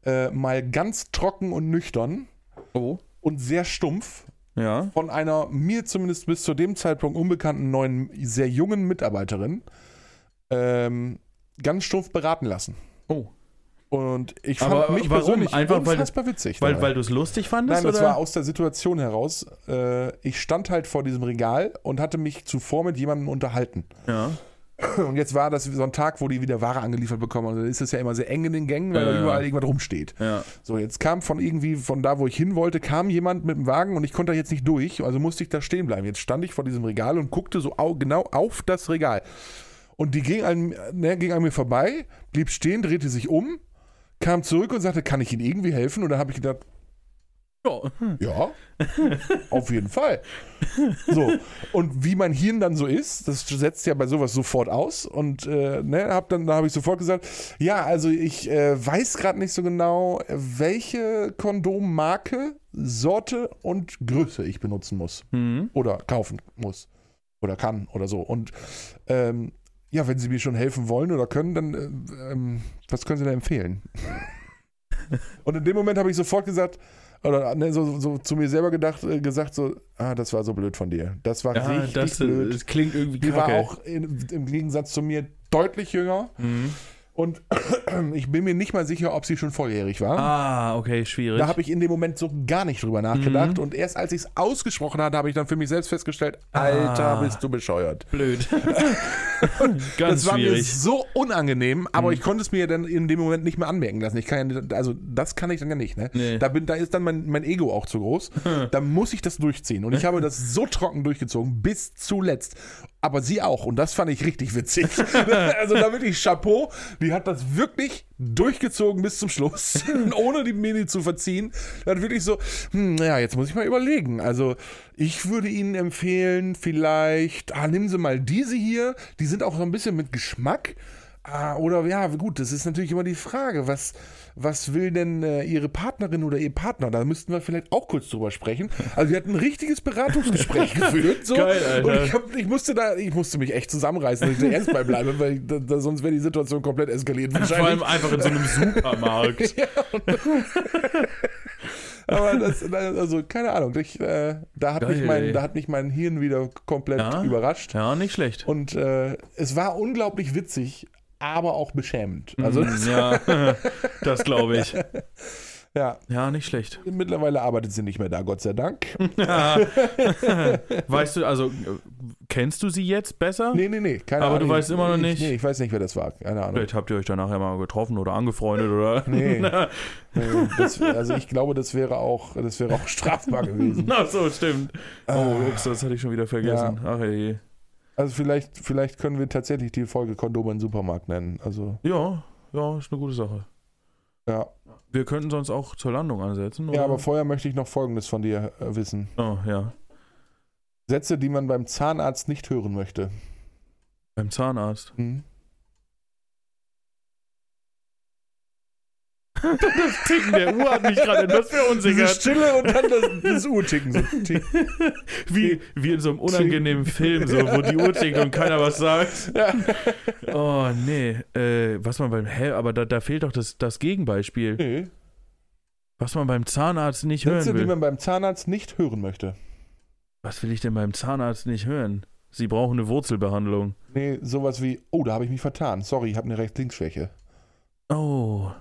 [SPEAKER 1] äh, mal ganz trocken und nüchtern
[SPEAKER 2] Oh.
[SPEAKER 1] und sehr stumpf
[SPEAKER 2] Ja.
[SPEAKER 1] von einer mir zumindest bis zu dem Zeitpunkt unbekannten neuen, sehr jungen Mitarbeiterin ähm, ganz stumpf beraten lassen.
[SPEAKER 2] Oh.
[SPEAKER 1] Und ich fand
[SPEAKER 2] Aber
[SPEAKER 1] mich
[SPEAKER 2] warum?
[SPEAKER 1] persönlich
[SPEAKER 2] Einfach weil-
[SPEAKER 1] unfassbar witzig.
[SPEAKER 2] Weil,
[SPEAKER 1] dabei.
[SPEAKER 2] weil du es lustig fandest?
[SPEAKER 1] Nein, das
[SPEAKER 2] oder?
[SPEAKER 1] war aus der Situation heraus. Äh, ich stand halt vor diesem Regal und hatte mich zuvor mit jemandem unterhalten.
[SPEAKER 2] Ja.
[SPEAKER 1] Und jetzt war das so ein Tag, wo die wieder Ware angeliefert bekommen. Und dann ist es ja immer sehr eng in den Gängen, weil
[SPEAKER 2] Ja,
[SPEAKER 1] da
[SPEAKER 2] ja.
[SPEAKER 1] überall irgendwas rumsteht.
[SPEAKER 2] Ja.
[SPEAKER 1] So, jetzt kam von irgendwie, von da, wo ich hin wollte, kam jemand mit dem Wagen und ich konnte da jetzt nicht durch. Also musste ich da stehen bleiben. Jetzt stand ich vor diesem Regal und guckte so au, genau auf das Regal. Und die ging an, ne, ging an mir vorbei, blieb stehen, drehte sich um, kam zurück und sagte, kann ich Ihnen irgendwie helfen? Und dann habe ich gedacht,
[SPEAKER 2] Ja.
[SPEAKER 1] ja, auf jeden Fall. So, und wie mein Hirn dann so ist, das setzt ja bei sowas sofort aus. Und äh, ne, hab dann, da habe ich sofort gesagt, ja, also ich äh, weiß gerade nicht so genau, welche Kondommarke, Sorte und Größe ich benutzen muss
[SPEAKER 2] Mhm.
[SPEAKER 1] oder kaufen muss. oder kann oder so. Und ähm, ja, wenn Sie mir schon helfen wollen oder können, dann äh, ähm, was können Sie da empfehlen? Und in dem Moment habe ich sofort gesagt, oder ne, so, so zu mir selber gedacht, äh, gesagt, so, ah, das war so blöd von dir. Das war
[SPEAKER 2] Ja,
[SPEAKER 1] richtig
[SPEAKER 2] das, äh,
[SPEAKER 1] blöd.
[SPEAKER 2] das klingt irgendwie
[SPEAKER 1] Die war
[SPEAKER 2] kacke.
[SPEAKER 1] auch in, im Gegensatz zu mir deutlich jünger
[SPEAKER 2] Mhm.
[SPEAKER 1] und ich bin mir nicht mal sicher, ob sie schon volljährig war.
[SPEAKER 2] Ah, okay, schwierig.
[SPEAKER 1] Da habe ich in dem Moment so gar nicht drüber
[SPEAKER 2] Mhm.
[SPEAKER 1] nachgedacht. Und erst als ich es ausgesprochen hatte, habe ich dann für mich selbst festgestellt, Alter,
[SPEAKER 2] Ah.
[SPEAKER 1] bist du bescheuert.
[SPEAKER 2] Blöd. Ganz
[SPEAKER 1] das war mir
[SPEAKER 2] schwierig. Mhm.
[SPEAKER 1] so unangenehm, aber ich konnte es mir dann in dem Moment nicht mehr anmerken lassen. Ich kann ja, also das kann ich dann ja nicht. Ne?
[SPEAKER 2] Nee.
[SPEAKER 1] Da, bin, da ist dann mein, mein Ego auch zu groß. da muss ich das durchziehen. Und ich habe das so trocken durchgezogen, bis zuletzt. Aber sie auch. Und das fand ich richtig witzig. also da wirklich Chapeau. Die hat das wirklich durchgezogen bis zum Schluss, ohne die Mini zu verziehen. Dann wirklich so, hm, naja, jetzt muss ich mal überlegen. Also ich würde Ihnen empfehlen, vielleicht, ah, nehmen Sie mal diese hier. Die sind auch so ein bisschen mit Geschmack. Ah, oder ja, gut, das ist natürlich immer die Frage, was, was will denn äh, Ihre Partnerin oder Ihr Partner? Da müssten wir vielleicht auch kurz drüber sprechen. Also wir hatten ein richtiges Beratungsgespräch geführt. So,
[SPEAKER 2] Geil, Alter.
[SPEAKER 1] Und ich, hab, ich musste da, ich musste mich echt zusammenreißen, dass ich da ernst bei bleibe, weil da, da, sonst wäre die Situation komplett eskaliert
[SPEAKER 2] Vor allem
[SPEAKER 1] wahrscheinlich.
[SPEAKER 2] einfach in so einem Supermarkt.
[SPEAKER 1] Aber das, also keine Ahnung, ich, äh, da, hat mich
[SPEAKER 2] Geil, Ah.
[SPEAKER 1] mein,
[SPEAKER 2] ey.
[SPEAKER 1] da hat mich mein Hirn wieder komplett
[SPEAKER 2] Ja?
[SPEAKER 1] überrascht.
[SPEAKER 2] Ja, nicht schlecht.
[SPEAKER 1] Und äh, es war unglaublich witzig, aber auch beschämend. Also
[SPEAKER 2] Mm, ja, das glaube ich.
[SPEAKER 1] ja,
[SPEAKER 2] Ja, nicht schlecht.
[SPEAKER 1] mittlerweile arbeitet sie nicht mehr da, Gott sei Dank.
[SPEAKER 2] Ah. Weißt du, also äh, kennst du sie jetzt besser?
[SPEAKER 1] Nee, nee, nee, keine
[SPEAKER 2] Aber
[SPEAKER 1] Ahnung.
[SPEAKER 2] du weißt immer noch
[SPEAKER 1] ich,
[SPEAKER 2] nicht?
[SPEAKER 1] Nee, ich weiß nicht, wer das war. Keine Ahnung.
[SPEAKER 2] Vielleicht habt ihr euch danach ja mal getroffen oder angefreundet oder.
[SPEAKER 1] Nee. nee das, also ich glaube, das wäre auch, das wäre auch strafbar gewesen. Äh,
[SPEAKER 2] Na so, stimmt. Oh, ups, das hatte ich schon wieder vergessen. Ach ey.
[SPEAKER 1] Also vielleicht, vielleicht können wir tatsächlich die Folge Kondome im Supermarkt nennen. Also,
[SPEAKER 2] Ja, ja, ist eine gute Sache.
[SPEAKER 1] ja.
[SPEAKER 2] Wir könnten sonst auch zur Landung ansetzen.
[SPEAKER 1] Ja,
[SPEAKER 2] oder?
[SPEAKER 1] aber vorher möchte ich noch Folgendes von dir äh, wissen.
[SPEAKER 2] Oh, ja.
[SPEAKER 1] Sätze, die man beim Zahnarzt nicht hören möchte.
[SPEAKER 2] Beim Zahnarzt.
[SPEAKER 1] Hm?
[SPEAKER 2] Das Ticken der Uhr hat mich gerade etwas
[SPEAKER 1] Diese
[SPEAKER 2] verunsichert.
[SPEAKER 1] Stille und dann das, das Uhrticken. So. Tick.
[SPEAKER 2] Wie, wie in so einem unangenehmen Film, so, wo die Uhr tickt und keiner was sagt.
[SPEAKER 1] Ja.
[SPEAKER 2] Oh, nee. Äh, was man beim. Hä, aber da, da fehlt doch das, das Gegenbeispiel.
[SPEAKER 1] Nee.
[SPEAKER 2] Was man beim Zahnarzt nicht
[SPEAKER 1] Sätze,
[SPEAKER 2] hören
[SPEAKER 1] die
[SPEAKER 2] will.
[SPEAKER 1] man beim Zahnarzt nicht hören möchte.
[SPEAKER 2] Was will ich denn beim Zahnarzt nicht hören? Sie brauchen eine Wurzelbehandlung.
[SPEAKER 1] Nee, sowas wie, oh, da habe ich mich vertan. Sorry, ich habe eine Rechts-Links-Schwäche.
[SPEAKER 2] Oh.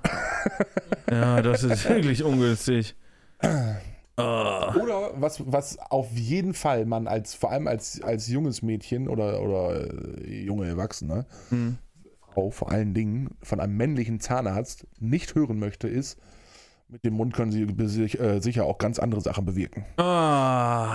[SPEAKER 2] Ja, das ist wirklich ungünstig. Ah.
[SPEAKER 1] Oder was, was auf jeden Fall man als, vor allem als, als junges Mädchen oder, oder äh, junge Erwachsene,
[SPEAKER 2] Hm.
[SPEAKER 1] Frau vor allen Dingen von einem männlichen Zahnarzt nicht hören möchte, ist, mit dem Mund können sie be- sich, äh, sicher auch ganz andere Sachen bewirken.
[SPEAKER 2] Ah.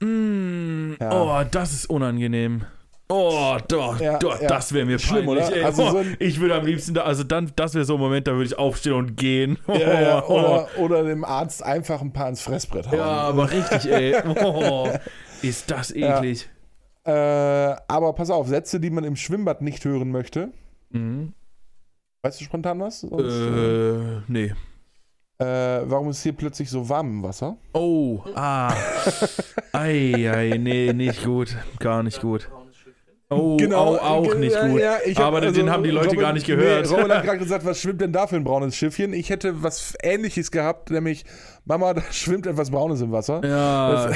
[SPEAKER 2] Mm.
[SPEAKER 1] Ja.
[SPEAKER 2] Oh, das ist unangenehm. Oh, doch,
[SPEAKER 1] Ja,
[SPEAKER 2] doch
[SPEAKER 1] ja.
[SPEAKER 2] das wäre mir
[SPEAKER 1] Schlimm,
[SPEAKER 2] peinlich.
[SPEAKER 1] oder?
[SPEAKER 2] Ey.
[SPEAKER 1] Also
[SPEAKER 2] oh,
[SPEAKER 1] so ein-
[SPEAKER 2] ich würde am liebsten, da, also dann, das wäre so ein Moment, da würde ich aufstehen und gehen. Oh, oh.
[SPEAKER 1] Oder, oder dem Arzt einfach ein paar ins Fressbrett hauen.
[SPEAKER 2] ja aber richtig, ey. Oh, ist das eklig.
[SPEAKER 1] Äh, aber pass auf, Sätze, die man im Schwimmbad nicht hören möchte.
[SPEAKER 2] Mhm.
[SPEAKER 1] Weißt du spontan was? Sonst,
[SPEAKER 2] Äh, nee.
[SPEAKER 1] äh, warum ist hier plötzlich so warm im Wasser?
[SPEAKER 2] Oh, ah. ei, ei, nee, nicht gut. Gar nicht gut.
[SPEAKER 3] braunes Stück Rind.
[SPEAKER 2] Oh, au, auch
[SPEAKER 1] äh,
[SPEAKER 2] nicht
[SPEAKER 1] ja,
[SPEAKER 2] gut.
[SPEAKER 1] ja, ich hab- also
[SPEAKER 2] Aber den haben die Leute
[SPEAKER 1] Robin-
[SPEAKER 2] gar nicht gehört.
[SPEAKER 1] Nee, Robin hat gerade gesagt, was schwimmt denn da für ein braunes Schiffchen? Ich hätte was Ähnliches gehabt, nämlich, Mama, da schwimmt etwas Braunes im Wasser.
[SPEAKER 2] Ja.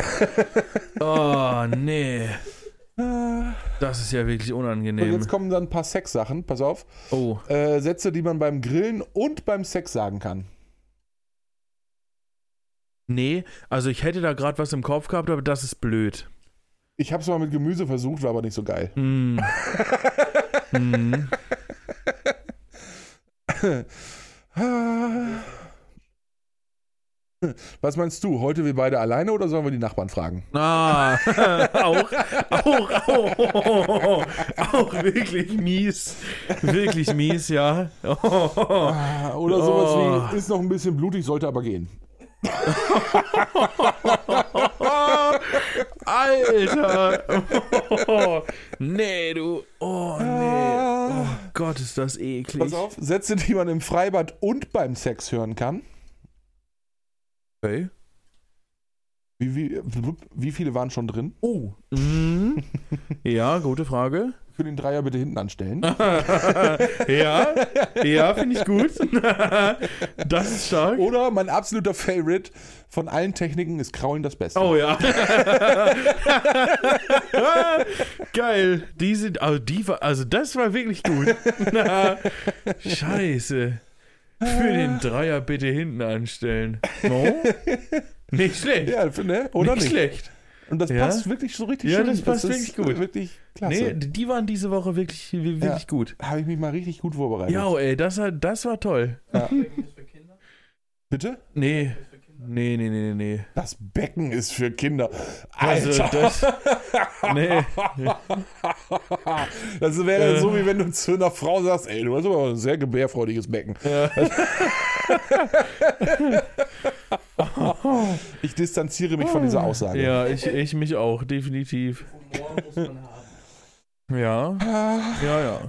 [SPEAKER 2] oh, nee. Das ist ja wirklich
[SPEAKER 1] Äh, Und
[SPEAKER 2] unangenehm.
[SPEAKER 1] jetzt kommen dann ein paar Sexsachen, pass auf.
[SPEAKER 2] Oh,
[SPEAKER 1] Äh, Sätze, die man beim Grillen und beim Sex sagen kann.
[SPEAKER 2] nee. Also ich hätte da gerade was im Kopf gehabt, aber das ist blöd.
[SPEAKER 1] Ich hab's mal mit Gemüse versucht, war aber nicht so geil.
[SPEAKER 2] Hm. hm.
[SPEAKER 1] Ah. Was meinst du? Heute wir beide alleine oder sollen wir die Nachbarn fragen?
[SPEAKER 2] Ah, auch, auch, auch, auch wirklich mies. Wirklich mies, ja. Oh.
[SPEAKER 1] Ah, Oder sowas wie, ist noch ein bisschen blutig, sollte aber gehen.
[SPEAKER 2] Alter! Oh, nee, du. Oh, nee. Oh Gott, ist das eklig.
[SPEAKER 1] Ah. Pass auf, Sätze, die man im Freibad und beim Sex hören kann.
[SPEAKER 2] Okay.
[SPEAKER 1] Wie, wie, wie viele waren schon drin?
[SPEAKER 2] Oh. Mhm. Ja, gute Frage.
[SPEAKER 1] Für den Dreier bitte hinten anstellen.
[SPEAKER 2] ja, ja, finde ich gut. das ist stark.
[SPEAKER 1] Oder mein absoluter Favorite von allen Techniken ist Kraulen das Beste.
[SPEAKER 2] Oh ja. Geil. Die sind, also, die war, also das war wirklich gut. Scheiße. Für den Dreier bitte hinten anstellen. No? Nicht schlecht.
[SPEAKER 1] Ja, ne? oder
[SPEAKER 2] nicht,
[SPEAKER 1] nicht?
[SPEAKER 2] schlecht.
[SPEAKER 1] Und das
[SPEAKER 2] Ja.
[SPEAKER 1] passt wirklich so richtig
[SPEAKER 2] Ja,
[SPEAKER 1] schön.
[SPEAKER 2] das passt wirklich
[SPEAKER 1] ist
[SPEAKER 2] gut.
[SPEAKER 1] Wirklich
[SPEAKER 2] Nee,
[SPEAKER 1] klasse.
[SPEAKER 2] die die waren diese Woche wirklich, wirklich
[SPEAKER 1] Ja.
[SPEAKER 2] gut.
[SPEAKER 1] Habe ich mich mal richtig gut vorbereitet.
[SPEAKER 2] Ja, ey, das, hat, das war toll.
[SPEAKER 3] Becken ist für Kinder.
[SPEAKER 1] Bitte?
[SPEAKER 2] Nee,
[SPEAKER 3] Ist für Kinder.
[SPEAKER 2] nee, nee, nee, nee.
[SPEAKER 1] Das Becken ist für Kinder.
[SPEAKER 2] Also,
[SPEAKER 1] Alter.
[SPEAKER 2] das. Nee.
[SPEAKER 1] das wäre
[SPEAKER 2] Äh.
[SPEAKER 1] so, wie wenn du zu einer Frau sagst, ey, du hast aber ein sehr gebärfreudiges Becken. Ich distanziere mich von dieser Aussage.
[SPEAKER 2] Hm, Ja, ich, ich mich auch, definitiv.
[SPEAKER 3] Humor muss man haben.
[SPEAKER 2] Ja,
[SPEAKER 1] Ah,
[SPEAKER 2] ja, ja.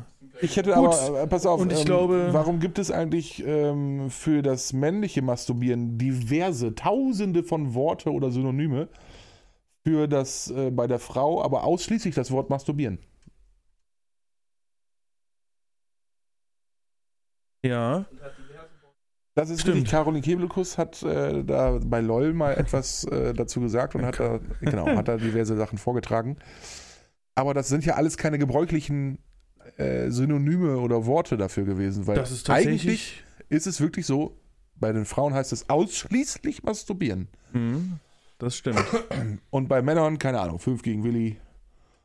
[SPEAKER 1] Ich hätte
[SPEAKER 2] Gut.
[SPEAKER 1] aber, äh, pass auf,
[SPEAKER 2] Und ich
[SPEAKER 1] ähm,
[SPEAKER 2] glaube-
[SPEAKER 1] warum gibt es eigentlich ähm, für das männliche Masturbieren diverse, tausende von Worte oder Synonyme für das äh, bei der Frau, aber ausschließlich das Wort Masturbieren?
[SPEAKER 2] Ja.
[SPEAKER 3] Und hat diverse Formen.
[SPEAKER 1] Das ist
[SPEAKER 2] Stimmt.
[SPEAKER 1] richtig. Caroline Kebekus hat äh, da bei LOL mal etwas äh, dazu gesagt und hat da, genau, hat da diverse Sachen vorgetragen. Aber das sind ja alles keine gebräuchlichen äh, Synonyme oder Worte dafür gewesen, weil
[SPEAKER 2] Das ist
[SPEAKER 1] eigentlich
[SPEAKER 2] tatsächlich.
[SPEAKER 1] ist es wirklich so, bei den Frauen heißt es ausschließlich masturbieren.
[SPEAKER 2] Mhm, das stimmt.
[SPEAKER 1] Und bei Männern, keine Ahnung, fünf gegen Willi,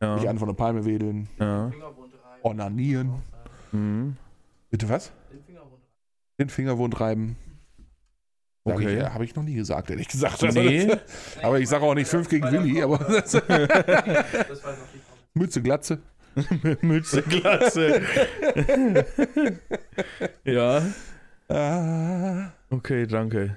[SPEAKER 1] mich
[SPEAKER 2] Ja.
[SPEAKER 1] an von der Palme wedeln,
[SPEAKER 2] ja.
[SPEAKER 3] Fingerbund rein.
[SPEAKER 1] onanieren.
[SPEAKER 2] Mhm.
[SPEAKER 1] Bitte was?
[SPEAKER 3] Den Fingerbund rein.
[SPEAKER 1] Den Fingerwund reiben.
[SPEAKER 2] Okay.
[SPEAKER 1] Habe ich, äh, hab ich noch nie gesagt, ehrlich gesagt. Also
[SPEAKER 2] Nee.
[SPEAKER 1] das- Aber ich sage auch nicht fünf gegen
[SPEAKER 3] Bei der
[SPEAKER 1] Willi,
[SPEAKER 3] Frau-
[SPEAKER 1] aber das,
[SPEAKER 3] Das weiß noch nicht.
[SPEAKER 1] Mütze, Glatze.
[SPEAKER 2] Mütze, Glatze. ja.
[SPEAKER 1] Ah,
[SPEAKER 2] Okay, danke.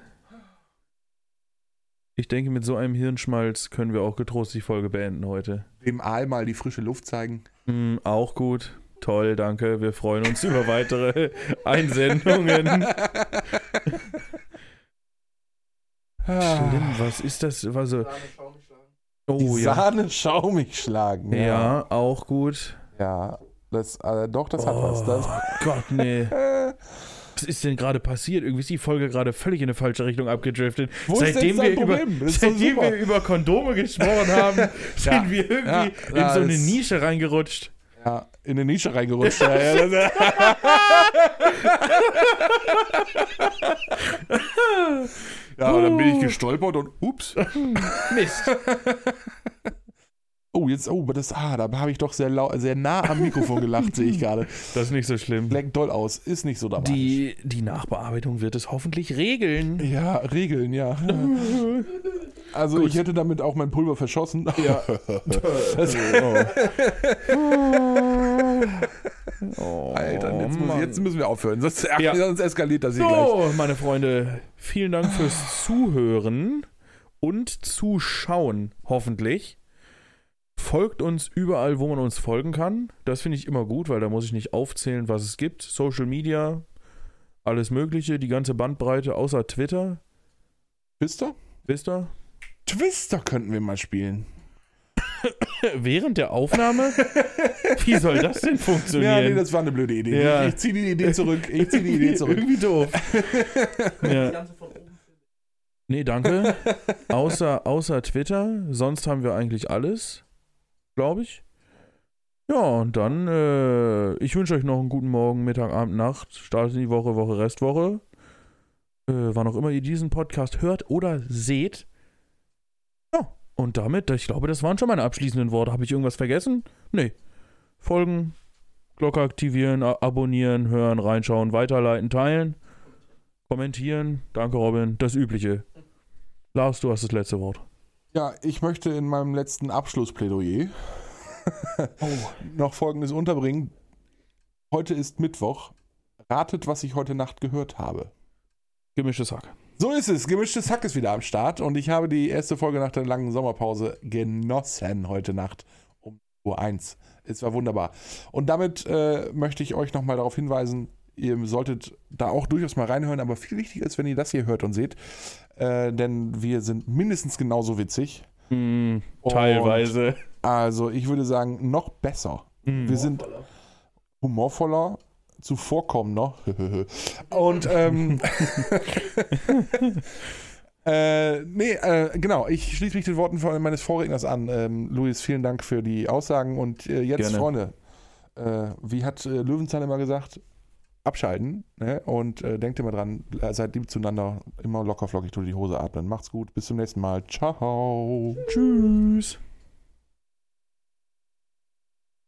[SPEAKER 2] Ich denke, mit so einem Hirnschmalz können wir auch getrost die Folge beenden heute.
[SPEAKER 1] dem Aal mal die frische Luft zeigen.
[SPEAKER 2] Mhm, auch gut. Toll, danke. Wir freuen uns über weitere Einsendungen.
[SPEAKER 1] Ah,
[SPEAKER 2] Schlimm, was ist das? Was,
[SPEAKER 3] Sahne, Schaum geschlagen.
[SPEAKER 2] oh
[SPEAKER 1] die
[SPEAKER 2] ja.
[SPEAKER 1] Sahne schaumig schlagen.
[SPEAKER 2] ja. auch gut.
[SPEAKER 1] Ja, das, äh, doch, das hat
[SPEAKER 2] oh,
[SPEAKER 1] was. Das,
[SPEAKER 2] Gott, nee.
[SPEAKER 1] äh,
[SPEAKER 2] Was ist denn gerade passiert? Irgendwie ist die Folge gerade völlig in eine falsche Richtung abgedriftet.
[SPEAKER 1] Wo ist denn sein
[SPEAKER 2] wir über,
[SPEAKER 1] Problem? Das ist doch
[SPEAKER 2] seitdem
[SPEAKER 1] super.
[SPEAKER 2] wir über Kondome gesprochen haben, sind wir irgendwie
[SPEAKER 1] ja,
[SPEAKER 2] in
[SPEAKER 1] ja,
[SPEAKER 2] so eine
[SPEAKER 1] das-
[SPEAKER 2] Nische reingerutscht.
[SPEAKER 1] ja, in eine Nische reingerutscht. ja, ja, das, ja, und dann bin ich gestolpert und ups.
[SPEAKER 2] Mist.
[SPEAKER 1] Oh, jetzt, oh, das, ah, da habe ich doch sehr, lau sehr nah am Mikrofon gelacht, sehe ich gerade.
[SPEAKER 2] Das ist nicht so schlimm.
[SPEAKER 1] Leckt doll aus, ist nicht so dabei.
[SPEAKER 2] Die, die Nachbearbeitung wird es hoffentlich regeln.
[SPEAKER 1] Ja, Regeln, ja. Also ich hätte damit auch mein Pulver verschossen. Ja.
[SPEAKER 2] Oh,
[SPEAKER 1] Alter, jetzt, muss,
[SPEAKER 2] Mann.
[SPEAKER 1] jetzt müssen wir aufhören, sonst,
[SPEAKER 2] Ja.
[SPEAKER 1] sonst eskaliert das hier gleich.
[SPEAKER 2] So, meine Freunde, vielen Dank fürs Zuhören und Zuschauen, hoffentlich. Folgt uns überall, wo man uns folgen kann. Das finde ich immer gut, weil da muss ich nicht aufzählen, was es gibt. Social Media, alles Mögliche, die ganze Bandbreite, außer Twitter.
[SPEAKER 1] Twister?
[SPEAKER 2] Wisst ihr?
[SPEAKER 1] Twister könnten wir mal spielen.
[SPEAKER 2] Während der Aufnahme? Wie soll das denn
[SPEAKER 1] Ja, nee,
[SPEAKER 2] funktionieren?
[SPEAKER 1] das war eine blöde Idee.
[SPEAKER 2] Ja.
[SPEAKER 1] Ich, ich ziehe die Idee zurück. Ich ziehe die Idee zurück.
[SPEAKER 2] Irgendwie doof.
[SPEAKER 3] Das
[SPEAKER 2] ja.
[SPEAKER 3] Ganze von oben.
[SPEAKER 2] Nee, danke. Außer, außer Twitter. Sonst haben wir eigentlich alles, glaube ich. Ja, und dann, äh, ich wünsche euch noch einen guten Morgen, Mittag, Abend, Nacht. Startet in die Woche, Woche, Restwoche. Äh, wann auch immer ihr diesen Podcast hört oder seht. Ja, und damit, ich glaube, das waren schon meine abschließenden Worte. Habe ich irgendwas vergessen? Nee. Folgen, Glocke aktivieren, a- abonnieren, hören, reinschauen, weiterleiten, teilen, kommentieren. Danke, Robin. Das Übliche. Lars, du hast das letzte Wort.
[SPEAKER 1] Ja, ich möchte in meinem letzten Abschlussplädoyer noch Folgendes unterbringen. Heute ist Mittwoch. Ratet, was ich heute Nacht gehört habe.
[SPEAKER 2] Gemischtes Hack.
[SPEAKER 1] So ist es. Gemischtes Hack ist wieder am Start und ich habe die erste Folge nach der langen Sommerpause genossen heute Nacht um Uhr 1. Es war wunderbar. Und damit äh, möchte ich euch nochmal darauf hinweisen, Ihr solltet da auch durchaus mal reinhören, aber viel wichtiger ist, wenn ihr das hier hört und seht, äh, denn wir sind mindestens genauso witzig.
[SPEAKER 2] Mm, teilweise.
[SPEAKER 1] Also ich würde sagen, noch besser.
[SPEAKER 2] Mm.
[SPEAKER 1] Wir sind humorvoller, zuvorkommender und ähm, äh, nee, äh, genau, ich schließe mich den Worten von meines Vorredners an. Ähm, Luis, vielen Dank für die Aussagen und äh, jetzt,
[SPEAKER 2] Gerne.
[SPEAKER 1] Freunde, äh, wie hat äh, Löwenzahn immer gesagt, abschalten ne? und äh, denkt immer dran, äh, seid lieb zueinander, immer locker flockig durch die Hose atmen. Macht's gut, bis zum nächsten Mal. Ciao.
[SPEAKER 2] Tschüss.